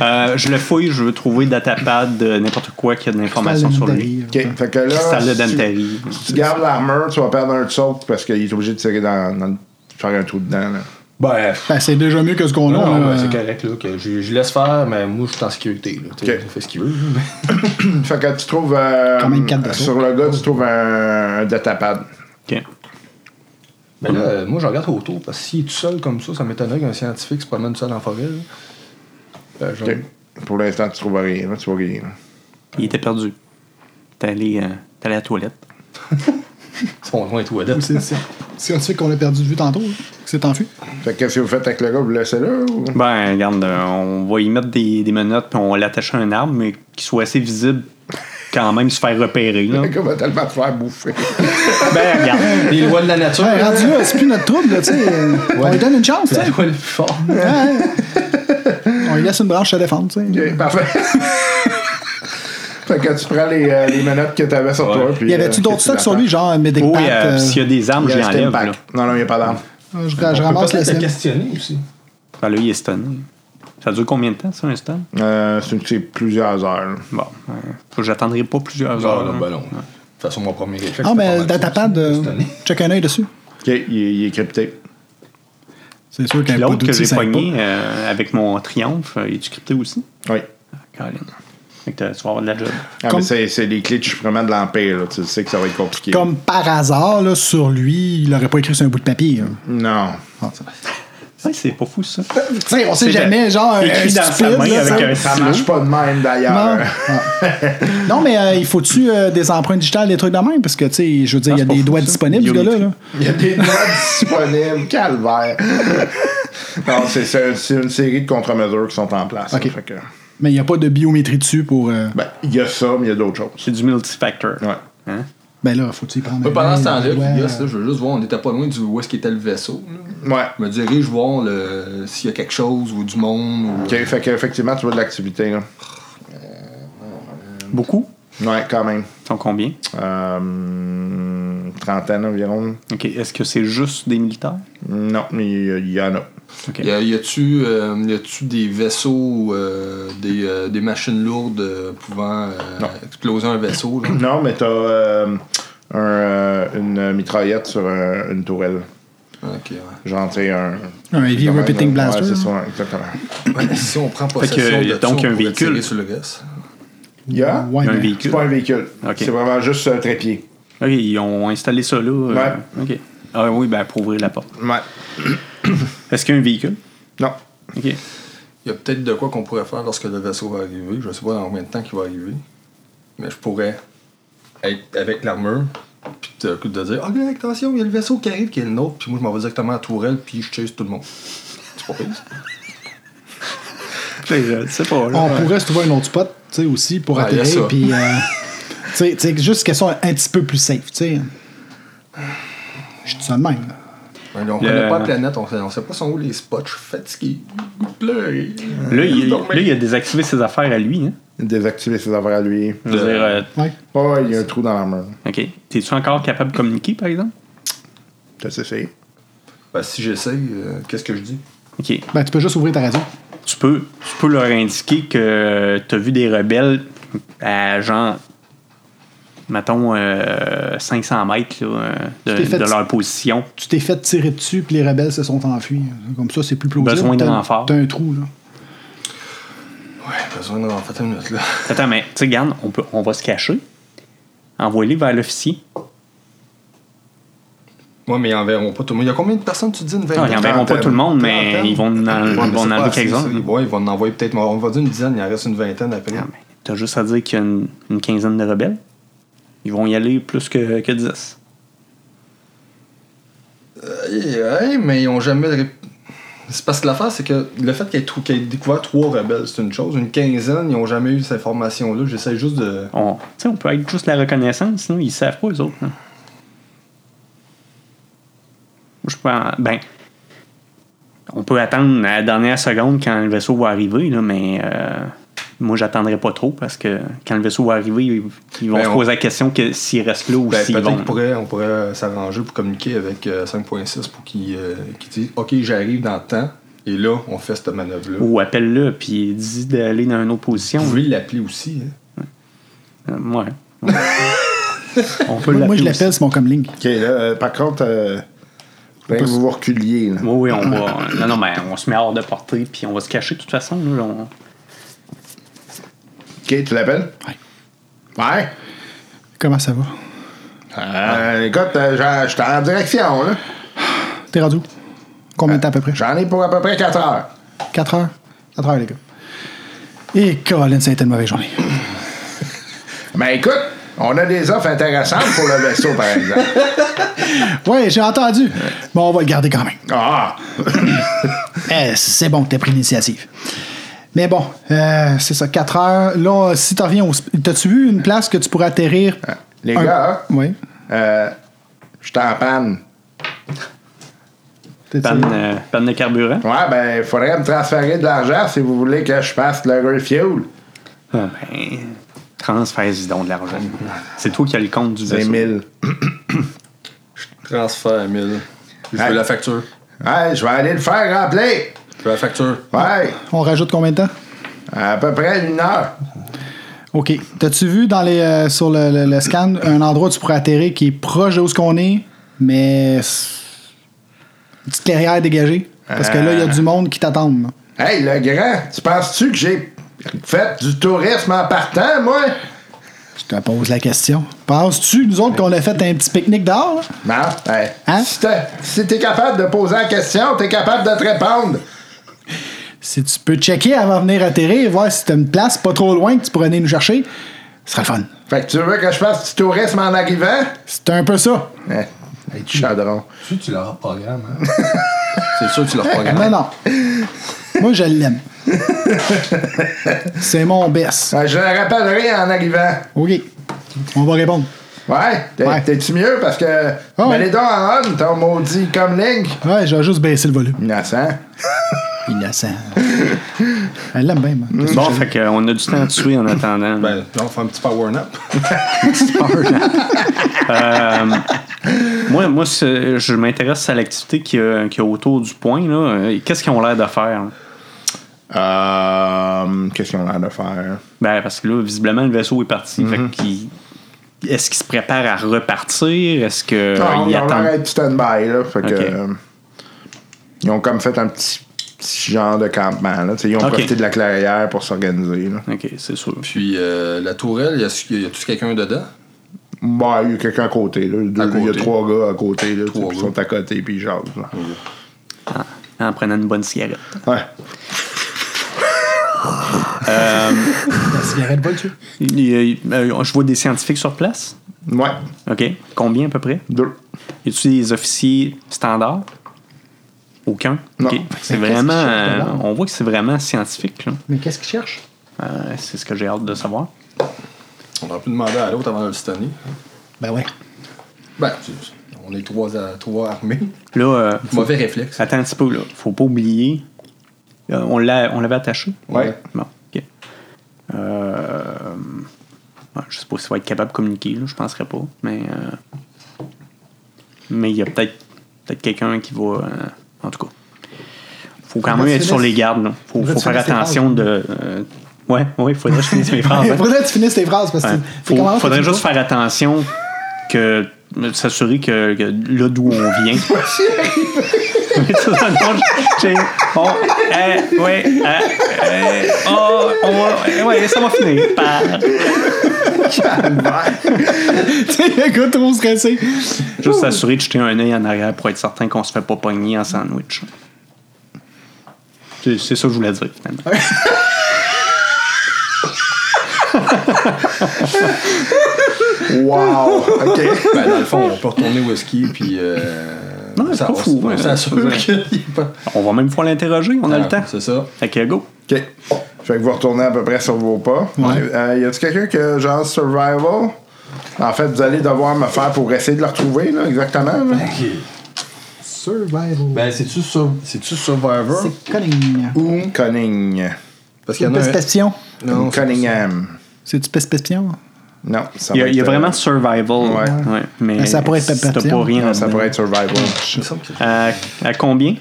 [SPEAKER 6] Euh, je le fouille, je veux trouver datapad, euh, n'importe quoi qui a de l'information
[SPEAKER 8] Cristal
[SPEAKER 6] sur
[SPEAKER 8] de
[SPEAKER 6] lui.
[SPEAKER 8] Dantari,
[SPEAKER 5] Ok, fait que là.
[SPEAKER 6] Cristal de
[SPEAKER 5] si-
[SPEAKER 6] Dantari.
[SPEAKER 5] Si tu gardes l'armure, tu vas perdre un de saut parce qu'il est obligé de tirer dans, dans le- faire un trou dedans. Là.
[SPEAKER 7] Ben,
[SPEAKER 8] Ben, c'est déjà mieux que ce qu'on a.
[SPEAKER 7] non, non,
[SPEAKER 8] là.
[SPEAKER 7] ben, c'est correct, là. Que je, je laisse faire, mais moi, je suis en sécurité, là. Tu sais,
[SPEAKER 5] Ok.
[SPEAKER 7] il fait ce qu'il veut. là, mais-
[SPEAKER 5] Fait que tu trouves. euh,
[SPEAKER 8] Quand même quatre de
[SPEAKER 5] sur le gars, tu trouves un, un datapad.
[SPEAKER 6] Ok.
[SPEAKER 7] Mais là, euh, moi, je regarde autour, parce que s'il est tout seul comme ça, ça m'étonnerait qu'un scientifique se promène tout seul en forêt, là. Ben, je-
[SPEAKER 5] Ok. Pour l'instant, tu trouves rien. Là, tu vois rien. là.
[SPEAKER 6] Il était perdu. T'es allé, euh, t'es allé à la toilette.
[SPEAKER 7] C'est mon coin et tout, Adèle.
[SPEAKER 8] C'est le sci- scientifique qu'on a perdu de vue tantôt. là, qui s'est enfui.
[SPEAKER 5] Fait que qu'est-ce que vous faites avec le gars Vous le laissez là ou...
[SPEAKER 6] Ben, regarde, euh, on va y mettre des, des menottes, puis on va l'attacher à un arbre, mais qu'il soit assez visible quand même se faire repérer. Là.
[SPEAKER 5] Le gars va tellement te faire bouffer.
[SPEAKER 6] ben, regarde.
[SPEAKER 7] Les lois de la nature.
[SPEAKER 8] Ouais, rendu là, c'est plus notre trouble, là, tu sais. On lui donne une chance, tu
[SPEAKER 7] La
[SPEAKER 8] sais.
[SPEAKER 7] loi le plus fort.
[SPEAKER 8] Ouais. On lui laisse une branche à défendre, tu sais.
[SPEAKER 5] Ok, parfait. fait que tu prends les, euh, les menottes que t'avais sur toi. Puis,
[SPEAKER 8] Il y avait-tu
[SPEAKER 5] euh,
[SPEAKER 8] d'autres
[SPEAKER 5] que tu
[SPEAKER 8] stocks sur
[SPEAKER 5] l'attends.
[SPEAKER 8] lui, genre un medic
[SPEAKER 6] Oui,
[SPEAKER 8] pack,
[SPEAKER 6] euh,
[SPEAKER 8] euh,
[SPEAKER 6] s'il y a des armes,
[SPEAKER 5] Il y a
[SPEAKER 6] je les
[SPEAKER 5] un stem
[SPEAKER 6] enlève.
[SPEAKER 5] pack.
[SPEAKER 6] Là.
[SPEAKER 5] Non, non, il n'y a pas d'arme.
[SPEAKER 8] je, je
[SPEAKER 9] On peut
[SPEAKER 8] ramasse
[SPEAKER 9] peut-être
[SPEAKER 8] le
[SPEAKER 9] le
[SPEAKER 8] sien.
[SPEAKER 9] questionner aussi.
[SPEAKER 6] Ben là, il est stunné. Ça dure combien de temps, ça, un stun?
[SPEAKER 5] Euh, c'est c'est plusieurs heures. là.
[SPEAKER 6] Bon, euh, faut que j'attendrai pas plusieurs
[SPEAKER 7] Ah,
[SPEAKER 6] heures.
[SPEAKER 7] là,
[SPEAKER 6] là.
[SPEAKER 7] ben non. De toute façon, mon premier réflexe.
[SPEAKER 8] Ah,
[SPEAKER 7] c'était pas
[SPEAKER 8] mais
[SPEAKER 7] mal
[SPEAKER 8] dans
[SPEAKER 7] ça
[SPEAKER 8] ta
[SPEAKER 7] aussi,
[SPEAKER 8] pad, euh,
[SPEAKER 7] cette année.
[SPEAKER 8] check un œil dessus.
[SPEAKER 5] Ok, il, est- il est crypté.
[SPEAKER 8] C'est sûr
[SPEAKER 6] Puis
[SPEAKER 8] qu'un pot
[SPEAKER 6] L'autre que
[SPEAKER 8] d'outils,
[SPEAKER 6] j'ai
[SPEAKER 8] ça aide
[SPEAKER 6] pogné euh, avec mon triomphe, euh, il est crypté aussi.
[SPEAKER 5] Oui.
[SPEAKER 6] Ah, Colin. Fait que t'as- tu vas avoir de la job.
[SPEAKER 5] Ah,
[SPEAKER 8] Comme-
[SPEAKER 5] mais c'est- c'est les clés de chiffrement de l'Empire. là. Tu sais que ça va être compliqué.
[SPEAKER 8] pas. Comme par hasard, là, sur lui, il aurait pas écrit sur un bout de papier. hein.
[SPEAKER 5] Non.
[SPEAKER 6] Ouais, c'est pas fou, ça.
[SPEAKER 8] Tu sais, on sait jamais, genre, un,
[SPEAKER 6] écrit dans sa
[SPEAKER 8] stupide,
[SPEAKER 6] main
[SPEAKER 8] là,
[SPEAKER 6] avec
[SPEAKER 8] ça-
[SPEAKER 6] un
[SPEAKER 5] Ça
[SPEAKER 6] stylo.
[SPEAKER 5] marche pas de même
[SPEAKER 8] Non.
[SPEAKER 5] d'ailleurs.
[SPEAKER 8] Ah. non, mais euh, il faut-tu euh, des empreintes digitales, des trucs de même? Parce que, tu sais, je veux dire, il
[SPEAKER 6] Ah,
[SPEAKER 8] y a
[SPEAKER 6] c'est pas
[SPEAKER 8] des
[SPEAKER 6] fou,
[SPEAKER 8] doigts
[SPEAKER 6] ça.
[SPEAKER 8] disponibles, ce gars-là. là.
[SPEAKER 5] Il y a des noix disponibles. Calvaire. non, c'est- c'est c'est une série de contre-mesures qui sont en place.
[SPEAKER 8] Ok.
[SPEAKER 5] hein, fait que-
[SPEAKER 8] Mais il n'y a pas de biométrie dessus pour. euh,
[SPEAKER 5] Ben, il y a ça, mais il y a d'autres choses.
[SPEAKER 6] C'est du multifactor.
[SPEAKER 5] Ouais.
[SPEAKER 6] Hein?
[SPEAKER 8] Ben là, faut-tu y prendre.
[SPEAKER 7] Ouais,
[SPEAKER 8] un
[SPEAKER 7] pendant ce
[SPEAKER 8] œil,
[SPEAKER 7] temps-là,
[SPEAKER 8] un doigt,
[SPEAKER 7] les gars, ça,
[SPEAKER 8] euh,
[SPEAKER 7] je veux juste voir, on était pas loin du où est-ce qu'était le vaisseau. là.
[SPEAKER 5] Ouais.
[SPEAKER 7] Je me dirige voir le- s'il y a quelque chose ou du monde. Ou,
[SPEAKER 5] Ok, fait qu'effectivement, tu vois de l'activité. là.
[SPEAKER 6] Beaucoup?
[SPEAKER 5] Ouais, quand même.
[SPEAKER 6] Ils sont combien?
[SPEAKER 5] Euh, trentaine environ.
[SPEAKER 6] OK. Est-ce que c'est juste des militaires?
[SPEAKER 5] Non, mais il y- il y en a.
[SPEAKER 6] OK.
[SPEAKER 7] Y a- Y a-tu euh, y a-tu des vaisseaux, euh, des, euh, des machines lourdes euh, pouvant euh, exploser un vaisseau? là?
[SPEAKER 5] Non, mais t'as euh, un, euh, une mitraillette sur un- une tourelle.
[SPEAKER 7] Ok, ouais.
[SPEAKER 5] Genre, tu sais, un.
[SPEAKER 8] Un heavy
[SPEAKER 5] Comment,
[SPEAKER 8] repeating
[SPEAKER 5] ouais,
[SPEAKER 8] blaster.
[SPEAKER 5] c'est ça, exactement.
[SPEAKER 7] Ouais, si on prend possession
[SPEAKER 6] que,
[SPEAKER 7] de
[SPEAKER 6] donc,
[SPEAKER 7] ça,
[SPEAKER 6] un
[SPEAKER 7] on pourrait
[SPEAKER 6] véhicule.
[SPEAKER 7] tirer sur le reste.
[SPEAKER 5] Il y a.
[SPEAKER 8] euh, Ouais,
[SPEAKER 6] Il y a Hein? un
[SPEAKER 8] mais-
[SPEAKER 5] C'est
[SPEAKER 6] véhicule.
[SPEAKER 5] pas un véhicule.
[SPEAKER 6] Ok.
[SPEAKER 5] C'est vraiment juste un trépied.
[SPEAKER 6] OK, ils ont installé ça là. euh, OK. Ah oui, ben pour ouvrir la porte.
[SPEAKER 5] Ouais.
[SPEAKER 6] Est-ce qu'il y a un véhicule?
[SPEAKER 5] Non.
[SPEAKER 6] OK.
[SPEAKER 7] Il y a peut-être de quoi qu'on pourrait faire lorsque le vaisseau va arriver. Je sais pas dans combien de temps qu'il va arriver. Mais je pourrais être avec l'armure. Puis de, de dire Ah, bien, attention, il y a le vaisseau qui arrive, qui est le nôtre. Puis moi, je m'en vais directement à la tourelle, puis je chase tout le monde. C'est pas pire. ça?
[SPEAKER 6] Ben, Je sais pas. là.
[SPEAKER 8] On pourrait se trouver un autre spot, tu sais, aussi, pour
[SPEAKER 7] Ouais, y a
[SPEAKER 8] atterrir.
[SPEAKER 7] ça.
[SPEAKER 8] Puis. euh, tu sais- tu sais, juste qu'elle soit un petit peu plus safe, tu sais. Je dis ça de même. là.
[SPEAKER 7] Ouais, on
[SPEAKER 6] Le-
[SPEAKER 7] connaît pas la planète, on sait, on sait pas sont où les spots. Je suis fatigué. Goût de pleurer.
[SPEAKER 6] Là, il,
[SPEAKER 7] Dormir.
[SPEAKER 6] là, il a désactivé ses affaires à lui. Hein?
[SPEAKER 5] Désactiver ses affaires à lui.
[SPEAKER 6] Je veux dire, euh,
[SPEAKER 8] Ouais.
[SPEAKER 5] Oh, il y a un trou dans l'armure.
[SPEAKER 6] OK. T'es-tu encore capable de communiquer, par exemple?
[SPEAKER 5] T'as essayé.
[SPEAKER 7] Ben, si j'essaye, euh, qu'est-ce que je dis
[SPEAKER 6] OK.
[SPEAKER 8] Ben, tu peux juste ouvrir ta radio.
[SPEAKER 6] Tu peux, tu peux leur indiquer que t'as vu des rebelles à genre, mettons, euh, 500 mètres là, euh,
[SPEAKER 8] Tu
[SPEAKER 6] de,
[SPEAKER 8] t'es fait-
[SPEAKER 6] de leur position.
[SPEAKER 8] Tu t'es fait tirer dessus, puis les rebelles se sont enfuis. Comme ça, c'est plus plausible.
[SPEAKER 6] Besoin de
[SPEAKER 8] T'as-
[SPEAKER 6] renfort.
[SPEAKER 8] T'as un trou, là.
[SPEAKER 7] Ouais, besoin d'en faire une minute là.
[SPEAKER 6] Attends, mais tu sais, garde, on, peut, on va se cacher. Envoie-les vers l'officier.
[SPEAKER 7] Ouais, mais ils enverront pas tout le monde. Il y a combien de personnes tu dis une
[SPEAKER 6] Non, ils enverront pas tout le monde, mais
[SPEAKER 7] Trentaine.
[SPEAKER 6] ils vont en-
[SPEAKER 7] Ouais,
[SPEAKER 6] ils vont
[SPEAKER 7] mais c'est
[SPEAKER 6] en
[SPEAKER 7] pas
[SPEAKER 6] enlever
[SPEAKER 7] assez,
[SPEAKER 6] quelques-uns.
[SPEAKER 7] ça. Ils- Ouais, ils vont en envoyer peut-être, on va dire une dizaine, il en reste une vingtaine après.
[SPEAKER 6] Ah, mais T'as juste à dire qu'il y a une, une quinzaine de rebelles. Ils vont y aller plus que, que 10.
[SPEAKER 7] Euh, ouais, mais ils ont jamais. ré- C'est parce que l'affaire, c'est que le fait qu'ils aient, trou- qu'ils aient découvert trois rebelles, c'est une chose. Une quinzaine, ils ont jamais eu cette information-là. J'essaie juste de.
[SPEAKER 6] On, tu sais, on peut être juste la reconnaissance, sinon ils savent pas, eux autres. hein. Je pense. Ben. On peut attendre à la dernière seconde quand le vaisseau va arriver, là, mais euh, moi j'attendrai pas trop parce que quand le vaisseau va arriver, ils, ils vont
[SPEAKER 7] Ben,
[SPEAKER 6] se
[SPEAKER 7] on-
[SPEAKER 6] poser la question que s'ils restent là ou
[SPEAKER 7] Ben,
[SPEAKER 6] s'ils
[SPEAKER 7] peut-être
[SPEAKER 6] vont.
[SPEAKER 7] qu'on pourrait, on pourrait euh, s'arranger pour communiquer avec euh, 5.6 pour qu'ils euh, qu'ils disent Ok, j'arrive dans le temps, et là, on fait cette manœuvre-là.
[SPEAKER 6] Ou appelle-le puis dis d'aller dans une autre position.
[SPEAKER 7] Vous pouvez l'appeler aussi. hein.
[SPEAKER 6] Euh, ouais. Ouais. on peut
[SPEAKER 8] Moi,
[SPEAKER 6] l'appeler.
[SPEAKER 8] moi, je
[SPEAKER 6] aussi.
[SPEAKER 8] l'appelle, c'est mon comlink.
[SPEAKER 5] Ok, là, euh, par contre, euh, faudrait que vous vous reculiez. là.
[SPEAKER 6] Oui, oui, on va. euh, Non, non, mais on se met hors de portée puis on va se cacher de toute façon. Là, on-
[SPEAKER 5] Ok, tu l'appelles?
[SPEAKER 8] Ouais.
[SPEAKER 5] Ouais.
[SPEAKER 8] Comment ça va?
[SPEAKER 5] Euh, écoute, euh, j'en- j'étais en direction, là.
[SPEAKER 8] T'es rendu où? Combien de temps à peu près?
[SPEAKER 5] J'en ai pour à peu près 4 heures.
[SPEAKER 8] 4 heures? 4 heures, les gars. Et Colin, ça a été une mauvaise journée.
[SPEAKER 5] Mais Ben, écoute, on a des offres intéressantes pour le vaisseau, par exemple.
[SPEAKER 8] Ouais, j'ai entendu. Bon, on va le garder quand même.
[SPEAKER 5] Ah!
[SPEAKER 8] Eh, c'est bon que t'aies pris l'initiative. Mais bon, euh, c'est ça, 4 heures. Là, si t'en reviens au. sp- T'as-tu vu une place que tu pourrais atterrir?
[SPEAKER 5] Euh, Les
[SPEAKER 8] Un-
[SPEAKER 5] gars, hein?
[SPEAKER 8] Oui.
[SPEAKER 5] euh, j'étais en panne.
[SPEAKER 8] T'es
[SPEAKER 6] Panne,
[SPEAKER 8] sûr?
[SPEAKER 6] euh, panne de carburant.
[SPEAKER 5] Ouais, ben, il faudrait me transférer de l'argent si vous voulez que je fasse le refuel.
[SPEAKER 6] Ah, ben, transfère-y donc de l'argent. C'est toi qui as le compte du
[SPEAKER 5] C'est
[SPEAKER 6] vaisseau.
[SPEAKER 5] 1000.
[SPEAKER 7] Transfert 1000. Je veux
[SPEAKER 5] Hey.
[SPEAKER 7] la facture.
[SPEAKER 5] Ouais, je vais aller le faire remplir.
[SPEAKER 7] Je veux la facture.
[SPEAKER 5] Ouais,
[SPEAKER 8] On rajoute combien de temps?
[SPEAKER 5] à peu près une heure.
[SPEAKER 8] OK. T'as-tu vu dans les, euh, sur le, le- le scan un endroit où tu pourrais atterrir qui est proche de où ce qu'on est, mais s- une petite clairière dégagée? Parce que là, il y a du monde qui t'attend. là.
[SPEAKER 5] Hey, le grand, tu penses-tu que j'ai fait du tourisme en partant, moi?
[SPEAKER 8] Je te pose la question. Penses-tu, nous autres, qu'on a fait un petit pique-nique dehors? là?
[SPEAKER 5] Non, hey,
[SPEAKER 8] Hein?
[SPEAKER 5] si t'es si t'es capable de poser la question, t'es capable de te répondre.
[SPEAKER 8] Si tu peux checker avant de venir atterrir, voir si t'as une place pas trop loin que tu pourrais venir nous chercher, ce serait le fun.
[SPEAKER 5] Fait que tu veux que je fasse du tourisme en arrivant?
[SPEAKER 8] C'est un peu ça.
[SPEAKER 5] Hein, Hey, tu chadron.
[SPEAKER 9] Tu, tu leur programmes, hein?
[SPEAKER 7] C'est sûr que tu leur programmes.
[SPEAKER 8] Non, non. Moi, je l'aime. C'est mon best.
[SPEAKER 5] Ouais, Je le rappellerai en arrivant.
[SPEAKER 8] OK. On va répondre.
[SPEAKER 5] Ouais, t'es-
[SPEAKER 8] Ouais.
[SPEAKER 5] t'es-tu mieux? Parce que.
[SPEAKER 8] Ah ouais.
[SPEAKER 5] Mais les dents en on, ton maudit comme Link.
[SPEAKER 8] Ouais, j'ai juste baissé le volume.
[SPEAKER 5] Innocent.
[SPEAKER 8] Innocent. Elle l'aime bien, moi. Qu'est-ce que
[SPEAKER 6] Bon,
[SPEAKER 8] je-
[SPEAKER 6] fait qu'on a du temps à tuer en attendant.
[SPEAKER 7] Ben, on fait un petit power nap.
[SPEAKER 6] Moi, moi c'est- je m'intéresse à l'activité qu'il y, a- qu'il y a autour du point. là. Euh, Qu'est-ce qu'ils ont l'air de faire? hein? là?
[SPEAKER 5] Euh, Qu'est-ce qu'on a de faire?
[SPEAKER 6] Ben, parce que là, visiblement, le vaisseau est parti. Fait qu'il- Est-ce qu'il se prépare à repartir? Est-ce que
[SPEAKER 5] Non,
[SPEAKER 6] il
[SPEAKER 5] on
[SPEAKER 6] attend?
[SPEAKER 5] arrête stand-by, là. Fait que.
[SPEAKER 6] Ok.
[SPEAKER 5] euh, ils ont comme fait un petit, petit genre de campement, là. Tu sais, ils ont
[SPEAKER 6] Ok.
[SPEAKER 5] profité de la clairière pour s'organiser, là.
[SPEAKER 6] OK, c'est sûr.
[SPEAKER 7] Puis euh, la tourelle, y a- y a-tu quelqu'un dedans?
[SPEAKER 5] Bon, Bah, il y a quelqu'un à côté, là. Deux-
[SPEAKER 7] À
[SPEAKER 5] Il y a
[SPEAKER 7] côté.
[SPEAKER 5] trois gars à côté, là. tu sais,
[SPEAKER 7] Trois
[SPEAKER 5] puis Ils
[SPEAKER 7] gars.
[SPEAKER 5] sont à côté, puis ils jasent, là.
[SPEAKER 6] En, en prenant une bonne cigarette.
[SPEAKER 5] Ouais.
[SPEAKER 8] La cigarette va dessus.
[SPEAKER 6] Il- il- euh, je vois des scientifiques sur place.
[SPEAKER 5] Ouais.
[SPEAKER 6] OK. Combien à peu près?
[SPEAKER 5] Deux.
[SPEAKER 6] Y a-tu des officiers standards? Aucun.
[SPEAKER 5] Non.
[SPEAKER 6] OK. Fait que C'est
[SPEAKER 8] Mais qu'est-ce
[SPEAKER 6] vraiment.
[SPEAKER 8] qu'ils cherchent
[SPEAKER 6] euh,
[SPEAKER 8] dedans?
[SPEAKER 6] on voit que c'est vraiment scientifique. là.
[SPEAKER 8] Mais qu'est-ce qu'il cherche?
[SPEAKER 6] Euh, c'est ce que j'ai hâte de savoir.
[SPEAKER 7] On aurait pu demander à l'autre avant de le stunner.
[SPEAKER 8] Ben ouais.
[SPEAKER 7] Ben, c'est- on est trois, à- trois armés.
[SPEAKER 6] Là, euh,
[SPEAKER 7] Mauvais réflexe.
[SPEAKER 6] attends un petit peu. Là. Faut pas oublier. euh, on l'a- on l'avait attaché.
[SPEAKER 5] Ouais.
[SPEAKER 6] Bon, OK. Euh, ouais, je sais pas s'il va être capable de communiquer, là, je penserais pas. Mais euh, mais il y a peut-être peut quelqu'un qui va. euh, en tout cas. Faut quand même
[SPEAKER 8] Faudrait que
[SPEAKER 6] être
[SPEAKER 8] tu
[SPEAKER 6] sur les
[SPEAKER 8] laisses-
[SPEAKER 6] gardes. là. Faut,
[SPEAKER 8] faudrait
[SPEAKER 6] faut
[SPEAKER 8] que tu
[SPEAKER 6] faire
[SPEAKER 8] laisses les
[SPEAKER 6] attention
[SPEAKER 8] phrases. hein.
[SPEAKER 6] de. euh, ouais, ouais, il faudrait que je finisse mes phrases.
[SPEAKER 8] Il
[SPEAKER 6] hein.
[SPEAKER 8] faudrait que tu finisses tes phrases parce que.
[SPEAKER 6] Ouais.
[SPEAKER 8] c'est
[SPEAKER 6] Faut-
[SPEAKER 8] comment ça,
[SPEAKER 6] faudrait
[SPEAKER 8] tu
[SPEAKER 6] juste
[SPEAKER 8] vois?
[SPEAKER 6] faire attention que euh, s'assurer que, que là d'où on vient. Ça, dans le fond, j'ai- on- eh, ouais, eh, eh, oh, on va- eh, ouais, ça va finir par-
[SPEAKER 8] Tu sais, le gars trop stressé.
[SPEAKER 6] Juste s'assurer de jeter un œil en arrière pour être certain qu'on se fait pas pogner en sandwich. C'est c'est ça que je voulais dire finalement.
[SPEAKER 5] Wow! OK.
[SPEAKER 7] Ben, dans le fond, on peut retourner au ski, puis. Euh,
[SPEAKER 6] Non, c'est
[SPEAKER 7] ça-
[SPEAKER 6] pas
[SPEAKER 7] on-
[SPEAKER 6] fou,
[SPEAKER 7] On
[SPEAKER 6] hein.
[SPEAKER 7] s'assure qu'il est pas.
[SPEAKER 6] On va même pouvoir l'interroger, on a le
[SPEAKER 7] Ah,
[SPEAKER 6] temps.
[SPEAKER 7] C'est ça.
[SPEAKER 6] Fait que go.
[SPEAKER 5] OK. Fait que vous retournez à peu près sur vos pas. Euh, y a-tu quelqu'un que genre survival? En fait, vous allez devoir me faire pour essayer de le retrouver, là, exactement. là.
[SPEAKER 9] Ok.
[SPEAKER 8] Survival.
[SPEAKER 9] Ben, c'est-tu sur.
[SPEAKER 7] C'est-tu Survivor?
[SPEAKER 8] c'est cunning.
[SPEAKER 5] Ou Conning.
[SPEAKER 7] Parce qu'il y
[SPEAKER 8] C'est
[SPEAKER 7] en a. un-
[SPEAKER 8] Perception.
[SPEAKER 7] Non,
[SPEAKER 5] Ou
[SPEAKER 7] c'est pas
[SPEAKER 5] Cunningham.
[SPEAKER 8] C'est-tu perception?
[SPEAKER 5] Non, ça
[SPEAKER 6] Il y a,
[SPEAKER 5] va
[SPEAKER 6] il y a
[SPEAKER 5] être,
[SPEAKER 6] vraiment
[SPEAKER 5] euh,
[SPEAKER 6] survival.
[SPEAKER 5] Ouais.
[SPEAKER 6] Ouais, mais
[SPEAKER 8] Mais ça pourrait être
[SPEAKER 6] si t'as
[SPEAKER 8] perception.
[SPEAKER 6] pas rien.
[SPEAKER 5] non, ça
[SPEAKER 6] dedans.
[SPEAKER 5] pourrait être survival.
[SPEAKER 7] ça. Il me semble que-
[SPEAKER 6] À, à combien?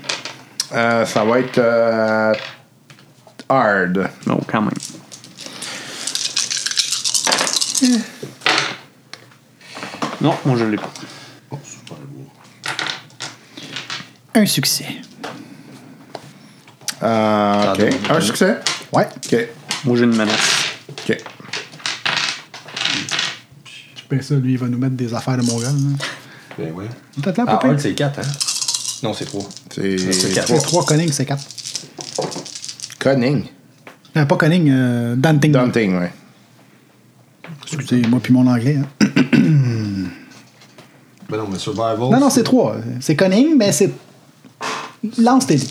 [SPEAKER 5] Euh, ça va être euh, hard. Euh,
[SPEAKER 6] Oh, quand même. Non, moi je l'ai pas.
[SPEAKER 8] Un succès.
[SPEAKER 5] Euh, OK. Un succès.
[SPEAKER 8] Ouais.
[SPEAKER 5] OK.
[SPEAKER 6] Moi j'ai une menace.
[SPEAKER 5] OK.
[SPEAKER 8] Je pense ça, lui, il va nous mettre des affaires de mon gars.
[SPEAKER 9] Ben oui.
[SPEAKER 8] Peut-être là,
[SPEAKER 7] Ah, un,
[SPEAKER 8] peut-être.
[SPEAKER 7] c'est quatre, hein? Non, c'est trois.
[SPEAKER 5] C'est
[SPEAKER 7] quatre.
[SPEAKER 8] C'est trois cunning, c'est quatre.
[SPEAKER 5] Conning.
[SPEAKER 8] Euh, pas cunning, euh, Danting.
[SPEAKER 5] Dunting, ouais.
[SPEAKER 8] Excusez, moi puis mon anglais. hein.
[SPEAKER 9] Ben non, mais Survival.
[SPEAKER 8] Non, non, c'est trois. C'est cunning, mais c'est. Lance tes dés.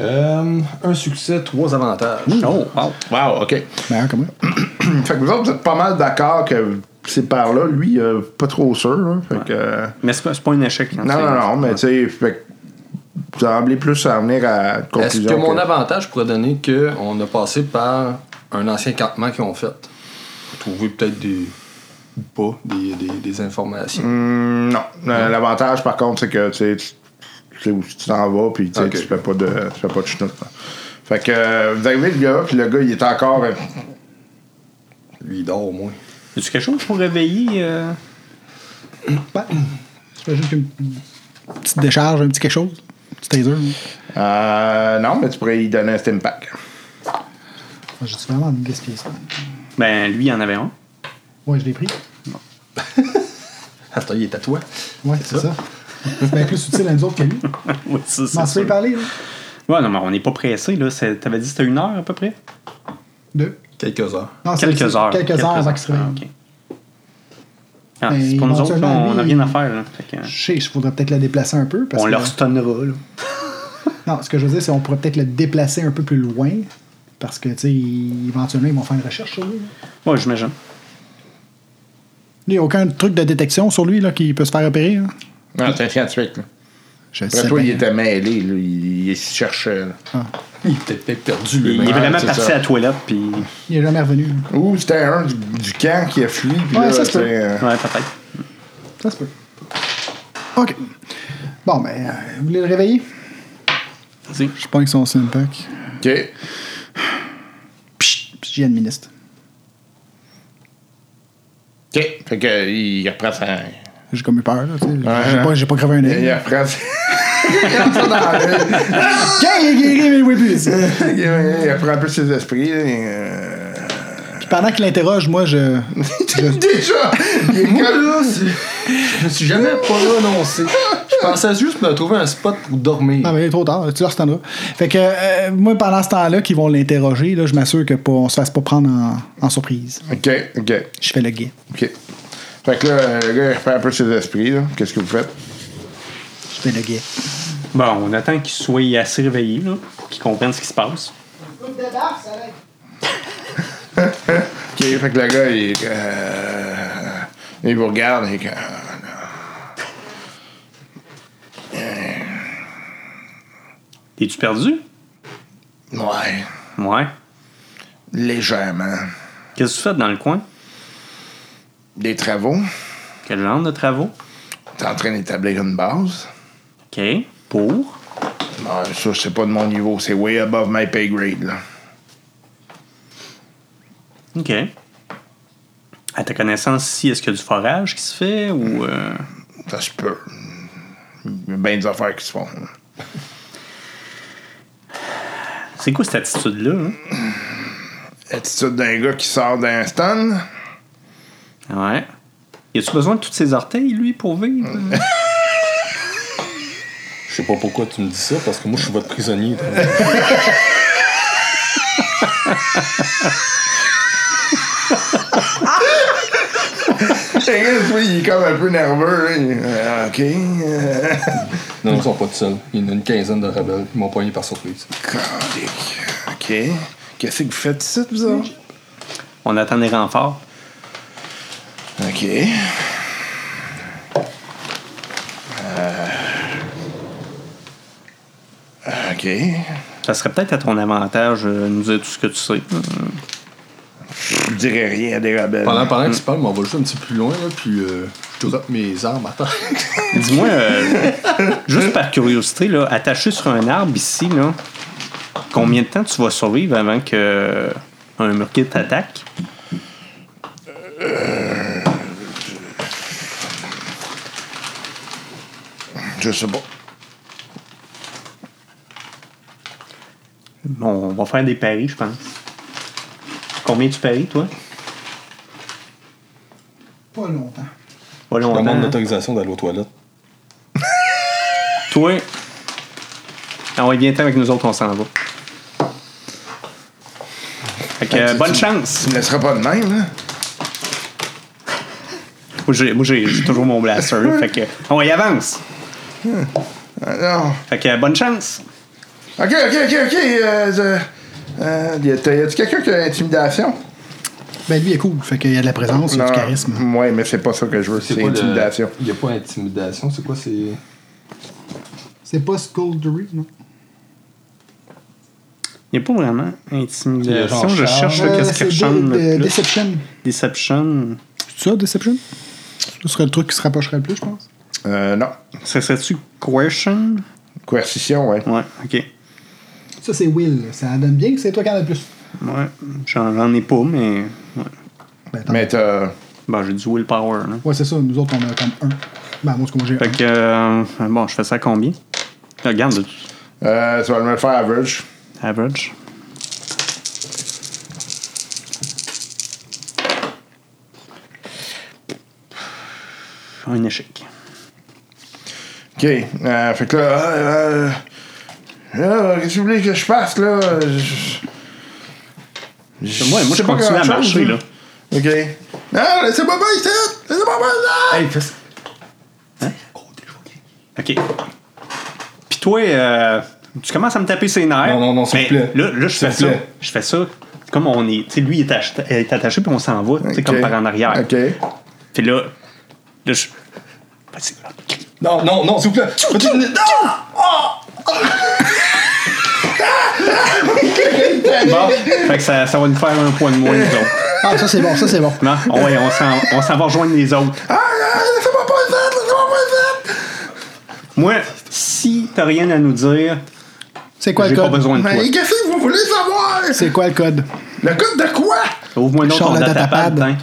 [SPEAKER 9] Euh,
[SPEAKER 7] Un succès, trois avantages.
[SPEAKER 6] Oh, wow.
[SPEAKER 5] Wow, OK.
[SPEAKER 8] Ben, comme moi.
[SPEAKER 5] Fait que vous autres, vous êtes pas mal d'accord que c'est par là. Lui, euh, pas trop sûr. là. Fait que, euh,
[SPEAKER 6] Mais c'est pas, c'est pas un échec. hein,
[SPEAKER 5] non,
[SPEAKER 6] c'est-
[SPEAKER 5] non, non, mais tu sais, fait que ça semblait plus à venir à une
[SPEAKER 7] Est-ce
[SPEAKER 5] conclusion.
[SPEAKER 7] que mon
[SPEAKER 5] que-
[SPEAKER 7] avantage pourrait donner qu'on a passé par un ancien campement qu'ils ont fait? Trouver peut-être des. ou pas, des, des, des informations.
[SPEAKER 5] Hum, non. Euh, L'avantage, par contre, c'est que tu sais, tu- tu sais où tu t'en vas, puis tu sais,
[SPEAKER 7] Ok.
[SPEAKER 5] tu fais pas de, tu fais pas de chenoute, là. Fait que euh, vous arrivez le gars, puis le gars, il est encore. euh,
[SPEAKER 7] Lui, il dort au moins.
[SPEAKER 6] Y a-tu quelque chose pour réveiller euh,
[SPEAKER 8] J'imagine qu'une petite décharge, un petit quelque chose. Un petit taser. hein.
[SPEAKER 5] euh, non, mais tu pourrais lui donner un steam pack.
[SPEAKER 8] Ah, J'ai vraiment de gaspiller ça.
[SPEAKER 6] Ben, lui, il y en avait un.
[SPEAKER 8] Ouais, je l'ai pris.
[SPEAKER 7] Attends, il est à toi.
[SPEAKER 8] Ouais, c'est ça. C'est bien plus utile à nous autres qu'à lui.
[SPEAKER 6] oui, ça, c'est
[SPEAKER 8] M'en souviens
[SPEAKER 6] sûr.
[SPEAKER 8] parler, là.
[SPEAKER 6] Ouais, non, mais on n'est pas pressé, là. C'est- T'avais dit que c'était une heure à peu près?
[SPEAKER 8] Deux.
[SPEAKER 7] Quelques heures.
[SPEAKER 8] Non, c'est-
[SPEAKER 6] Quelques
[SPEAKER 8] c'est
[SPEAKER 6] heures.
[SPEAKER 8] Quelques, heures avant qu'il se réveille.
[SPEAKER 6] Ah, ok. Ah,
[SPEAKER 8] Mais
[SPEAKER 6] c'est pour nous autres,
[SPEAKER 8] éventuellement,
[SPEAKER 6] on n'a
[SPEAKER 8] lui,
[SPEAKER 6] rien à faire. Là. Fait que, euh,
[SPEAKER 8] Je sais, il faudrait peut-être le déplacer un peu. Parce
[SPEAKER 6] on
[SPEAKER 8] que,
[SPEAKER 6] leur stonnera. Là.
[SPEAKER 8] Non, ce que je veux dire, c'est qu'on pourrait peut-être le déplacer un peu plus loin. Parce que, tu sais, ils- éventuellement, ils vont faire une recherche sur lui. là.
[SPEAKER 6] Ouais, j'imagine.
[SPEAKER 8] Lui, Il n'y a aucun truc de détection sur lui là, qui peut se faire opérer. Là.
[SPEAKER 7] Ah,
[SPEAKER 5] Non, c'est scientifique.
[SPEAKER 8] Je
[SPEAKER 5] Après
[SPEAKER 8] sais
[SPEAKER 5] toi,
[SPEAKER 8] bien.
[SPEAKER 5] il était mêlé, là, il, il se cherchait. là.
[SPEAKER 7] Ah. Il est peut-être bien perdu,
[SPEAKER 6] Il,
[SPEAKER 7] lui.
[SPEAKER 6] il est vraiment
[SPEAKER 5] c'est
[SPEAKER 6] parti
[SPEAKER 5] ça.
[SPEAKER 6] à la toilette, puis.
[SPEAKER 8] Il est jamais revenu. là.
[SPEAKER 5] Ou c'était un du, du camp qui a fui, puis
[SPEAKER 8] Ouais,
[SPEAKER 5] là,
[SPEAKER 8] ça se
[SPEAKER 5] c'est,
[SPEAKER 8] peut.
[SPEAKER 5] euh,
[SPEAKER 6] Ouais, peut-être.
[SPEAKER 8] Ça se peut. OK. Bon, ben, euh, vous voulez le réveiller?
[SPEAKER 6] Vas-y.
[SPEAKER 8] Je pense que son Simpac.
[SPEAKER 5] OK.
[SPEAKER 8] Psh, j'y administre.
[SPEAKER 5] OK. Fait que, euh, il reprend sa.
[SPEAKER 8] J'ai comme eu peur, là, tu sais. J'ai
[SPEAKER 5] Ouais.
[SPEAKER 8] pas- J'ai pas, crevé un œil.
[SPEAKER 5] Il
[SPEAKER 8] Yeah.
[SPEAKER 5] reprend sa. il reprend ça dans l'œil.
[SPEAKER 8] il est guéri, mais il voit plus.
[SPEAKER 5] Il il reprend un peu ses esprits. là, et, euh,
[SPEAKER 8] Puis pendant qu'il l'interroge, moi, je...
[SPEAKER 5] Déjà! Il est
[SPEAKER 7] Moi,
[SPEAKER 5] calme.
[SPEAKER 7] là, c'est- je me suis jamais pas annoncé. Je pensais juste me trouver un spot pour dormir.
[SPEAKER 8] Non, mais il est trop tard. Tu leur standard. Fait que, euh, moi, pendant ce temps-là, qu'ils vont l'interroger, là, je m'assure que pas- on se fasse pas prendre en, en surprise.
[SPEAKER 5] OK, OK,
[SPEAKER 8] Je fais le guet.
[SPEAKER 5] OK. Fait que là, le gars, il reprend un peu ses esprits. là. Qu'est-ce que vous faites?
[SPEAKER 8] Je fais le guet.
[SPEAKER 6] Bon, on attend qu'il soit assez réveillé, là, pour qu'il comprenne ce qui se passe.
[SPEAKER 5] OK, fait que le gars, il est. euh, il vous regarde et.
[SPEAKER 6] T'es-tu perdu?
[SPEAKER 5] ouais,
[SPEAKER 6] Ouais.
[SPEAKER 5] légèrement.
[SPEAKER 6] Qu'est-ce que tu fais dans le coin?
[SPEAKER 5] Des travaux.
[SPEAKER 6] Quel genre de travaux?
[SPEAKER 5] T'es en train d'établir une base.
[SPEAKER 6] OK. Pour?
[SPEAKER 5] Ah, ça, c'est pas de mon niveau. C'est way above my pay grade, là.
[SPEAKER 6] OK. À ta connaissance, ici, est-ce qu'il y a du forage qui se fait ou. euh,
[SPEAKER 5] Ça se peut. Il y a bien des affaires qui se font. là.
[SPEAKER 6] C'est quoi cette attitude-là? hein?
[SPEAKER 5] Attitude d'un gars qui sort d'un stun.
[SPEAKER 6] Ouais. Y a-tu besoin de tous ses orteils, lui, pour vivre?
[SPEAKER 9] Je sais pas pourquoi tu me dis ça, parce que moi, je suis votre prisonnier.
[SPEAKER 5] Le gars, tu vois, il est comme un peu nerveux. là. Il- euh, OK. euh,
[SPEAKER 7] Non, ils sont pas tout seuls. Il y en a une quinzaine de rebelles. Ils m'ont poigné par surprise.
[SPEAKER 5] Calique. OK. Qu'est-ce que vous faites ici, vous autres?
[SPEAKER 6] On attend des renforts.
[SPEAKER 5] OK. Euh, Euh, OK.
[SPEAKER 6] Ça serait peut-être à ton avantage euh, nous dire tout ce que tu sais.
[SPEAKER 5] Je dirais rien à des rebelles.
[SPEAKER 7] Pendant, pendant que tu parles, mais on va juste un petit peu plus loin, là, puis euh, je drop mes armes à terre.
[SPEAKER 6] Dis-moi, euh, juste par curiosité, là, attaché sur un arbre ici, là, combien de temps tu vas survivre avant que euh, un murquet t'attaque?
[SPEAKER 5] Je sais pas.
[SPEAKER 6] Bon, on va faire des paris, je pense. Combien tu paries, toi?
[SPEAKER 8] Pas longtemps.
[SPEAKER 6] Pas
[SPEAKER 9] Je
[SPEAKER 6] longtemps.
[SPEAKER 9] demande
[SPEAKER 6] hein?
[SPEAKER 9] l'autorisation d'aller aux toilettes.
[SPEAKER 6] Toi. Ah ouais, viens-t'en avec nous autres, on s'en va. Fait que, euh, bonne chance!
[SPEAKER 5] Tu me laisseras pas de même, hein? là?
[SPEAKER 6] Moi, j'ai, moi, j'ai- j'ai toujours mon blaster. fait que, on y avance.
[SPEAKER 5] Ah, non.
[SPEAKER 6] Fait que, bonne chance.
[SPEAKER 5] OK, euh, OK, OK, OK. Euh, je- euh, y a- y a-tu quelqu'un qui a intimidation?
[SPEAKER 8] Ben, lui, il est cool. Fait qu'il y a de la présence, il y a du charisme.
[SPEAKER 5] Oui, mais c'est pas ça que je veux. C'est
[SPEAKER 7] quoi le-
[SPEAKER 5] intimidation.
[SPEAKER 7] Il n'y a pas intimidation, c'est quoi C'est.
[SPEAKER 8] C'est pas Scoldery, non?
[SPEAKER 6] Il n'y a pas vraiment intimidation.
[SPEAKER 7] Il y a genre
[SPEAKER 6] Je
[SPEAKER 7] charme.
[SPEAKER 6] cherche
[SPEAKER 8] Euh,
[SPEAKER 6] qu'est-ce
[SPEAKER 8] c'est
[SPEAKER 6] que je chante
[SPEAKER 8] de- de-
[SPEAKER 6] le plus.
[SPEAKER 8] Deception.
[SPEAKER 6] Deception.
[SPEAKER 8] C'est ça, Deception? Ce serait le truc qui se rapprocherait le plus, je pense.
[SPEAKER 5] Euh, non.
[SPEAKER 6] Ça serait-tu coercion?
[SPEAKER 5] Coercition, ouais.
[SPEAKER 6] Ouais, ok.
[SPEAKER 8] Ça, c'est Will. là. Ça donne bien que c'est toi qui en as le plus.
[SPEAKER 6] Ouais, j'en j'en ai pas, mais. Ouais.
[SPEAKER 8] Ben, t'en-
[SPEAKER 5] Mais t'as.
[SPEAKER 6] Bon, j'ai du willpower. Là.
[SPEAKER 8] Ouais, c'est ça. Nous autres, on a comme un. Ben, moi, ce que j'ai.
[SPEAKER 6] Fait que. euh, bon, je fais ça à combien Là, Regarde,
[SPEAKER 5] Euh, tu vas me le faire average.
[SPEAKER 6] average. Un échec.
[SPEAKER 5] OK. Euh, fait que là. euh, euh, euh, Qu'est-ce que vous voulez que je fasse, là? Je...
[SPEAKER 6] Moi, moi je
[SPEAKER 5] sais pas
[SPEAKER 6] continue à
[SPEAKER 5] grand-chose, hein.
[SPEAKER 6] marcher, là.
[SPEAKER 5] OK. Non, laissez-moi pas ici! Laissez-moi pas ici!
[SPEAKER 7] Hey, fais
[SPEAKER 6] OK. Puis toi, euh, tu commences à me taper ses nerfs.
[SPEAKER 7] Non, non, non, s'il
[SPEAKER 6] Mais
[SPEAKER 7] vous plaît.
[SPEAKER 6] Là, là, je
[SPEAKER 7] S'il
[SPEAKER 6] fais
[SPEAKER 7] vous
[SPEAKER 6] ça.
[SPEAKER 7] plaît.
[SPEAKER 6] Je fais ça. Comme on est. Tu sais, lui, il est, ach- il est attaché, puis on s'en va. Tu sais,
[SPEAKER 5] OK.
[SPEAKER 6] comme par en arrière.
[SPEAKER 5] OK.
[SPEAKER 6] Puis là, là, je. Vas-y, là.
[SPEAKER 7] Non, non, non, s'il vous plaît.
[SPEAKER 6] Bon, fait que ça, ça va nous faire un point de moins, nous autres.
[SPEAKER 8] Ah, ça, c'est bon. Ça, c'est bon.
[SPEAKER 6] Non, Ah ouais, on s'en, on s'en va rejoindre les autres.
[SPEAKER 5] Ah, ah, laissez-moi pas ici! Laissez-moi pas ici!
[SPEAKER 6] Moi, si t'as rien à nous dire,
[SPEAKER 8] C'est quoi
[SPEAKER 6] j'ai
[SPEAKER 8] le
[SPEAKER 6] pas
[SPEAKER 8] code?
[SPEAKER 6] besoin de toi.
[SPEAKER 5] Mais qu'est-ce que vous voulez savoir?
[SPEAKER 8] C'est quoi le code?
[SPEAKER 5] Le code de quoi?
[SPEAKER 6] Ouvre-moi donc ton
[SPEAKER 8] Charles la
[SPEAKER 6] datapad,
[SPEAKER 8] datapad.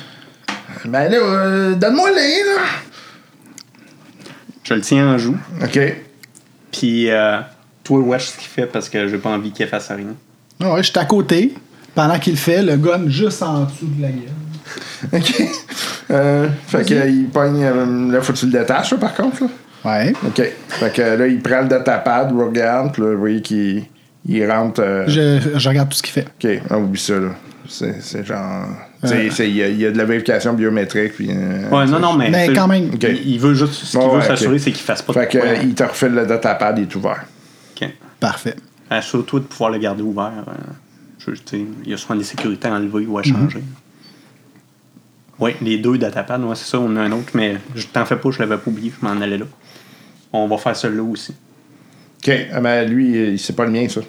[SPEAKER 6] tiens.
[SPEAKER 5] Ben là, euh, donne-moi le là.
[SPEAKER 6] Je le tiens en joue.
[SPEAKER 5] OK.
[SPEAKER 6] Puis, euh, toi, watch ce qu'il fait parce que j'ai pas envie qu'il fasse rien.
[SPEAKER 8] Ah ouais, je suis à côté. Pendant qu'il le fait, le gun juste en dessous de la gueule.
[SPEAKER 5] OK. Euh, fait que, euh, il pogne. euh, Là, faut que tu le détaches, là, par contre. Là.
[SPEAKER 8] Ouais.
[SPEAKER 5] OK. Fait que euh, là, il prend le datapad, regarde, puis là, vous voyez qu'il il rentre. euh,
[SPEAKER 8] Je, je regarde tout ce qu'il fait.
[SPEAKER 5] OK. Ah, oublie ça, là. C'est c'est genre. tu sais, c'est- Il y, a- il y a de la vérification biométrique, puis. euh,
[SPEAKER 6] Ouais, non, non, mais.
[SPEAKER 8] Mais
[SPEAKER 6] c'est-
[SPEAKER 8] quand même.
[SPEAKER 5] Ok.
[SPEAKER 6] Il, il veut juste. Ce qu'il
[SPEAKER 5] Ouais,
[SPEAKER 6] veut
[SPEAKER 5] ouais,
[SPEAKER 6] s'assurer,
[SPEAKER 5] ok.
[SPEAKER 6] c'est qu'il fasse pas
[SPEAKER 5] Fait que,
[SPEAKER 6] de quoi.
[SPEAKER 5] euh, il te refile le datapad, il est ouvert.
[SPEAKER 6] Ok.
[SPEAKER 8] Parfait.
[SPEAKER 6] Assure-toi de pouvoir le garder ouvert. euh, je- tu sais, il y a souvent des sécurités à enlever ou à
[SPEAKER 8] Mhm.
[SPEAKER 6] changer. Oui, les deux datapads, ouais, c'est ça, on a un autre, mais je t'en fais pas, je l'avais pas oublié, je m'en allais là. On va faire celui-là aussi.
[SPEAKER 5] OK. Ah, ben, lui, euh, c'est pas le mien, ça.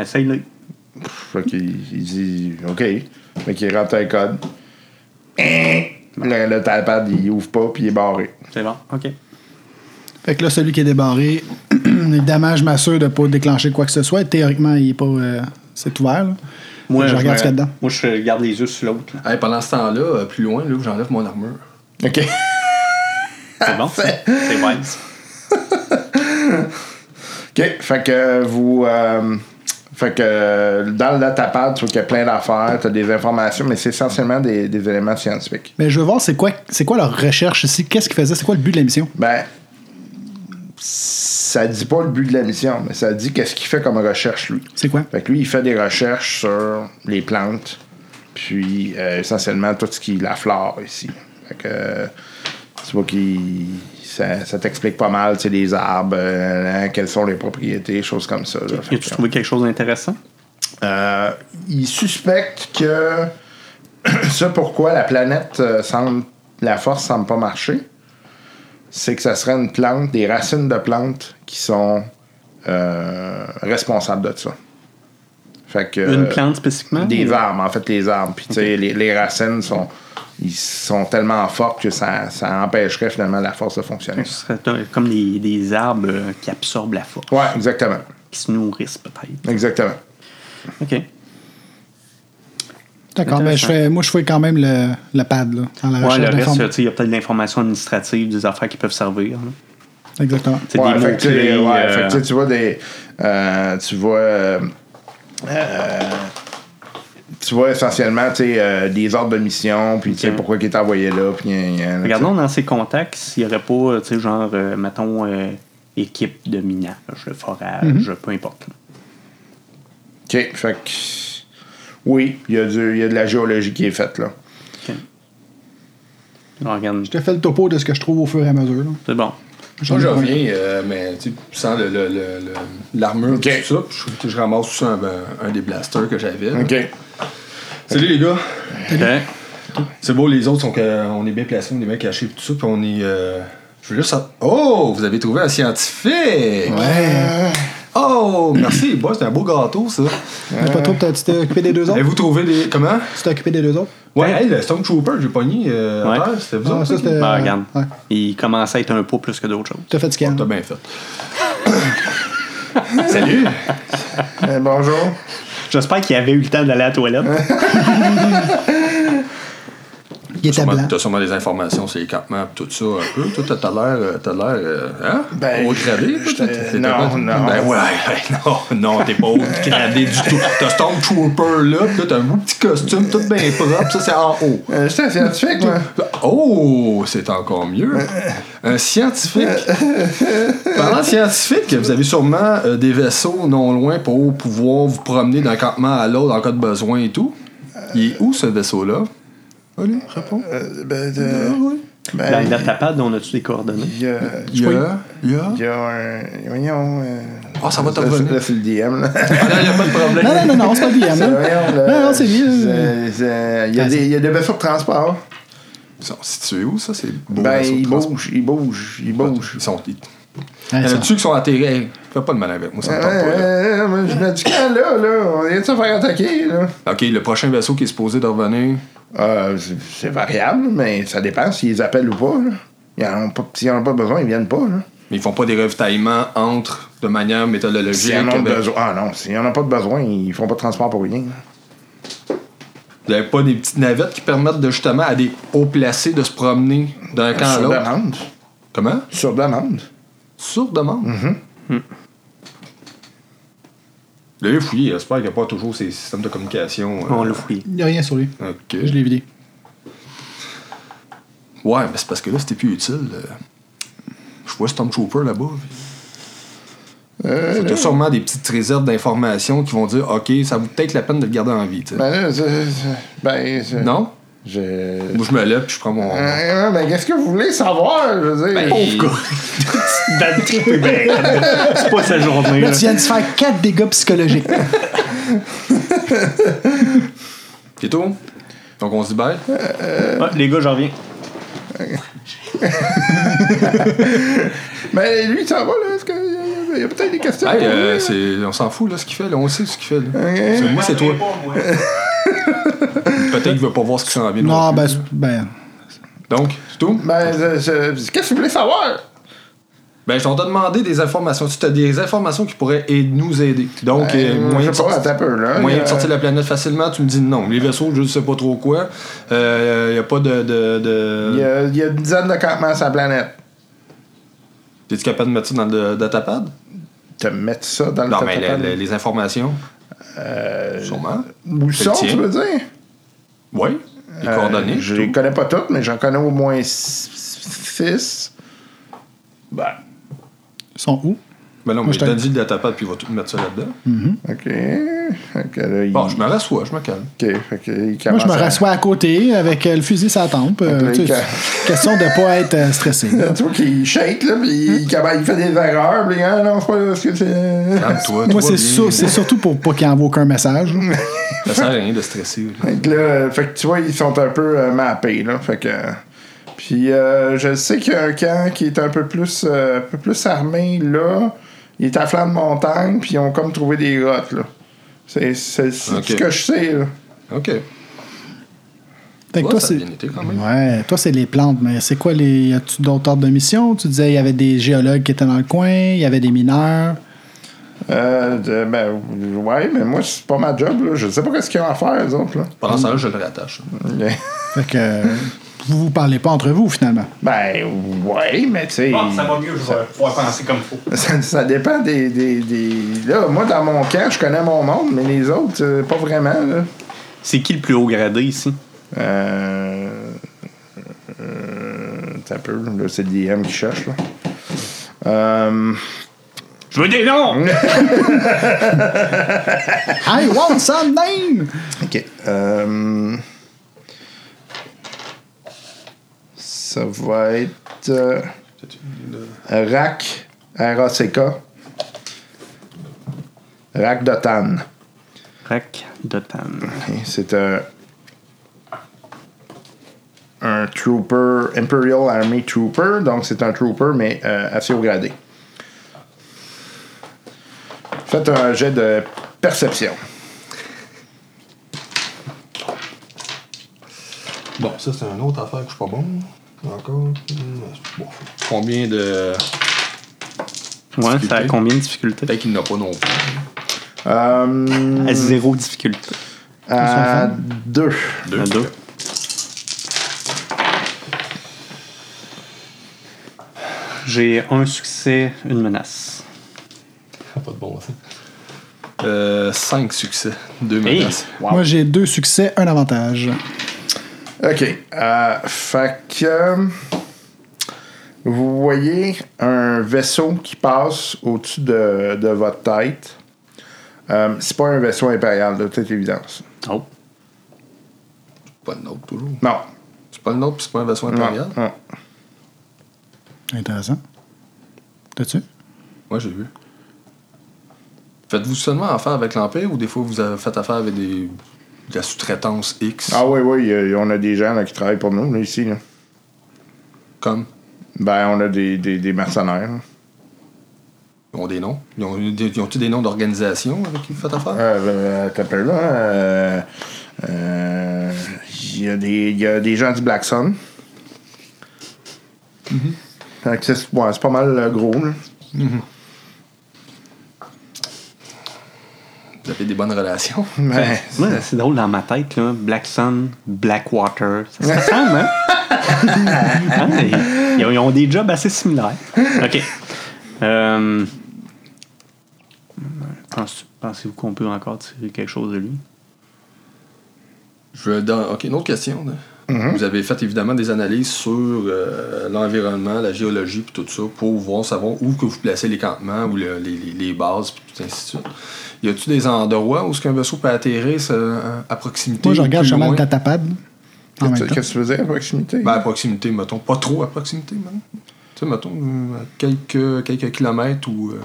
[SPEAKER 6] Essaye-le.
[SPEAKER 5] Fait qu'il il dit OK. Fait qu'il rentre un code. Hein? Le, le tapad, il ouvre pas, puis il est barré.
[SPEAKER 6] C'est bon, ok.
[SPEAKER 8] Fait que là, celui qui est débarré, évidemment, je m'assure de pas déclencher quoi que ce soit. Théoriquement, il est pas. euh, c'est ouvert, là. Moi, je regarde ce qu'il y a dedans.
[SPEAKER 6] Moi, je garde les yeux sur l'autre. là.
[SPEAKER 7] Hey, pendant ce temps-là, euh, plus loin, là, j'enlève mon armure.
[SPEAKER 5] OK.
[SPEAKER 6] C'est bon? ça? C'est wise.
[SPEAKER 5] OK. Fait que vous. euh, fait que euh, dans le tapad, tu vois qu'il y a plein d'affaires, tu as des informations, mais c'est essentiellement des, des éléments scientifiques.
[SPEAKER 8] Mais je veux voir c'est quoi c'est quoi leur recherche ici, qu'est-ce qu'ils faisaient, c'est quoi le but de la mission.
[SPEAKER 5] Ben. Ça dit pas le but de la mission, mais ça dit qu'est-ce qu'il fait comme recherche, lui.
[SPEAKER 8] C'est quoi?
[SPEAKER 5] Fait que lui, il fait des recherches sur les plantes, puis euh, essentiellement tout ce qui est la flore ici. Fait que euh, tu vois qu'il. Ça, ça t'explique pas mal, tu sais, les arbres, euh, hein, quelles sont les propriétés, choses comme ça. là. Fait
[SPEAKER 6] As-tu
[SPEAKER 5] que,
[SPEAKER 6] trouvé quelque chose d'intéressant?
[SPEAKER 5] euh, il suspecte que ce pourquoi la planète euh, semble. La force semble pas marcher, c'est que ça serait une plante, des racines de plantes qui sont euh, responsables de ça. Fait que,
[SPEAKER 6] Une
[SPEAKER 5] euh,
[SPEAKER 6] plante spécifiquement?
[SPEAKER 5] des
[SPEAKER 6] ou-
[SPEAKER 5] arbres, en fait, les arbres. Puis, tu sais, les, les racines sont, ils sont tellement fortes que ça, ça empêcherait finalement la force de fonctionner.
[SPEAKER 6] Ce serait euh, comme des, des arbres euh, qui absorbent la force,
[SPEAKER 5] Ouais, exactement.
[SPEAKER 6] qui se nourrissent peut-être.
[SPEAKER 5] Exactement.
[SPEAKER 6] OK.
[SPEAKER 8] D'accord, ben je
[SPEAKER 6] Intéressant.
[SPEAKER 8] fais moi je fais quand même le, le pad là, dans la
[SPEAKER 6] Ouais,
[SPEAKER 8] recherche
[SPEAKER 6] le reste,
[SPEAKER 8] d'informations.
[SPEAKER 6] tu sais, il y a peut-être de l'information administrative, des affaires qui peuvent servir. là.
[SPEAKER 8] Exactement.
[SPEAKER 6] Tu sais,
[SPEAKER 5] Ouais,
[SPEAKER 6] des
[SPEAKER 5] fait que, tu sais,
[SPEAKER 6] mots-clés,
[SPEAKER 5] ouais,
[SPEAKER 6] euh,
[SPEAKER 5] fait que, tu sais, tu vois des. euh, tu vois. euh, euh, tu vois essentiellement tu sais, euh, des ordres de mission, puis tu sais
[SPEAKER 6] Ok.
[SPEAKER 5] pourquoi il est envoyé là. Puis, gna, gna, gna,
[SPEAKER 6] Regardons dans ses contacts s'il n'y aurait pas, tu sais, genre, euh, mettons, euh, équipe de minage, forage,
[SPEAKER 5] Mhm.
[SPEAKER 6] peu importe.
[SPEAKER 5] tu sais. OK, fait que. Oui, il y, a du- il y a de la géologie qui est faite là.
[SPEAKER 6] On regarde.
[SPEAKER 8] Je te fais le topo de ce que je trouve au fur et à mesure. Là.
[SPEAKER 6] C'est bon.
[SPEAKER 7] Moi, je reviens, euh, mais tu sais, sans le- le- le- le- l'armure,
[SPEAKER 5] Ok.
[SPEAKER 7] tout ça, puis je, je ramasse tout ça un, un des blasters que j'avais. là.
[SPEAKER 5] OK.
[SPEAKER 7] Salut les gars.
[SPEAKER 6] Ok.
[SPEAKER 7] C'est beau, les autres sont que- on est bien placés, on est bien cachés, pis tout ça, puis on est. euh, Je veux juste. sa- Oh, vous avez trouvé un scientifique. Ouais. Oh, merci, boy, c'est un beau gâteau ça.
[SPEAKER 8] Pas trop, t'as- tu t'es occupé des deux autres?
[SPEAKER 7] Avez-vous trouvé des comment?
[SPEAKER 8] Tu t'es occupé des deux autres?
[SPEAKER 7] Ouais, Ben, hey, le Stormtrooper, j'ai pogné. Euh,
[SPEAKER 6] Ouais.
[SPEAKER 7] à terre, C'était vous
[SPEAKER 8] Ah,
[SPEAKER 7] autres,
[SPEAKER 8] ça,
[SPEAKER 7] ça?
[SPEAKER 8] c'était-
[SPEAKER 6] Ben, regarde.
[SPEAKER 8] ouais.
[SPEAKER 6] Il commence à être un pot plus que d'autres choses.
[SPEAKER 8] T'as fait du scan.
[SPEAKER 7] T'as bien Ben, fait. Salut.
[SPEAKER 5] Euh, bonjour.
[SPEAKER 6] J'espère qu'il avait eu le temps d'aller à la toilette.
[SPEAKER 8] Il était
[SPEAKER 7] Sûrement-
[SPEAKER 8] blanc.
[SPEAKER 7] T'as sûrement des informations sur les campements, pis tout ça, un peu. Toi, t'as- t'as l'air. euh, T'as l'air. euh, hein?
[SPEAKER 5] Ben,
[SPEAKER 7] haut gradé, toi,
[SPEAKER 5] j'étais-
[SPEAKER 7] t'étais- t'étais
[SPEAKER 5] non,
[SPEAKER 7] pas-
[SPEAKER 5] non.
[SPEAKER 7] Ben, ouais, ouais, non, non, t'es pas haut gradé du tout. T'as Stormtrooper, là, pis là, t'as un beau petit costume, tout bien propre, ça, c'est en haut.
[SPEAKER 5] Euh, J'étais un scientifique, moi.
[SPEAKER 7] Oh, c'est encore mieux.
[SPEAKER 5] Euh.
[SPEAKER 7] Un scientifique. Parlant de scientifique, vous avez sûrement euh, des vaisseaux non loin pour pouvoir vous promener d'un campement à l'autre en cas de besoin et tout. Il est où ce vaisseau-là? Allez, réponds.
[SPEAKER 5] Euh, ben, euh,
[SPEAKER 6] Dans,
[SPEAKER 5] ben,
[SPEAKER 6] dans ta pad, on a-tu des coordonnées?
[SPEAKER 5] il y a-
[SPEAKER 7] Il y a. Il y a.
[SPEAKER 5] il y a un. Voyons. euh,
[SPEAKER 7] Ah, ça va te
[SPEAKER 5] là, c'est-
[SPEAKER 7] revenir.
[SPEAKER 5] Là, c'est le DM, là.
[SPEAKER 7] Ah non, il n'y a pas de problème.
[SPEAKER 8] Non, non, non, non, c'est pas Guillaume.
[SPEAKER 5] C'est-
[SPEAKER 8] hein.
[SPEAKER 5] voyons, là,
[SPEAKER 8] Non, non, c'est Ah, lui.
[SPEAKER 5] c'est- c'est- Il y a des- il y a des vaisseaux de transport.
[SPEAKER 7] Ils sont situés où, ça? C'est beau.
[SPEAKER 5] Ben,
[SPEAKER 7] vaisseau de
[SPEAKER 5] ils
[SPEAKER 7] transport.
[SPEAKER 5] bougent, ils bougent, ils bougent.
[SPEAKER 7] Ils sont. Ils...
[SPEAKER 8] Ouais,
[SPEAKER 7] Il y en
[SPEAKER 8] ça-
[SPEAKER 7] a-tu qui sont atterrés? Hey, Fais pas de mal avec moi, ça me
[SPEAKER 5] Ouais,
[SPEAKER 7] tente pas. là.
[SPEAKER 5] ouais, ouais, moi, je me dis, ah, là, là, on vient de se faire attaquer, là.
[SPEAKER 7] Ok, le prochain vaisseau qui est supposé de revenir.
[SPEAKER 5] Euh, c'est- c'est variable, mais ça dépend s'ils appellent ou pas, là. Ils en ont pas, s'ils en ont pas besoin, ils viennent pas, là.
[SPEAKER 7] Mais ils font pas des ravitaillements entre de manière méthodologique.
[SPEAKER 5] S'ils en ont
[SPEAKER 7] avec-
[SPEAKER 5] besoin. Ah non, s'ils en ont pas de besoin, ils font pas de transport pour rien.
[SPEAKER 7] Vous avez pas des petites navettes qui permettent de justement à des hauts placés de se promener d'un camp à
[SPEAKER 5] Sur
[SPEAKER 7] l'autre?
[SPEAKER 5] demande.
[SPEAKER 7] Comment?
[SPEAKER 5] Sur demande.
[SPEAKER 7] Sur demande.
[SPEAKER 5] Mm-hmm.
[SPEAKER 7] Mm. Là, il a fouillé. J'espère qu'il n'y a pas toujours ces systèmes de communication. euh,
[SPEAKER 6] On l'a fouillé.
[SPEAKER 8] Il n'y a rien sur lui.
[SPEAKER 7] Ok.
[SPEAKER 8] Je l'ai vidé.
[SPEAKER 7] Ouais, mais c'est parce que là, c'était plus utile. euh. Je vois Stormtrooper là-bas.
[SPEAKER 5] Euh,
[SPEAKER 7] Il y a sûrement des petites réserves d'informations qui vont dire OK, ça vaut peut-être la peine de le garder en vie. tu sais.
[SPEAKER 5] Ben là, c'est- c'est- ben, c'est-
[SPEAKER 7] non
[SPEAKER 5] Je.
[SPEAKER 7] Moi, je me lève puis je prends mon.
[SPEAKER 5] Euh, ben, qu'est-ce que vous voulez savoir, je veux dire?
[SPEAKER 6] Dans le trip, eh ben, C'est pas sa journée.
[SPEAKER 8] Là,
[SPEAKER 6] là.
[SPEAKER 8] tu viens de se faire 4 dégâts psychologiques.
[SPEAKER 7] C'est tout. Donc, on se dit bye.
[SPEAKER 6] Ah, les gars, j'en reviens.
[SPEAKER 5] Ben, lui, ça va, là? Est-ce qu'il y a, il y a peut-être des questions?
[SPEAKER 7] Hey,
[SPEAKER 5] pour lui,
[SPEAKER 7] euh,
[SPEAKER 5] là?
[SPEAKER 7] c'est- on s'en fout, là, ce qu'il fait. Là, on sait ce qu'il fait. Là. C'est- Moi, c'est toi. Peut-être qu'il veut pas voir ce qui s'en vient. non
[SPEAKER 8] non,
[SPEAKER 7] plus.
[SPEAKER 8] ben, c'est- ben.
[SPEAKER 7] Donc, c'est tout.
[SPEAKER 5] Ben, je- je- qu'est-ce que vous voulez savoir?
[SPEAKER 7] Ben, je t'en ai demandé des informations. Si tu as des informations qui pourraient aide- nous aider. Donc,
[SPEAKER 5] Euh,
[SPEAKER 7] euh, moyen, de
[SPEAKER 5] je sais pas,
[SPEAKER 7] sortir,
[SPEAKER 5] attends un peu, là. Euh,
[SPEAKER 7] moyen
[SPEAKER 5] Il y a-
[SPEAKER 7] de sortir de la planète facilement, tu me dis non. Les vaisseaux, je ne sais pas trop quoi. Il n'y a pas de. de,
[SPEAKER 5] Il y
[SPEAKER 7] de...
[SPEAKER 5] a, il y a une dizaine de campements sur la planète.
[SPEAKER 7] T'es-tu capable de mettre ça dans le datapad?
[SPEAKER 5] Te mettre ça dans le Euh,
[SPEAKER 7] Non, mais
[SPEAKER 5] tatapad.
[SPEAKER 7] le- le- les informations. Sûrement.
[SPEAKER 5] Où
[SPEAKER 7] c'est
[SPEAKER 5] sont,
[SPEAKER 7] le tien.
[SPEAKER 5] tu veux dire?
[SPEAKER 7] Oui. Les
[SPEAKER 5] Euh,
[SPEAKER 7] coordonnées.
[SPEAKER 5] Je
[SPEAKER 7] tout.
[SPEAKER 5] les connais pas toutes, mais j'en connais au moins six. Ben,
[SPEAKER 8] Ils sont où?
[SPEAKER 7] Ben non,
[SPEAKER 8] Moi,
[SPEAKER 7] mais
[SPEAKER 8] je t'ai-
[SPEAKER 7] donne-y le datapad, puis il va tout mettre ça là-dedans.
[SPEAKER 5] OK. OK, là, il...
[SPEAKER 7] Bon, je me rassois, je me calme.
[SPEAKER 5] OK, fait que il
[SPEAKER 8] Moi, je me
[SPEAKER 5] commence à-
[SPEAKER 8] rassois à côté avec euh, le fusil sur la tempe. euh,
[SPEAKER 5] Avec
[SPEAKER 8] tu sais,
[SPEAKER 5] le-
[SPEAKER 8] c'est- question de pas être euh, stressé.
[SPEAKER 5] Tu vois qu'il shake, là, puis il, commence- il fait des erreurs, puis ah, non, c'est pas ce que c'est...
[SPEAKER 7] Calme-toi.
[SPEAKER 8] Moi,
[SPEAKER 7] toi,
[SPEAKER 8] c'est
[SPEAKER 7] bien.
[SPEAKER 8] sûr- c'est surtout pour pas qu'il envoie aucun message. là.
[SPEAKER 7] Ça sert à rien de stresser. là.
[SPEAKER 5] Fait que là, euh, fait que tu vois, ils sont un peu euh, mappés, là. Fait que... Puis euh, je sais qu'il y a un camp qui est un peu plus, euh, un peu plus armé, là. Il est à flanc de montagne, puis ils ont comme trouvé des grottes, là. C'est c'est- c'est
[SPEAKER 7] Ok.
[SPEAKER 5] ce que je sais, là.
[SPEAKER 7] OK.
[SPEAKER 8] Fait que
[SPEAKER 7] Ouais,
[SPEAKER 8] toi,
[SPEAKER 7] ça a
[SPEAKER 8] c'est.
[SPEAKER 7] bien été quand même.
[SPEAKER 8] Ouais, toi, c'est les plantes, mais c'est quoi les. Y a-tu d'autres ordres de mission? Tu disais, il y avait des géologues qui étaient dans le coin, il y avait des mineurs.
[SPEAKER 5] Euh, de- ben, ouais, mais moi, c'est pas ma job, là. Je sais pas qu'est-ce qu'ils ont à faire, les autres, là.
[SPEAKER 7] Pendant ce temps-là, je le rattache. hein.
[SPEAKER 8] Fait que. euh, Vous vous parlez pas entre vous, finalement.
[SPEAKER 5] ben, ouais, mais tu sais.
[SPEAKER 6] mieux, je vais pouvoir penser comme faut.
[SPEAKER 5] ça, ça dépend des, des, des- Là, moi, dans mon camp, je connais mon monde, mais les autres, euh, pas vraiment, là.
[SPEAKER 6] C'est qui le plus haut gradé ici?
[SPEAKER 5] Euh. euh, T'as peu, là, c'est le DM qui cherche, là. Euh,
[SPEAKER 6] Je veux des noms!
[SPEAKER 8] I want some name!
[SPEAKER 5] ok. Euh, ça va être. euh, RAC, R-A-C-K. RAC de Tannes.
[SPEAKER 6] Rack de Tan.
[SPEAKER 5] C'est un un trooper, Imperial Army Trooper, donc c'est un trooper, mais euh, assez haut gradé. Faites un jet de perception.
[SPEAKER 7] Bon, ça, c'est une autre affaire que je suis pas bon. Encore. Hum, bon. Combien de.
[SPEAKER 6] Ouais, ça a combien de difficultés?
[SPEAKER 7] Peut-être qu'il n'a pas non plus.
[SPEAKER 5] Euh,
[SPEAKER 6] À zéro difficulté.
[SPEAKER 5] à deux.
[SPEAKER 6] À deux. J'ai un succès, une menace.
[SPEAKER 7] Pas de bon sens. Euh, 5 succès, 2
[SPEAKER 6] Hey!
[SPEAKER 7] menaces.
[SPEAKER 6] Wow.
[SPEAKER 8] Moi, j'ai deux succès, un avantage.
[SPEAKER 5] OK. Euh, fait que euh, vous voyez un vaisseau qui passe au-dessus de, de votre tête. Euh, c'est pas un vaisseau impérial, de toute évidence.
[SPEAKER 6] Oh.
[SPEAKER 7] Pas de nôtre, toujours.
[SPEAKER 5] Non.
[SPEAKER 7] C'est pas le nôtre, puis c'est pas un vaisseau impérial.
[SPEAKER 5] Non, non.
[SPEAKER 8] Intéressant. T'as-tu?
[SPEAKER 7] Moi, j'ai vu. Faites-vous seulement affaire avec l'Empire ou des fois vous avez fait affaire avec des... de la sous-traitance X
[SPEAKER 5] Ah oui, oui, euh, on a des gens là, qui travaillent pour nous, là, ici. là.
[SPEAKER 7] Comme
[SPEAKER 5] Ben, on a des, des, des mercenaires. là.
[SPEAKER 7] Ils ont des noms. Ils ont, ils ont-ils des noms d'organisations avec qui vous faites affaire
[SPEAKER 5] Euh, euh, t'as peur, là. euh, euh, Il y, a des- il y a des gens du Black Sun. Mm-hmm. Fait que c'est, ouais, c'est pas mal euh, gros, là.
[SPEAKER 7] Ah, Vous avez des bonnes relations
[SPEAKER 5] Ben,
[SPEAKER 6] Moi, c'est drôle dans ma tête, là. Black Sun, Blackwater. Ça se ressemble, hein? Hein, ils- ils, ont- ils ont des jobs assez similaires. OK. Euh, pense- Pensez-vous qu'on peut encore tirer quelque chose de lui?
[SPEAKER 7] Je veux dans- Ok, une autre question. là.
[SPEAKER 8] Mm-hmm.
[SPEAKER 7] Vous avez fait évidemment des analyses sur euh, l'environnement, la géologie, puis tout ça, pour voir savoir où que vous placez les campements ou le- les, les- les bases, puis tout ainsi de suite. Y a-tu des endroits où ce qu'un vaisseau peut atterrir ça, à proximité
[SPEAKER 8] Moi, je
[SPEAKER 7] ou
[SPEAKER 8] regarde
[SPEAKER 7] plus
[SPEAKER 8] Chaman
[SPEAKER 7] loin?
[SPEAKER 8] le tatapable. En même temps.
[SPEAKER 5] Qu'est-ce que tu faisais à proximité?
[SPEAKER 7] Ben, à proximité, mettons. Pas trop à proximité, même. Tu sais, mettons, euh, à quelques, quelques kilomètres où, euh, où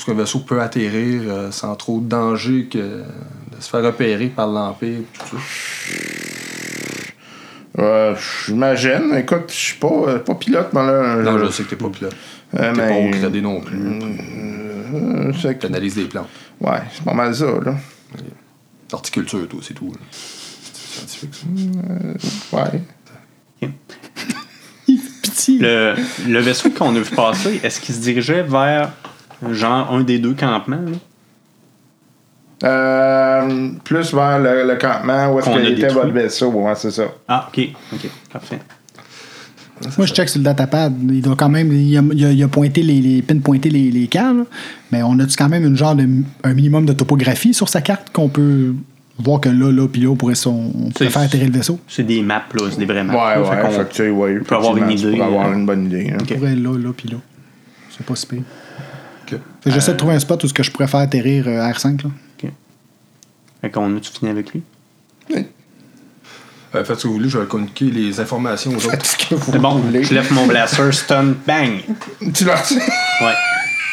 [SPEAKER 7] ce qu'un vaisseau peut atterrir euh, sans trop de danger que de se faire repérer par l'Empire, puis tout ça.
[SPEAKER 5] Euh, J'imagine. Écoute, je suis pas, euh, pas pilote, mais là.
[SPEAKER 7] Non, je sais que t'es pas pilote.
[SPEAKER 5] Euh,
[SPEAKER 7] T'es
[SPEAKER 5] mais-
[SPEAKER 7] pas au gradé non plus. hein.
[SPEAKER 5] Euh, c'est que-
[SPEAKER 7] T'analyses des plantes.
[SPEAKER 5] euh, Ouais, c'est pas mal ça, là.
[SPEAKER 7] Horticulture, toi, c'est tout. là. C'est scientifique, ça.
[SPEAKER 5] Ouais.
[SPEAKER 8] Pitié.
[SPEAKER 6] Le, le vaisseau qu'on a vu passer, est-ce qu'il se dirigeait vers genre un des deux campements? là?
[SPEAKER 5] Euh, plus vers le, le campement où est-ce
[SPEAKER 6] Qu'on
[SPEAKER 5] qu'il
[SPEAKER 6] a
[SPEAKER 5] était
[SPEAKER 6] détruit.
[SPEAKER 5] votre vaisseau. Ouais, c'est ça.
[SPEAKER 6] Ah, OK. OK, parfait.
[SPEAKER 8] Moi, je check sur le datapad. Il doit quand même. Il a, il a- il a pointé les, les pins pointé les, les camps, là. Mais on a-tu quand même une genre de, un minimum de topographie sur sa carte qu'on peut voir que là, là, puis là, on pourrait, son, on pourrait
[SPEAKER 6] C'est-
[SPEAKER 8] faire atterrir le vaisseau?
[SPEAKER 6] C'est des maps, là. C'est des vraies maps.
[SPEAKER 5] Ouais,
[SPEAKER 6] là,
[SPEAKER 5] ouais.
[SPEAKER 6] fait qu'on-
[SPEAKER 5] Fait que, tu sais, ouais,
[SPEAKER 6] on peut avoir une
[SPEAKER 5] effectivement,
[SPEAKER 6] idée.
[SPEAKER 5] Pour avoir
[SPEAKER 6] euh,
[SPEAKER 5] une bonne idée. hein.
[SPEAKER 8] On
[SPEAKER 6] Ok.
[SPEAKER 8] pourrait là, là, puis là. C'est pas si pire. Fait que J'essaie de trouver un spot où ce que je pourrais faire atterrir euh, R5, là.
[SPEAKER 6] Fait qu'on a-tu fini avec lui?
[SPEAKER 7] Euh, faites ce que vous voulez, je vais communiquer les informations aux autres.
[SPEAKER 6] C'est bon, je lève mon blaster, stun, bang!
[SPEAKER 5] Tu l'as reçu? Ah.
[SPEAKER 6] Ouais.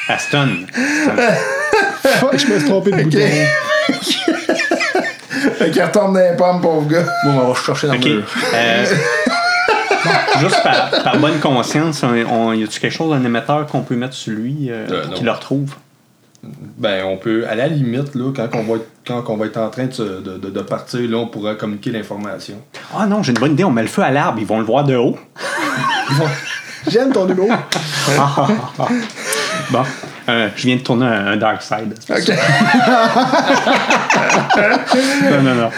[SPEAKER 6] À stun. Stun.
[SPEAKER 8] Fuck, je me suis trompé de bouton.
[SPEAKER 5] Fait qu'il retourne dans les pommes, pauvre gars.
[SPEAKER 7] Moi, on va rechercher dans
[SPEAKER 6] OK.
[SPEAKER 7] le mur.
[SPEAKER 6] Euh, juste par, par bonne conscience, on, on- y a-tu quelque chose, un émetteur qu'on peut mettre sur lui euh,
[SPEAKER 7] Euh,
[SPEAKER 6] pour
[SPEAKER 7] non.
[SPEAKER 6] qu'il le retrouve?
[SPEAKER 7] Ben, on peut, à la limite, là, quand, on va, être, quand on va être en train de, se- de, de- de partir, là, on pourra communiquer l'information.
[SPEAKER 6] Ah non, j'ai une bonne idée, on met le feu à l'arbre, ils vont le voir de haut.
[SPEAKER 5] J'aime ton humour.
[SPEAKER 6] Bon, euh, je viens de tourner un, un Dark Side. c'est pour
[SPEAKER 5] OK.
[SPEAKER 6] ça. Non, non, non.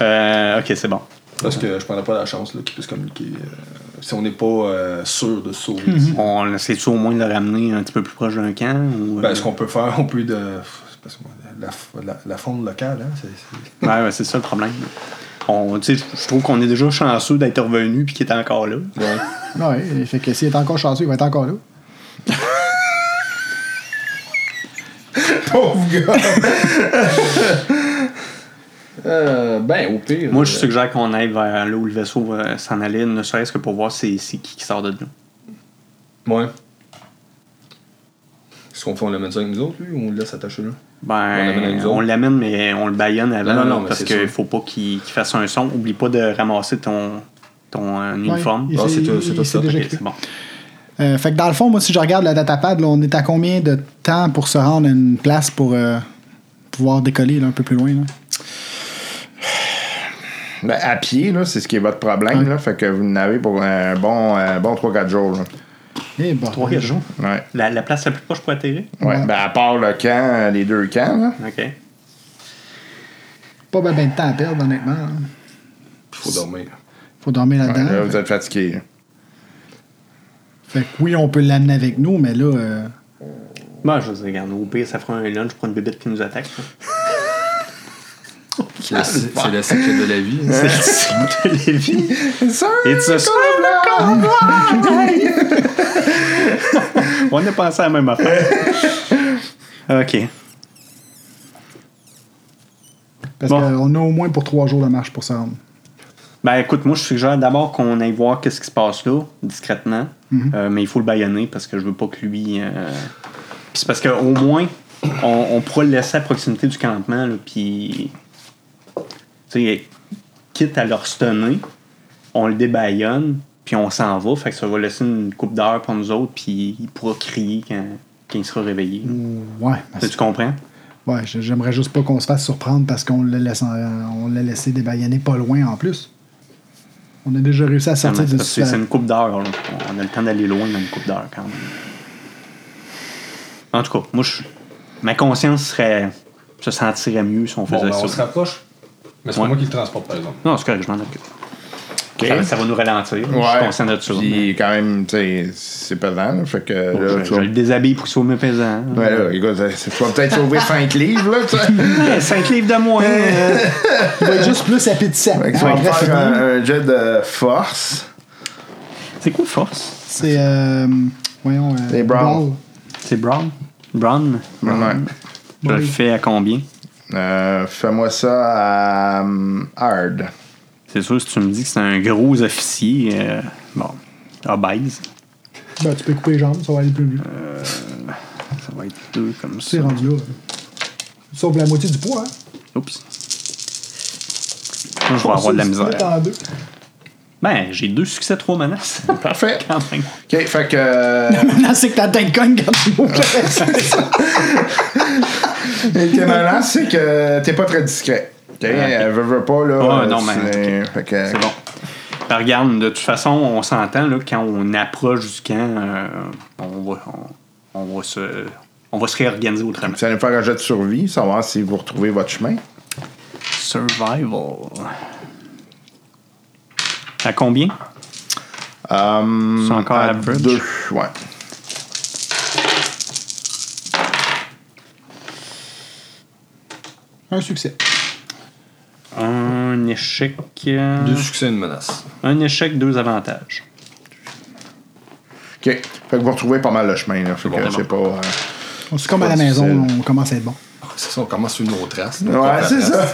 [SPEAKER 6] Euh, ok, c'est bon.
[SPEAKER 7] Parce que je prendrais pas la chance là, qu'ils puissent communiquer euh, si on n'est pas euh, sûr de se sauver.
[SPEAKER 6] On essaie-tu au moins de le ramener un petit peu plus proche d'un camp? Ou, euh,
[SPEAKER 7] Ben, ce qu'on peut faire, on peut de. parce que La, la, la faune locale, hein, c'est- c'est-
[SPEAKER 6] Ouais, ouais, c'est ça le problème. On, tu sais, je je trouve qu'on est déjà chanceux d'être revenu puis qu'il est encore là.
[SPEAKER 7] Ouais.
[SPEAKER 8] Ouais, euh, fait que s'il est encore chanceux, il va être encore là.
[SPEAKER 5] Pauvre gars.
[SPEAKER 7] Euh, ben, au pire.
[SPEAKER 6] Moi, je
[SPEAKER 7] euh,
[SPEAKER 6] suggère qu'on aille vers là où le vaisseau va s'en aller, ne serait-ce que pour voir c'est c'est qui qui sort de là.
[SPEAKER 7] Ouais. Est-ce qu'on fait, on l'amène ça avec nous autres, lui, ou on le laisse attaché là On l'amène avec
[SPEAKER 6] Ben,
[SPEAKER 7] nous autres.
[SPEAKER 6] on l'amène, mais on le baillonne avant
[SPEAKER 7] Non, non, non,
[SPEAKER 6] là,
[SPEAKER 7] mais
[SPEAKER 6] parce
[SPEAKER 7] c'est
[SPEAKER 6] qu'il
[SPEAKER 7] sûr.
[SPEAKER 6] faut pas qu'il qu'il fasse un son. Oublie pas de ramasser ton, ton euh,
[SPEAKER 8] Ouais,
[SPEAKER 6] uniforme.
[SPEAKER 8] il
[SPEAKER 7] Ah,
[SPEAKER 8] s'est-
[SPEAKER 7] c'est tout- c'est
[SPEAKER 8] il
[SPEAKER 7] tout
[SPEAKER 8] s'est
[SPEAKER 7] ça,
[SPEAKER 6] Ok,
[SPEAKER 8] déjà
[SPEAKER 6] c'est
[SPEAKER 8] équipé.
[SPEAKER 6] bon.
[SPEAKER 8] Euh, fait que dans le fond, moi, si je regarde la datapad, là, on est à combien de temps pour se rendre à une place pour euh, pouvoir décoller là, un peu plus loin? là?
[SPEAKER 5] Ben, à pied, là, c'est ce qui est votre problème.
[SPEAKER 8] Ouais.
[SPEAKER 5] Là, fait que vous n'avez pour un bon, un bon 3-4 jours. là.
[SPEAKER 8] Eh bon.
[SPEAKER 6] Trois, quatre jours.
[SPEAKER 5] Ouais.
[SPEAKER 6] La, la place la plus proche pour atterrir?
[SPEAKER 5] Ouais. Ben, à part le camp, euh, les deux camps. Là.
[SPEAKER 6] OK.
[SPEAKER 8] Pas ben, ben de temps à perdre, honnêtement. là.
[SPEAKER 7] Il faut dormir.
[SPEAKER 8] Faut dormir
[SPEAKER 5] Ouais,
[SPEAKER 6] Mm-hmm.
[SPEAKER 8] là-dedans.
[SPEAKER 5] là,
[SPEAKER 6] euh,
[SPEAKER 5] vous êtes fatigué. là.
[SPEAKER 8] Fait que oui, on peut l'amener avec nous, mais là, euh,
[SPEAKER 6] Bon, Ben, je vous regarde. Au pire, ça fera un lunch pour une bébête qui nous attaque. là.
[SPEAKER 7] C'est c'est le cycle de la vie. hein.
[SPEAKER 6] C'est le cycle de la vie. It's a circle of life. On a pensé à la même affaire. OK.
[SPEAKER 8] parce
[SPEAKER 6] Bon.
[SPEAKER 8] qu'on a au moins pour trois jours de marche pour se rendre.
[SPEAKER 6] Ben écoute, moi je suggère d'abord qu'on aille voir qu'est-ce qui se passe là, discrètement. Euh, mais il faut le baïonner parce que je veux pas que lui. euh, Puis c'est parce qu'au moins, on, on pourra le laisser à proximité du campement, là, puis. Tu sais, quitte à le retenir, on le débaillonne, puis on s'en va. Fait que ça va laisser une coupe d'heure pour nous autres, puis il pourra crier quand, quand il sera réveillé.
[SPEAKER 8] Ouais, parce-
[SPEAKER 6] Tu comprends?
[SPEAKER 8] ouais je- j'aimerais juste pas qu'on se fasse surprendre parce qu'on l'a laissé, euh, on l'a laissé débaïonner pas loin en plus. On a déjà réussi à sortir
[SPEAKER 6] Parce
[SPEAKER 8] de
[SPEAKER 6] que c'est c'est
[SPEAKER 8] situation.
[SPEAKER 6] une coupe d'heure. là. On a le temps d'aller loin dans une coupe d'heure quand même. En tout cas, moi, je- ma conscience serait, se sentirait mieux si on
[SPEAKER 9] Bon,
[SPEAKER 6] faisait
[SPEAKER 9] ben, on se
[SPEAKER 6] ça.
[SPEAKER 9] rapproche, mais c'est
[SPEAKER 6] Ouais.
[SPEAKER 9] pas moi qui le transporte, par exemple.
[SPEAKER 6] Non, c'est correct, je m'en occupe. Ça, ça va nous ralentir. Je suis
[SPEAKER 5] Ouais.
[SPEAKER 6] conscient de ça.
[SPEAKER 5] Puis, quand même, tu sais, c'est pesant. Là, fait que
[SPEAKER 6] Bon,
[SPEAKER 5] là,
[SPEAKER 6] je,
[SPEAKER 5] tu
[SPEAKER 6] je
[SPEAKER 5] vas-
[SPEAKER 6] le déshabille pour qu'il soit moins pesant.
[SPEAKER 5] Ouais, là, écoute, euh, tu vas peut-être sauver 5 livres. Là, tu sais.
[SPEAKER 6] Hey, 5 livres de moins. euh.
[SPEAKER 8] Il va être juste plus appétissant.
[SPEAKER 5] Fait que tu
[SPEAKER 8] Ah,
[SPEAKER 5] vas me
[SPEAKER 8] bref,
[SPEAKER 5] faire un, un jet de force.
[SPEAKER 6] c'est quoi force?
[SPEAKER 8] C'est. euh, voyons. euh,
[SPEAKER 5] C'est Brawl.
[SPEAKER 6] C'est Brown? Brown?
[SPEAKER 5] Ouais.
[SPEAKER 6] Je le fais à combien?
[SPEAKER 5] Euh, Fais-moi ça à euh, Hard.
[SPEAKER 6] C'est sûr, si tu me dis que c'est un gros officier, euh, bon, obèse,
[SPEAKER 8] Ben, tu peux couper les jambes, ça va aller plus vite.
[SPEAKER 6] ça va être deux comme ça.
[SPEAKER 8] C'est rendu là. Tu sauves la moitié du poids. Hein?
[SPEAKER 6] Oups. Moi, je vais avoir de la
[SPEAKER 8] Tu splits
[SPEAKER 6] misère.
[SPEAKER 8] en deux.
[SPEAKER 6] Ben, j'ai deux succès, trois menaces.
[SPEAKER 5] Parfait.
[SPEAKER 6] Quand même.
[SPEAKER 5] Ok, fait que. euh,
[SPEAKER 8] Maintenant, c'est que ta tête cogne quand tu bouges.
[SPEAKER 5] Le témoignage, c'est que t'es pas très discret. Ok, elle veut, veut pas, là.
[SPEAKER 6] Ah,
[SPEAKER 5] euh,
[SPEAKER 6] non, mais-
[SPEAKER 5] c'est- fait que-
[SPEAKER 6] C'est bon. Ben, regarde, de toute façon, on s'entend, là, quand on approche du camp, euh, on, va, on, on va se, on va se réorganiser autrement.
[SPEAKER 5] Vous allez me faire un jet de survie, savoir si vous retrouvez votre chemin.
[SPEAKER 6] Survival. À combien?
[SPEAKER 5] Hum,
[SPEAKER 6] C'est encore à average?
[SPEAKER 5] Euh, Deux, ouais.
[SPEAKER 8] Un succès.
[SPEAKER 6] Un échec. euh,
[SPEAKER 7] Deux succès et une menace.
[SPEAKER 6] Un échec, deux avantages.
[SPEAKER 5] Ok, fait que vous retrouvez pas mal le chemin, là. Fait
[SPEAKER 7] bon,
[SPEAKER 5] que
[SPEAKER 7] c'est
[SPEAKER 5] c'est pas. euh,
[SPEAKER 8] On se comme à la
[SPEAKER 5] Pas
[SPEAKER 8] maison,
[SPEAKER 5] difficile.
[SPEAKER 8] on commence à être bon.
[SPEAKER 7] C'est ça, on commence une autre trace.
[SPEAKER 5] Ouais, c'est ça.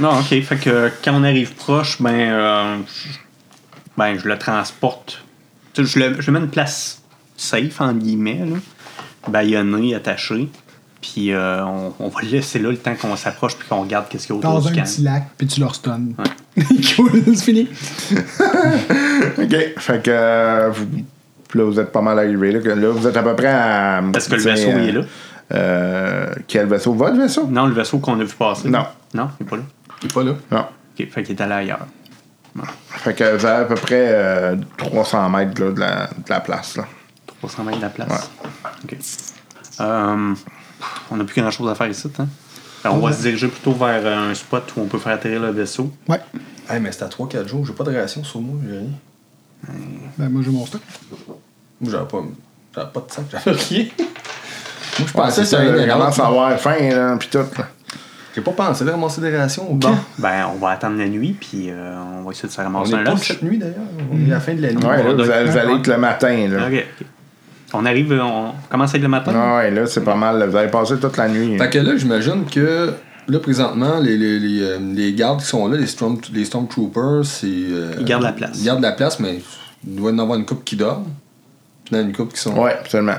[SPEAKER 6] Non, ok. Fait que quand on arrive proche, ben, euh, je- ben je le transporte. Tu sais, je, le, je le mets une place safe, en guillemets, là, baïonné, attaché. Puis euh, on, on va le laisser là le temps qu'on s'approche puis qu'on regarde qu'est-ce qu'il y a autour
[SPEAKER 8] Dans un
[SPEAKER 6] du camp.
[SPEAKER 8] petit lac, puis tu leur stunnes. cool, c'est fini.
[SPEAKER 5] Ok, fait que. euh, vous- Là, vous êtes pas mal arrivé. Là, que- là, vous êtes à peu près à.
[SPEAKER 6] Est-ce que le
[SPEAKER 5] tu sais,
[SPEAKER 6] vaisseau, il est
[SPEAKER 5] euh,
[SPEAKER 6] là?
[SPEAKER 5] euh, quel vaisseau Votre vaisseau
[SPEAKER 6] Non, le vaisseau qu'on a vu passer.
[SPEAKER 5] Non.
[SPEAKER 6] Non, il n'est pas là.
[SPEAKER 7] Il est pas là.
[SPEAKER 5] Non.
[SPEAKER 6] Ok, fait qu'il est allé ailleurs.
[SPEAKER 5] Fait que vous avez à peu près euh, 300 mètres là, de, la, de la place. Là.
[SPEAKER 6] 300 mètres de la place. Ok. Euh, on n'a plus grand chose à faire ici, hein? Alors, on va se diriger plutôt vers euh, un spot où on peut faire atterrir le vaisseau.
[SPEAKER 8] Ouais.
[SPEAKER 7] Hey, mais c'est à 3-4 jours, j'ai pas de réaction sur moi, j'ai rien.
[SPEAKER 8] Ben, moi, j'ai mon stock.
[SPEAKER 7] Moi, j'avais pas, j'avais pas de sac, j'avais rien. Moi, je
[SPEAKER 5] Ouais,
[SPEAKER 7] pensais que
[SPEAKER 5] ça,
[SPEAKER 7] c'était
[SPEAKER 5] là,
[SPEAKER 7] une
[SPEAKER 5] il
[SPEAKER 7] erreur.
[SPEAKER 5] commence à avoir faim, là, pis tout. là.
[SPEAKER 7] J'ai pas pensé de ramasser des réactions au
[SPEAKER 6] Bon,
[SPEAKER 7] bon.
[SPEAKER 6] ben, on va attendre la nuit, puis euh, on va essayer de se
[SPEAKER 7] On
[SPEAKER 6] ramasser
[SPEAKER 7] est
[SPEAKER 6] un
[SPEAKER 7] pas de
[SPEAKER 6] lunch.
[SPEAKER 7] cette nuit d'ailleurs, on est à la fin de la nuit.
[SPEAKER 5] Ouais, là,
[SPEAKER 6] doit
[SPEAKER 5] vous
[SPEAKER 6] être
[SPEAKER 5] allez, vous
[SPEAKER 6] plein,
[SPEAKER 5] allez
[SPEAKER 6] ouais.
[SPEAKER 5] être le matin, là.
[SPEAKER 6] Ok, ok. On arrive, euh, on commence à être le matin.
[SPEAKER 5] Ah ouais, là, c'est pas mal. là. Vous avez passé toute la nuit.
[SPEAKER 7] Fait que là, j'imagine que là, présentement, les, les, les, euh, les gardes qui sont là, les, Storm, les Stormtroopers, c'est. euh,
[SPEAKER 6] Ils gardent la place.
[SPEAKER 7] Ils gardent la place, mais il doit y en avoir une coupe qui dort. Puis il y en a une coupe qui sont.
[SPEAKER 5] Ouais, absolument.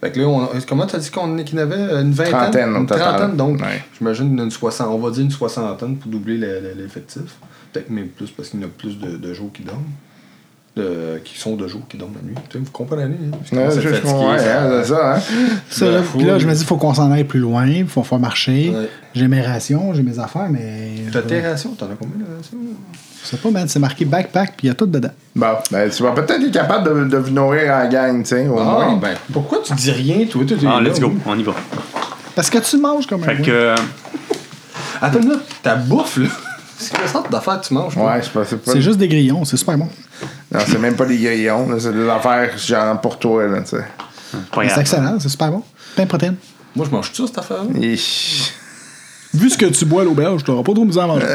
[SPEAKER 7] Fait que là, on- comment t'as dit qu'on qu'il y en avait euh, une vingtaine
[SPEAKER 5] Trentaine, au
[SPEAKER 7] Une
[SPEAKER 5] total.
[SPEAKER 7] trentaine, donc
[SPEAKER 5] Ouais.
[SPEAKER 7] j'imagine une soixantaine, on va dire une soixantaine pour doubler le- le- l'effectif. peut-être même plus parce qu'il y en a plus de, de jours qui dorment. De- qui sont de jours qui dorment la nuit. Tu sais, vous comprenez? Hein? Parce que
[SPEAKER 5] Ouais,
[SPEAKER 7] quand c'est
[SPEAKER 5] je- je
[SPEAKER 7] fatigué,
[SPEAKER 5] comprends,
[SPEAKER 7] ça-
[SPEAKER 5] hein, c'est ça, hein?
[SPEAKER 8] Ça,
[SPEAKER 7] Ben,
[SPEAKER 8] là,
[SPEAKER 7] fou,
[SPEAKER 8] puis là, je
[SPEAKER 7] oui.
[SPEAKER 8] me dis, faut qu'on s'en aille plus loin, il faut faire marcher.
[SPEAKER 7] Ouais.
[SPEAKER 8] J'ai mes rations, j'ai mes affaires, mais.
[SPEAKER 7] T'as tes
[SPEAKER 8] Je
[SPEAKER 7] rations, t'en as combien de rations?
[SPEAKER 8] sais pas, man, c'est marqué backpack, puis il y a tout dedans.
[SPEAKER 5] Bon, ben, tu vas peut-être être capable de, de vous nourrir à la gang, tu sais, au moins.
[SPEAKER 7] ben, pourquoi tu dis rien, toi? Toi, t'es
[SPEAKER 6] Ah,
[SPEAKER 7] là,
[SPEAKER 6] let's go, on y va.
[SPEAKER 8] Parce que tu manges comme un.
[SPEAKER 6] Fait
[SPEAKER 8] roi.
[SPEAKER 6] que. euh,
[SPEAKER 7] Attends une minute, ta bouffe, là. C'est quelle sorte d'affaire tu manges? toi?
[SPEAKER 5] Ouais, c'est pas. C'est pas-
[SPEAKER 8] C'est juste des grillons, c'est super bon.
[SPEAKER 5] Non, c'est même pas des grillons, là, c'est des affaires genre pour toi, là, tu sais.
[SPEAKER 6] pas
[SPEAKER 8] C'est
[SPEAKER 6] grave.
[SPEAKER 8] excellent, c'est super bon. Plein de protéines.
[SPEAKER 7] Moi, je mange tout cette affaire-là.
[SPEAKER 5] Ich.
[SPEAKER 8] Vu ce que tu bois à l'auberge, t'auras pas trop besoin à manger.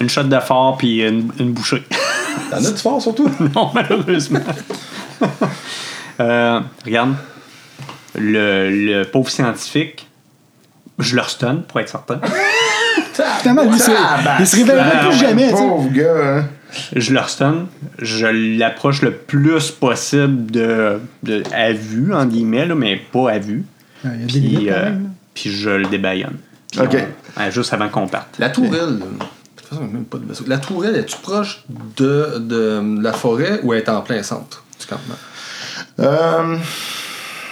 [SPEAKER 6] Une shot de fort puis une, une bouchée.
[SPEAKER 7] T'en as du fort, surtout?
[SPEAKER 6] non, malheureusement. Euh, regarde. Le, le pauvre scientifique, je le stun pour être certain.
[SPEAKER 8] Finalement, lui, c'est- il se réveillera plus jamais, tu sais.
[SPEAKER 5] Pauvre gars, hein.
[SPEAKER 6] Je le stun, je l'approche le plus possible de, de à vue, en guillemets, là, mais pas à vue.
[SPEAKER 8] Ouais, il y a des limites,
[SPEAKER 6] Puis,
[SPEAKER 8] quand
[SPEAKER 6] euh,
[SPEAKER 8] même, là.
[SPEAKER 6] puis je le débaillonne. Puis
[SPEAKER 5] Ok.
[SPEAKER 6] on- euh, juste avant qu'on parte.
[SPEAKER 7] La tourelle, là. De toute façon, il y a même pas de vaisseau. La tourelle, es-tu proche de, de la forêt ou elle est en plein centre du campement?
[SPEAKER 5] Euh,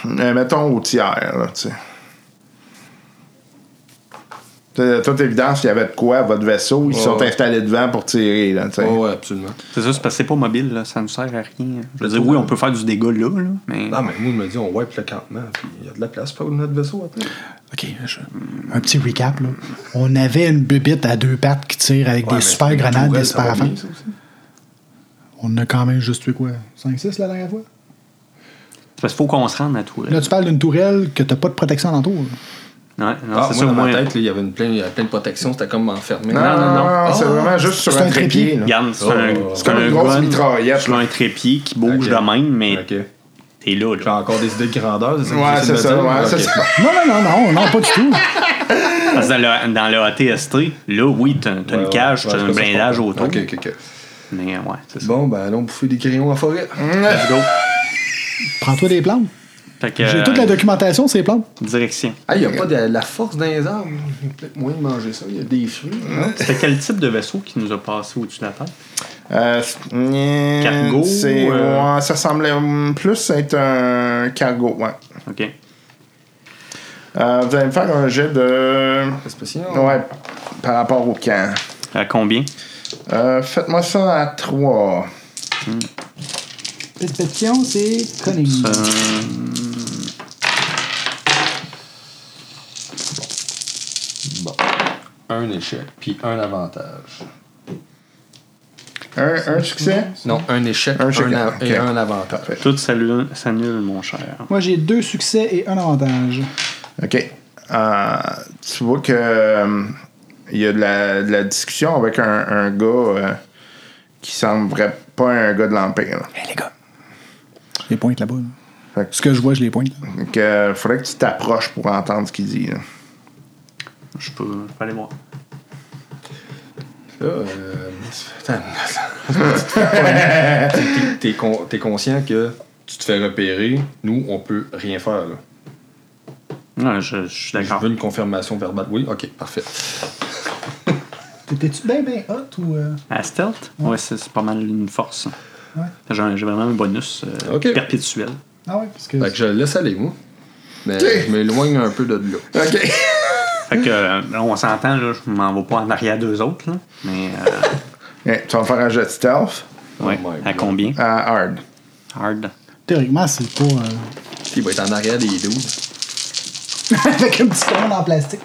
[SPEAKER 5] euh, mettons au tiers, là, tu sais. T'sais, toute évidence, il y avait de quoi, votre vaisseau, ils se sont
[SPEAKER 7] Ouais.
[SPEAKER 5] installés devant pour tirer, là, tu sais.
[SPEAKER 7] Ouais, ouais, absolument.
[SPEAKER 6] C'est ça, c'est parce que c'est pas mobile, là, ça ne sert à rien. Je veux dire, oui, on peut faire du dégât là, là, mais.
[SPEAKER 7] Non, Ah, mais moi, il me dit, on wipe le campement, puis il y a de la place pour notre vaisseau après.
[SPEAKER 8] Ok, je- un petit recap. Là. On avait une bubite à deux pattes qui tire avec
[SPEAKER 7] Ouais, mais
[SPEAKER 8] des super
[SPEAKER 7] une
[SPEAKER 8] grenades,
[SPEAKER 7] tourelle,
[SPEAKER 8] des
[SPEAKER 7] ça va
[SPEAKER 8] super affaires.
[SPEAKER 7] bien, ça aussi.
[SPEAKER 8] On a quand même juste tué quoi 5-6 la dernière fois
[SPEAKER 6] C'est parce qu'il faut qu'on se rende à la tourelle.
[SPEAKER 8] Là, tu parles d'une tourelle que t'as pas de protection alentour. là.
[SPEAKER 6] Ouais, non,
[SPEAKER 7] Ah,
[SPEAKER 6] c'est
[SPEAKER 7] moi,
[SPEAKER 6] ça,
[SPEAKER 7] dans
[SPEAKER 6] au
[SPEAKER 7] ma
[SPEAKER 6] moins.
[SPEAKER 7] tête, là, il y avait une plein, il y avait plein de protection, c'était comme enfermé.
[SPEAKER 5] Non, non, non,
[SPEAKER 6] non.
[SPEAKER 5] c'est
[SPEAKER 7] Ah.
[SPEAKER 5] vraiment juste sur
[SPEAKER 8] C'est
[SPEAKER 5] un
[SPEAKER 8] un
[SPEAKER 5] trépied.
[SPEAKER 8] trépied.
[SPEAKER 5] là.
[SPEAKER 6] Regarde, c'est
[SPEAKER 7] Oh,
[SPEAKER 6] un,
[SPEAKER 7] c'est
[SPEAKER 5] comme
[SPEAKER 6] un
[SPEAKER 5] une grosse
[SPEAKER 6] gun,
[SPEAKER 5] mitraillette,
[SPEAKER 6] sur
[SPEAKER 5] là.
[SPEAKER 6] un trépied qui bouge
[SPEAKER 7] Ok.
[SPEAKER 6] de même, mais
[SPEAKER 7] Ok.
[SPEAKER 6] t'es là,
[SPEAKER 7] J'ai
[SPEAKER 6] là.
[SPEAKER 7] encore des idées de grandeur, c'est ça que
[SPEAKER 5] Ouais,
[SPEAKER 7] j'essaie de
[SPEAKER 5] c'est ça,
[SPEAKER 7] dire?
[SPEAKER 5] ouais,
[SPEAKER 7] Ok.
[SPEAKER 5] c'est ça.
[SPEAKER 8] Non, non, non, non, non, pas du tout.
[SPEAKER 6] Parce que dans le, dans le ATST, là, oui, t'as t'as
[SPEAKER 7] Ouais,
[SPEAKER 6] une cage,
[SPEAKER 7] ouais,
[SPEAKER 6] t'as
[SPEAKER 7] ouais,
[SPEAKER 6] un
[SPEAKER 7] c'est ça,
[SPEAKER 6] blindage
[SPEAKER 7] je comprends.
[SPEAKER 6] autour.
[SPEAKER 7] Ok, ok, ok.
[SPEAKER 6] Mais euh, ouais, c'est ça.
[SPEAKER 7] Bon, ben, allons bouffer des crayons en forêt.
[SPEAKER 6] Let's go.
[SPEAKER 8] Prends-toi des plantes.
[SPEAKER 6] Fait que,
[SPEAKER 8] J'ai
[SPEAKER 6] euh,
[SPEAKER 8] toute la documentation sur les plantes.
[SPEAKER 6] Direction.
[SPEAKER 7] Ah, il n'y a pas de la force dans les arbres. Il y a peut-être moyen de manger ça. Il y a des fruits. hein.
[SPEAKER 6] C'était quel type de vaisseau qui nous a passé au-dessus de la tête?
[SPEAKER 5] Euh, c'est-
[SPEAKER 6] Cargo,
[SPEAKER 5] c'est-
[SPEAKER 6] euh.
[SPEAKER 5] ouais, ça semblait hum, plus être un cargo, ouais.
[SPEAKER 6] OK.
[SPEAKER 5] Euh, vous allez me faire un jet de.
[SPEAKER 7] C'est spécial.
[SPEAKER 5] Ouais, par rapport au camp.
[SPEAKER 6] À combien?
[SPEAKER 5] Euh, Faites-moi ça à 3.
[SPEAKER 8] Perception, c'est cunning.
[SPEAKER 9] Un échec, puis un avantage.
[SPEAKER 5] Un, un succès?
[SPEAKER 7] Non, un échec,
[SPEAKER 5] Un
[SPEAKER 7] un,
[SPEAKER 5] échec,
[SPEAKER 7] av-
[SPEAKER 5] ok.
[SPEAKER 7] et un avantage.
[SPEAKER 6] Tout s'annule, s'annule, mon cher.
[SPEAKER 8] Moi, j'ai deux succès et un avantage.
[SPEAKER 5] OK. Euh, tu vois que euh, il y a de la, de la discussion avec un, un gars euh, qui semble vrai- pas un gars de l'Empire. là.
[SPEAKER 8] Hé, les gars. Je les pointe là-bas. là.
[SPEAKER 5] Fait que-
[SPEAKER 8] Ce que je vois, je les pointe. là.
[SPEAKER 5] Donc, euh, faudrait que tu t'approches pour entendre ce qu'il dit. là.
[SPEAKER 6] Je peux, je peux aller voir.
[SPEAKER 7] Là, euh, attends, t'es- t'es con- t'es conscient que tu te fais repérer. Nous, on peut rien faire. là.
[SPEAKER 6] Non, je, je suis
[SPEAKER 7] Je
[SPEAKER 5] Ah.
[SPEAKER 6] d'accord.
[SPEAKER 7] veux une confirmation verbale. Oui, ok, parfait.
[SPEAKER 8] T'étais-tu bien, bien hot ou. euh,
[SPEAKER 6] À stealth? Ouais, c'est c'est pas mal une force.
[SPEAKER 8] Ouais.
[SPEAKER 6] J'ai j'ai vraiment un bonus euh,
[SPEAKER 7] Ok.
[SPEAKER 6] perpétuel.
[SPEAKER 8] Ah ouais, parce que.
[SPEAKER 7] Fait que je le laisse aller, moi. Mais
[SPEAKER 5] Ok.
[SPEAKER 7] je m'éloigne un peu de là.
[SPEAKER 5] OK.
[SPEAKER 6] Fait que, euh, là, on s'entend, là, je m'en vais pas en arrière d'eux autres, là. Mais, euh,
[SPEAKER 5] Ouais, Eh, tu vas me faire un jet de stealth
[SPEAKER 6] ouais,
[SPEAKER 7] Oh my
[SPEAKER 6] à
[SPEAKER 7] God.
[SPEAKER 6] combien?
[SPEAKER 5] à hard.
[SPEAKER 6] Hard.
[SPEAKER 8] Théoriquement, c'est pas. euh,
[SPEAKER 7] Il va être en arrière des deux.
[SPEAKER 8] Avec un petit commande en plastique.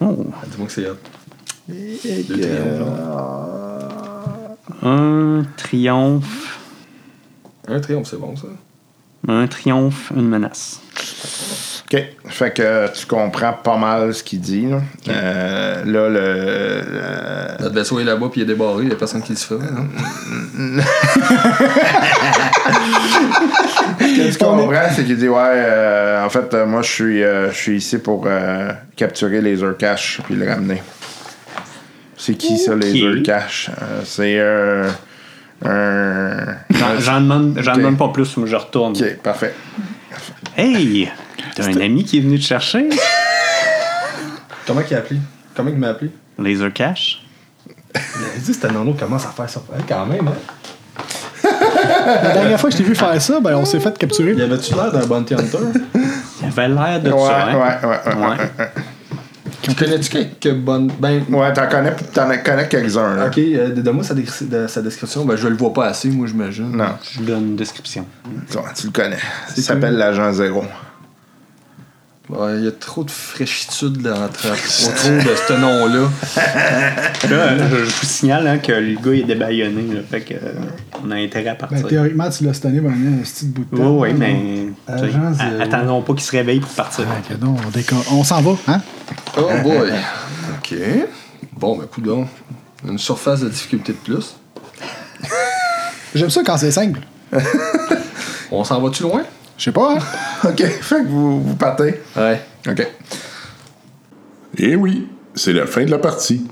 [SPEAKER 6] Oh!
[SPEAKER 7] Ah, Dis-moi que c'est hot. Deux triomphes, genre.
[SPEAKER 6] Un triomphe,
[SPEAKER 7] Un triomphe, c'est bon, ça.
[SPEAKER 6] un triomphe, une menace.
[SPEAKER 5] OK. Fait que tu comprends pas mal ce qu'il dit. Là, Euh, là le, le-
[SPEAKER 7] Notre vaisseau est là-bas, puis il est débarré. Il n'y a personne qui le se fait. hein.
[SPEAKER 5] Ce qu'on comprend, c'est qu'il dit Ouais, euh, en fait, euh, moi, je suis, euh, je suis ici pour euh, capturer les œufs cash puis le ramener. C'est qui ça, les
[SPEAKER 6] Ok.
[SPEAKER 5] œufs cash Euh, C'est euh, un.
[SPEAKER 6] J'en j'en demande, j'en
[SPEAKER 5] Ok.
[SPEAKER 6] demande pas plus, mais je retourne.
[SPEAKER 5] Ok, parfait.
[SPEAKER 6] Hey! T'as un ami qui est venu te chercher?
[SPEAKER 7] Comment il a appelé Comment il m'a appelé
[SPEAKER 6] Laser Cash.
[SPEAKER 7] Vas-y, cette nano commence à faire ça. Ouais, quand même, hein.
[SPEAKER 8] La dernière fois que je t'ai vu faire ça, ben, on s'est fait capturer.
[SPEAKER 7] Il avait-tu l'air d'un bounty hunter?
[SPEAKER 6] Il avait l'air de
[SPEAKER 5] Ouais,
[SPEAKER 6] ça, hein?
[SPEAKER 5] ouais, ouais, ouais,
[SPEAKER 6] Ouais.
[SPEAKER 7] tu connais-tu quelques bonnes. Ben,
[SPEAKER 5] Ouais, t'en connais, t'en connais quelques-uns, là.
[SPEAKER 7] ok, euh, donne-moi sa, décri- de- sa description. Ben, je le vois pas assez, moi, j'imagine.
[SPEAKER 5] Non,
[SPEAKER 6] Je vous donne une description.
[SPEAKER 5] tu, tu le connais. Il s'appelle l'agent zéro.
[SPEAKER 7] Ouais, Il y a trop de fraîchitude dans, entre- autour de ce nom-là.
[SPEAKER 6] Là, là, je je vous signale hein, que le gars il est débaillonné, là, fait que, euh, on a intérêt à
[SPEAKER 8] Ben,
[SPEAKER 6] partir.
[SPEAKER 8] théoriquement, tu l'as stunné pendant un petit bout de
[SPEAKER 6] oui,
[SPEAKER 8] temps.
[SPEAKER 6] oui, mais tu sais,
[SPEAKER 8] Agent zéro. Ah,
[SPEAKER 6] a- attendons pas qu'il se réveille pour partir.
[SPEAKER 8] Fait que Ben, non, on, déco- on s'en va, hein?
[SPEAKER 7] Oh boy. OK. Bon, ben, coup d'onde. Une surface de difficulté de plus.
[SPEAKER 8] J'aime ça quand c'est simple.
[SPEAKER 7] On s'en va-tu loin?
[SPEAKER 8] Je sais pas, hein?
[SPEAKER 5] OK, fait que vous, vous partez.
[SPEAKER 7] Ouais.
[SPEAKER 5] OK.
[SPEAKER 2] Et oui, c'est la fin de la partie.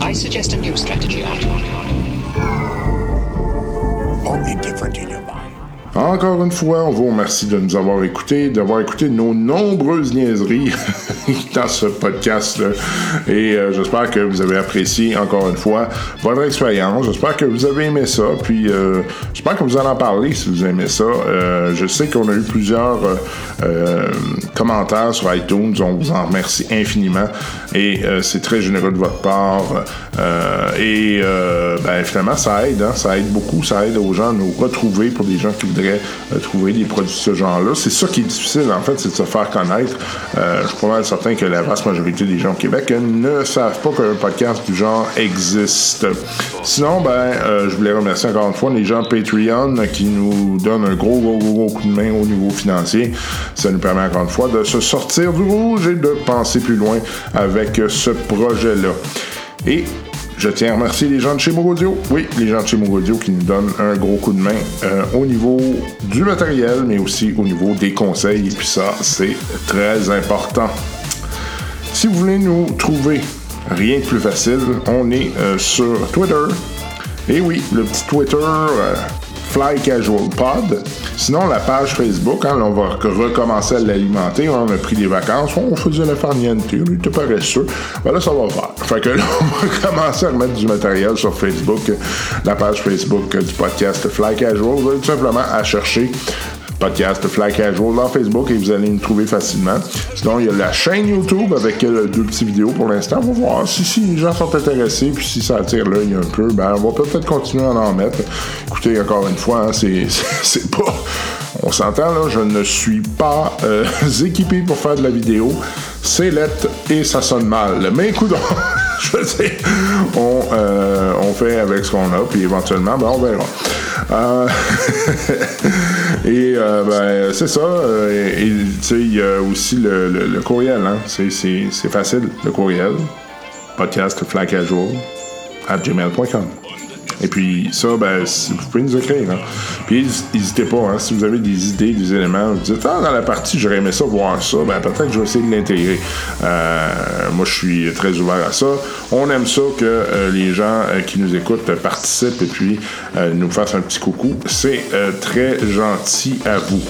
[SPEAKER 10] I suggest a new strategy, Otto.
[SPEAKER 11] Only different in your mind.
[SPEAKER 2] Encore une fois, on vous remercie de nous avoir écoutés, d'avoir écouté nos nombreuses niaiseries dans ce podcast-là. Et euh, j'espère que vous avez apprécié, encore une fois, votre expérience. J'espère que vous avez aimé ça. Puis, euh, j'espère que vous allez en parler si vous aimez ça. Euh, je sais qu'on a eu plusieurs euh, euh, commentaires sur iTunes. On vous en remercie infiniment. Et euh, c'est très généreux de votre part. Euh, et euh, ben, finalement, ça aide. hein. Ça aide beaucoup. Ça aide aux gens à nous retrouver pour des gens qui voudraient euh, trouver des produits de ce genre-là. C'est ça qui est difficile, en fait, c'est de se faire connaître. Euh, je suis pas mal certain que la vaste majorité des gens au Québec euh, ne savent pas qu'un podcast du genre existe. Sinon, ben, euh, je voulais remercier encore une fois les gens Patreon euh, qui nous donnent un gros, gros, gros, gros coup de main au niveau financier. Ça nous permet encore une fois de se sortir du rouge et de penser plus loin avec euh, ce projet-là. Et je tiens à remercier les gens de chez Mogodio. Oui, les gens de chez Mogodio qui nous donnent un gros coup de main euh, au niveau du matériel, mais aussi au niveau des conseils. Et puis ça, c'est très important. Si vous voulez nous trouver, rien de plus facile, on est euh, sur Twitter. Et oui, le petit Twitter euh, Fly Casual Pod. Sinon, la page Facebook, hein, là, on va rec- recommencer à l'alimenter. On a pris des vacances, on faisait la farniente, on était paresseux. Ben là, ça va faire. Fait que là, on va commencer à remettre du matériel sur Facebook, la page Facebook euh, du podcast Fly Casual. Vous avez tout simplement à chercher podcast Fly Casual dans Facebook et vous allez nous trouver facilement. Sinon, il y a la chaîne YouTube avec euh, deux petites vidéos pour l'instant. On va voir si, si les gens sont intéressés puis si ça attire l'œil un peu, ben on va peut-être continuer à en mettre. Écoutez, encore une fois, hein, c'est c'est- c'est pas... On s'entend, là, je ne suis pas euh, équipé pour faire de la vidéo. C'est lettre et ça sonne mal. Mais écoute, je sais, on, euh, on fait avec ce qu'on a, puis éventuellement, ben, on verra. Euh, et euh, ben, c'est ça. euh, et et, tu sais, il y a aussi le, le- le courriel. Hein. C'est, c'est, c'est facile, le courriel. Podcast Casual à gmail.com. Et puis ça, ben, si- vous pouvez nous écrire. hein. Puis n'hésitez pas, hein, si vous avez des idées, des éléments, vous dites Ah, dans la partie, j'aurais aimé ça, voir ça, ben peut-être que je vais essayer de l'intégrer. Euh, moi, je suis très ouvert à ça. On aime ça que euh, les gens euh, qui nous écoutent euh, participent et puis euh, nous fassent un petit coucou. C'est euh, très gentil à vous.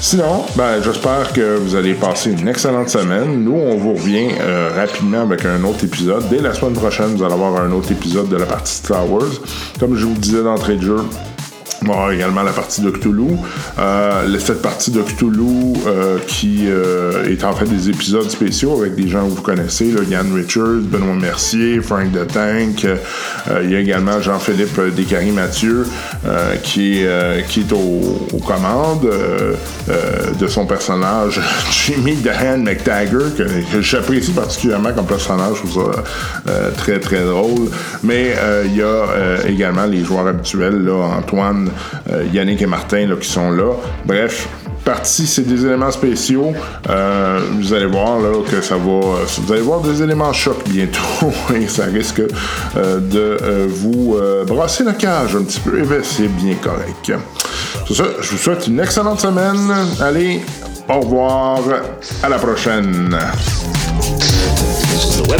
[SPEAKER 2] Sinon, ben, j'espère que vous allez passer une excellente semaine. Nous, on vous revient euh, rapidement avec un autre épisode. Dès la semaine prochaine, vous allez avoir un autre épisode de la partie Star Wars. Comme je vous disais d'entrée de jeu, on va avoir également la partie de Cthulhu. Euh, le- cette partie de Cthulhu euh, qui euh, est en fait des épisodes spéciaux avec des gens que vous connaissez, là, Yann Richards, Benoît Mercier, Frank de Tank. Euh, euh, il y a également Jean-Philippe Descaries-Mathieu euh, qui, est, euh, qui est au- aux commandes euh, euh, de son personnage Jimmy Dahan McTaggart, que, que j'apprécie particulièrement comme personnage, je trouve ça euh, très très drôle. Mais euh, il y a euh, également les joueurs habituels, là, Antoine, euh, Yannick et Martin là, qui sont là. Bref, partie, c'est des éléments spéciaux. Euh, vous allez voir là, que ça va. euh, Vous allez voir des éléments choc bientôt et ça risque euh, de euh, vous euh, brasser la cage un petit peu. Et bien, c'est bien correct. C'est ça, je vous souhaite une excellente semaine. Allez, au revoir, à la prochaine.
[SPEAKER 11] This is the way.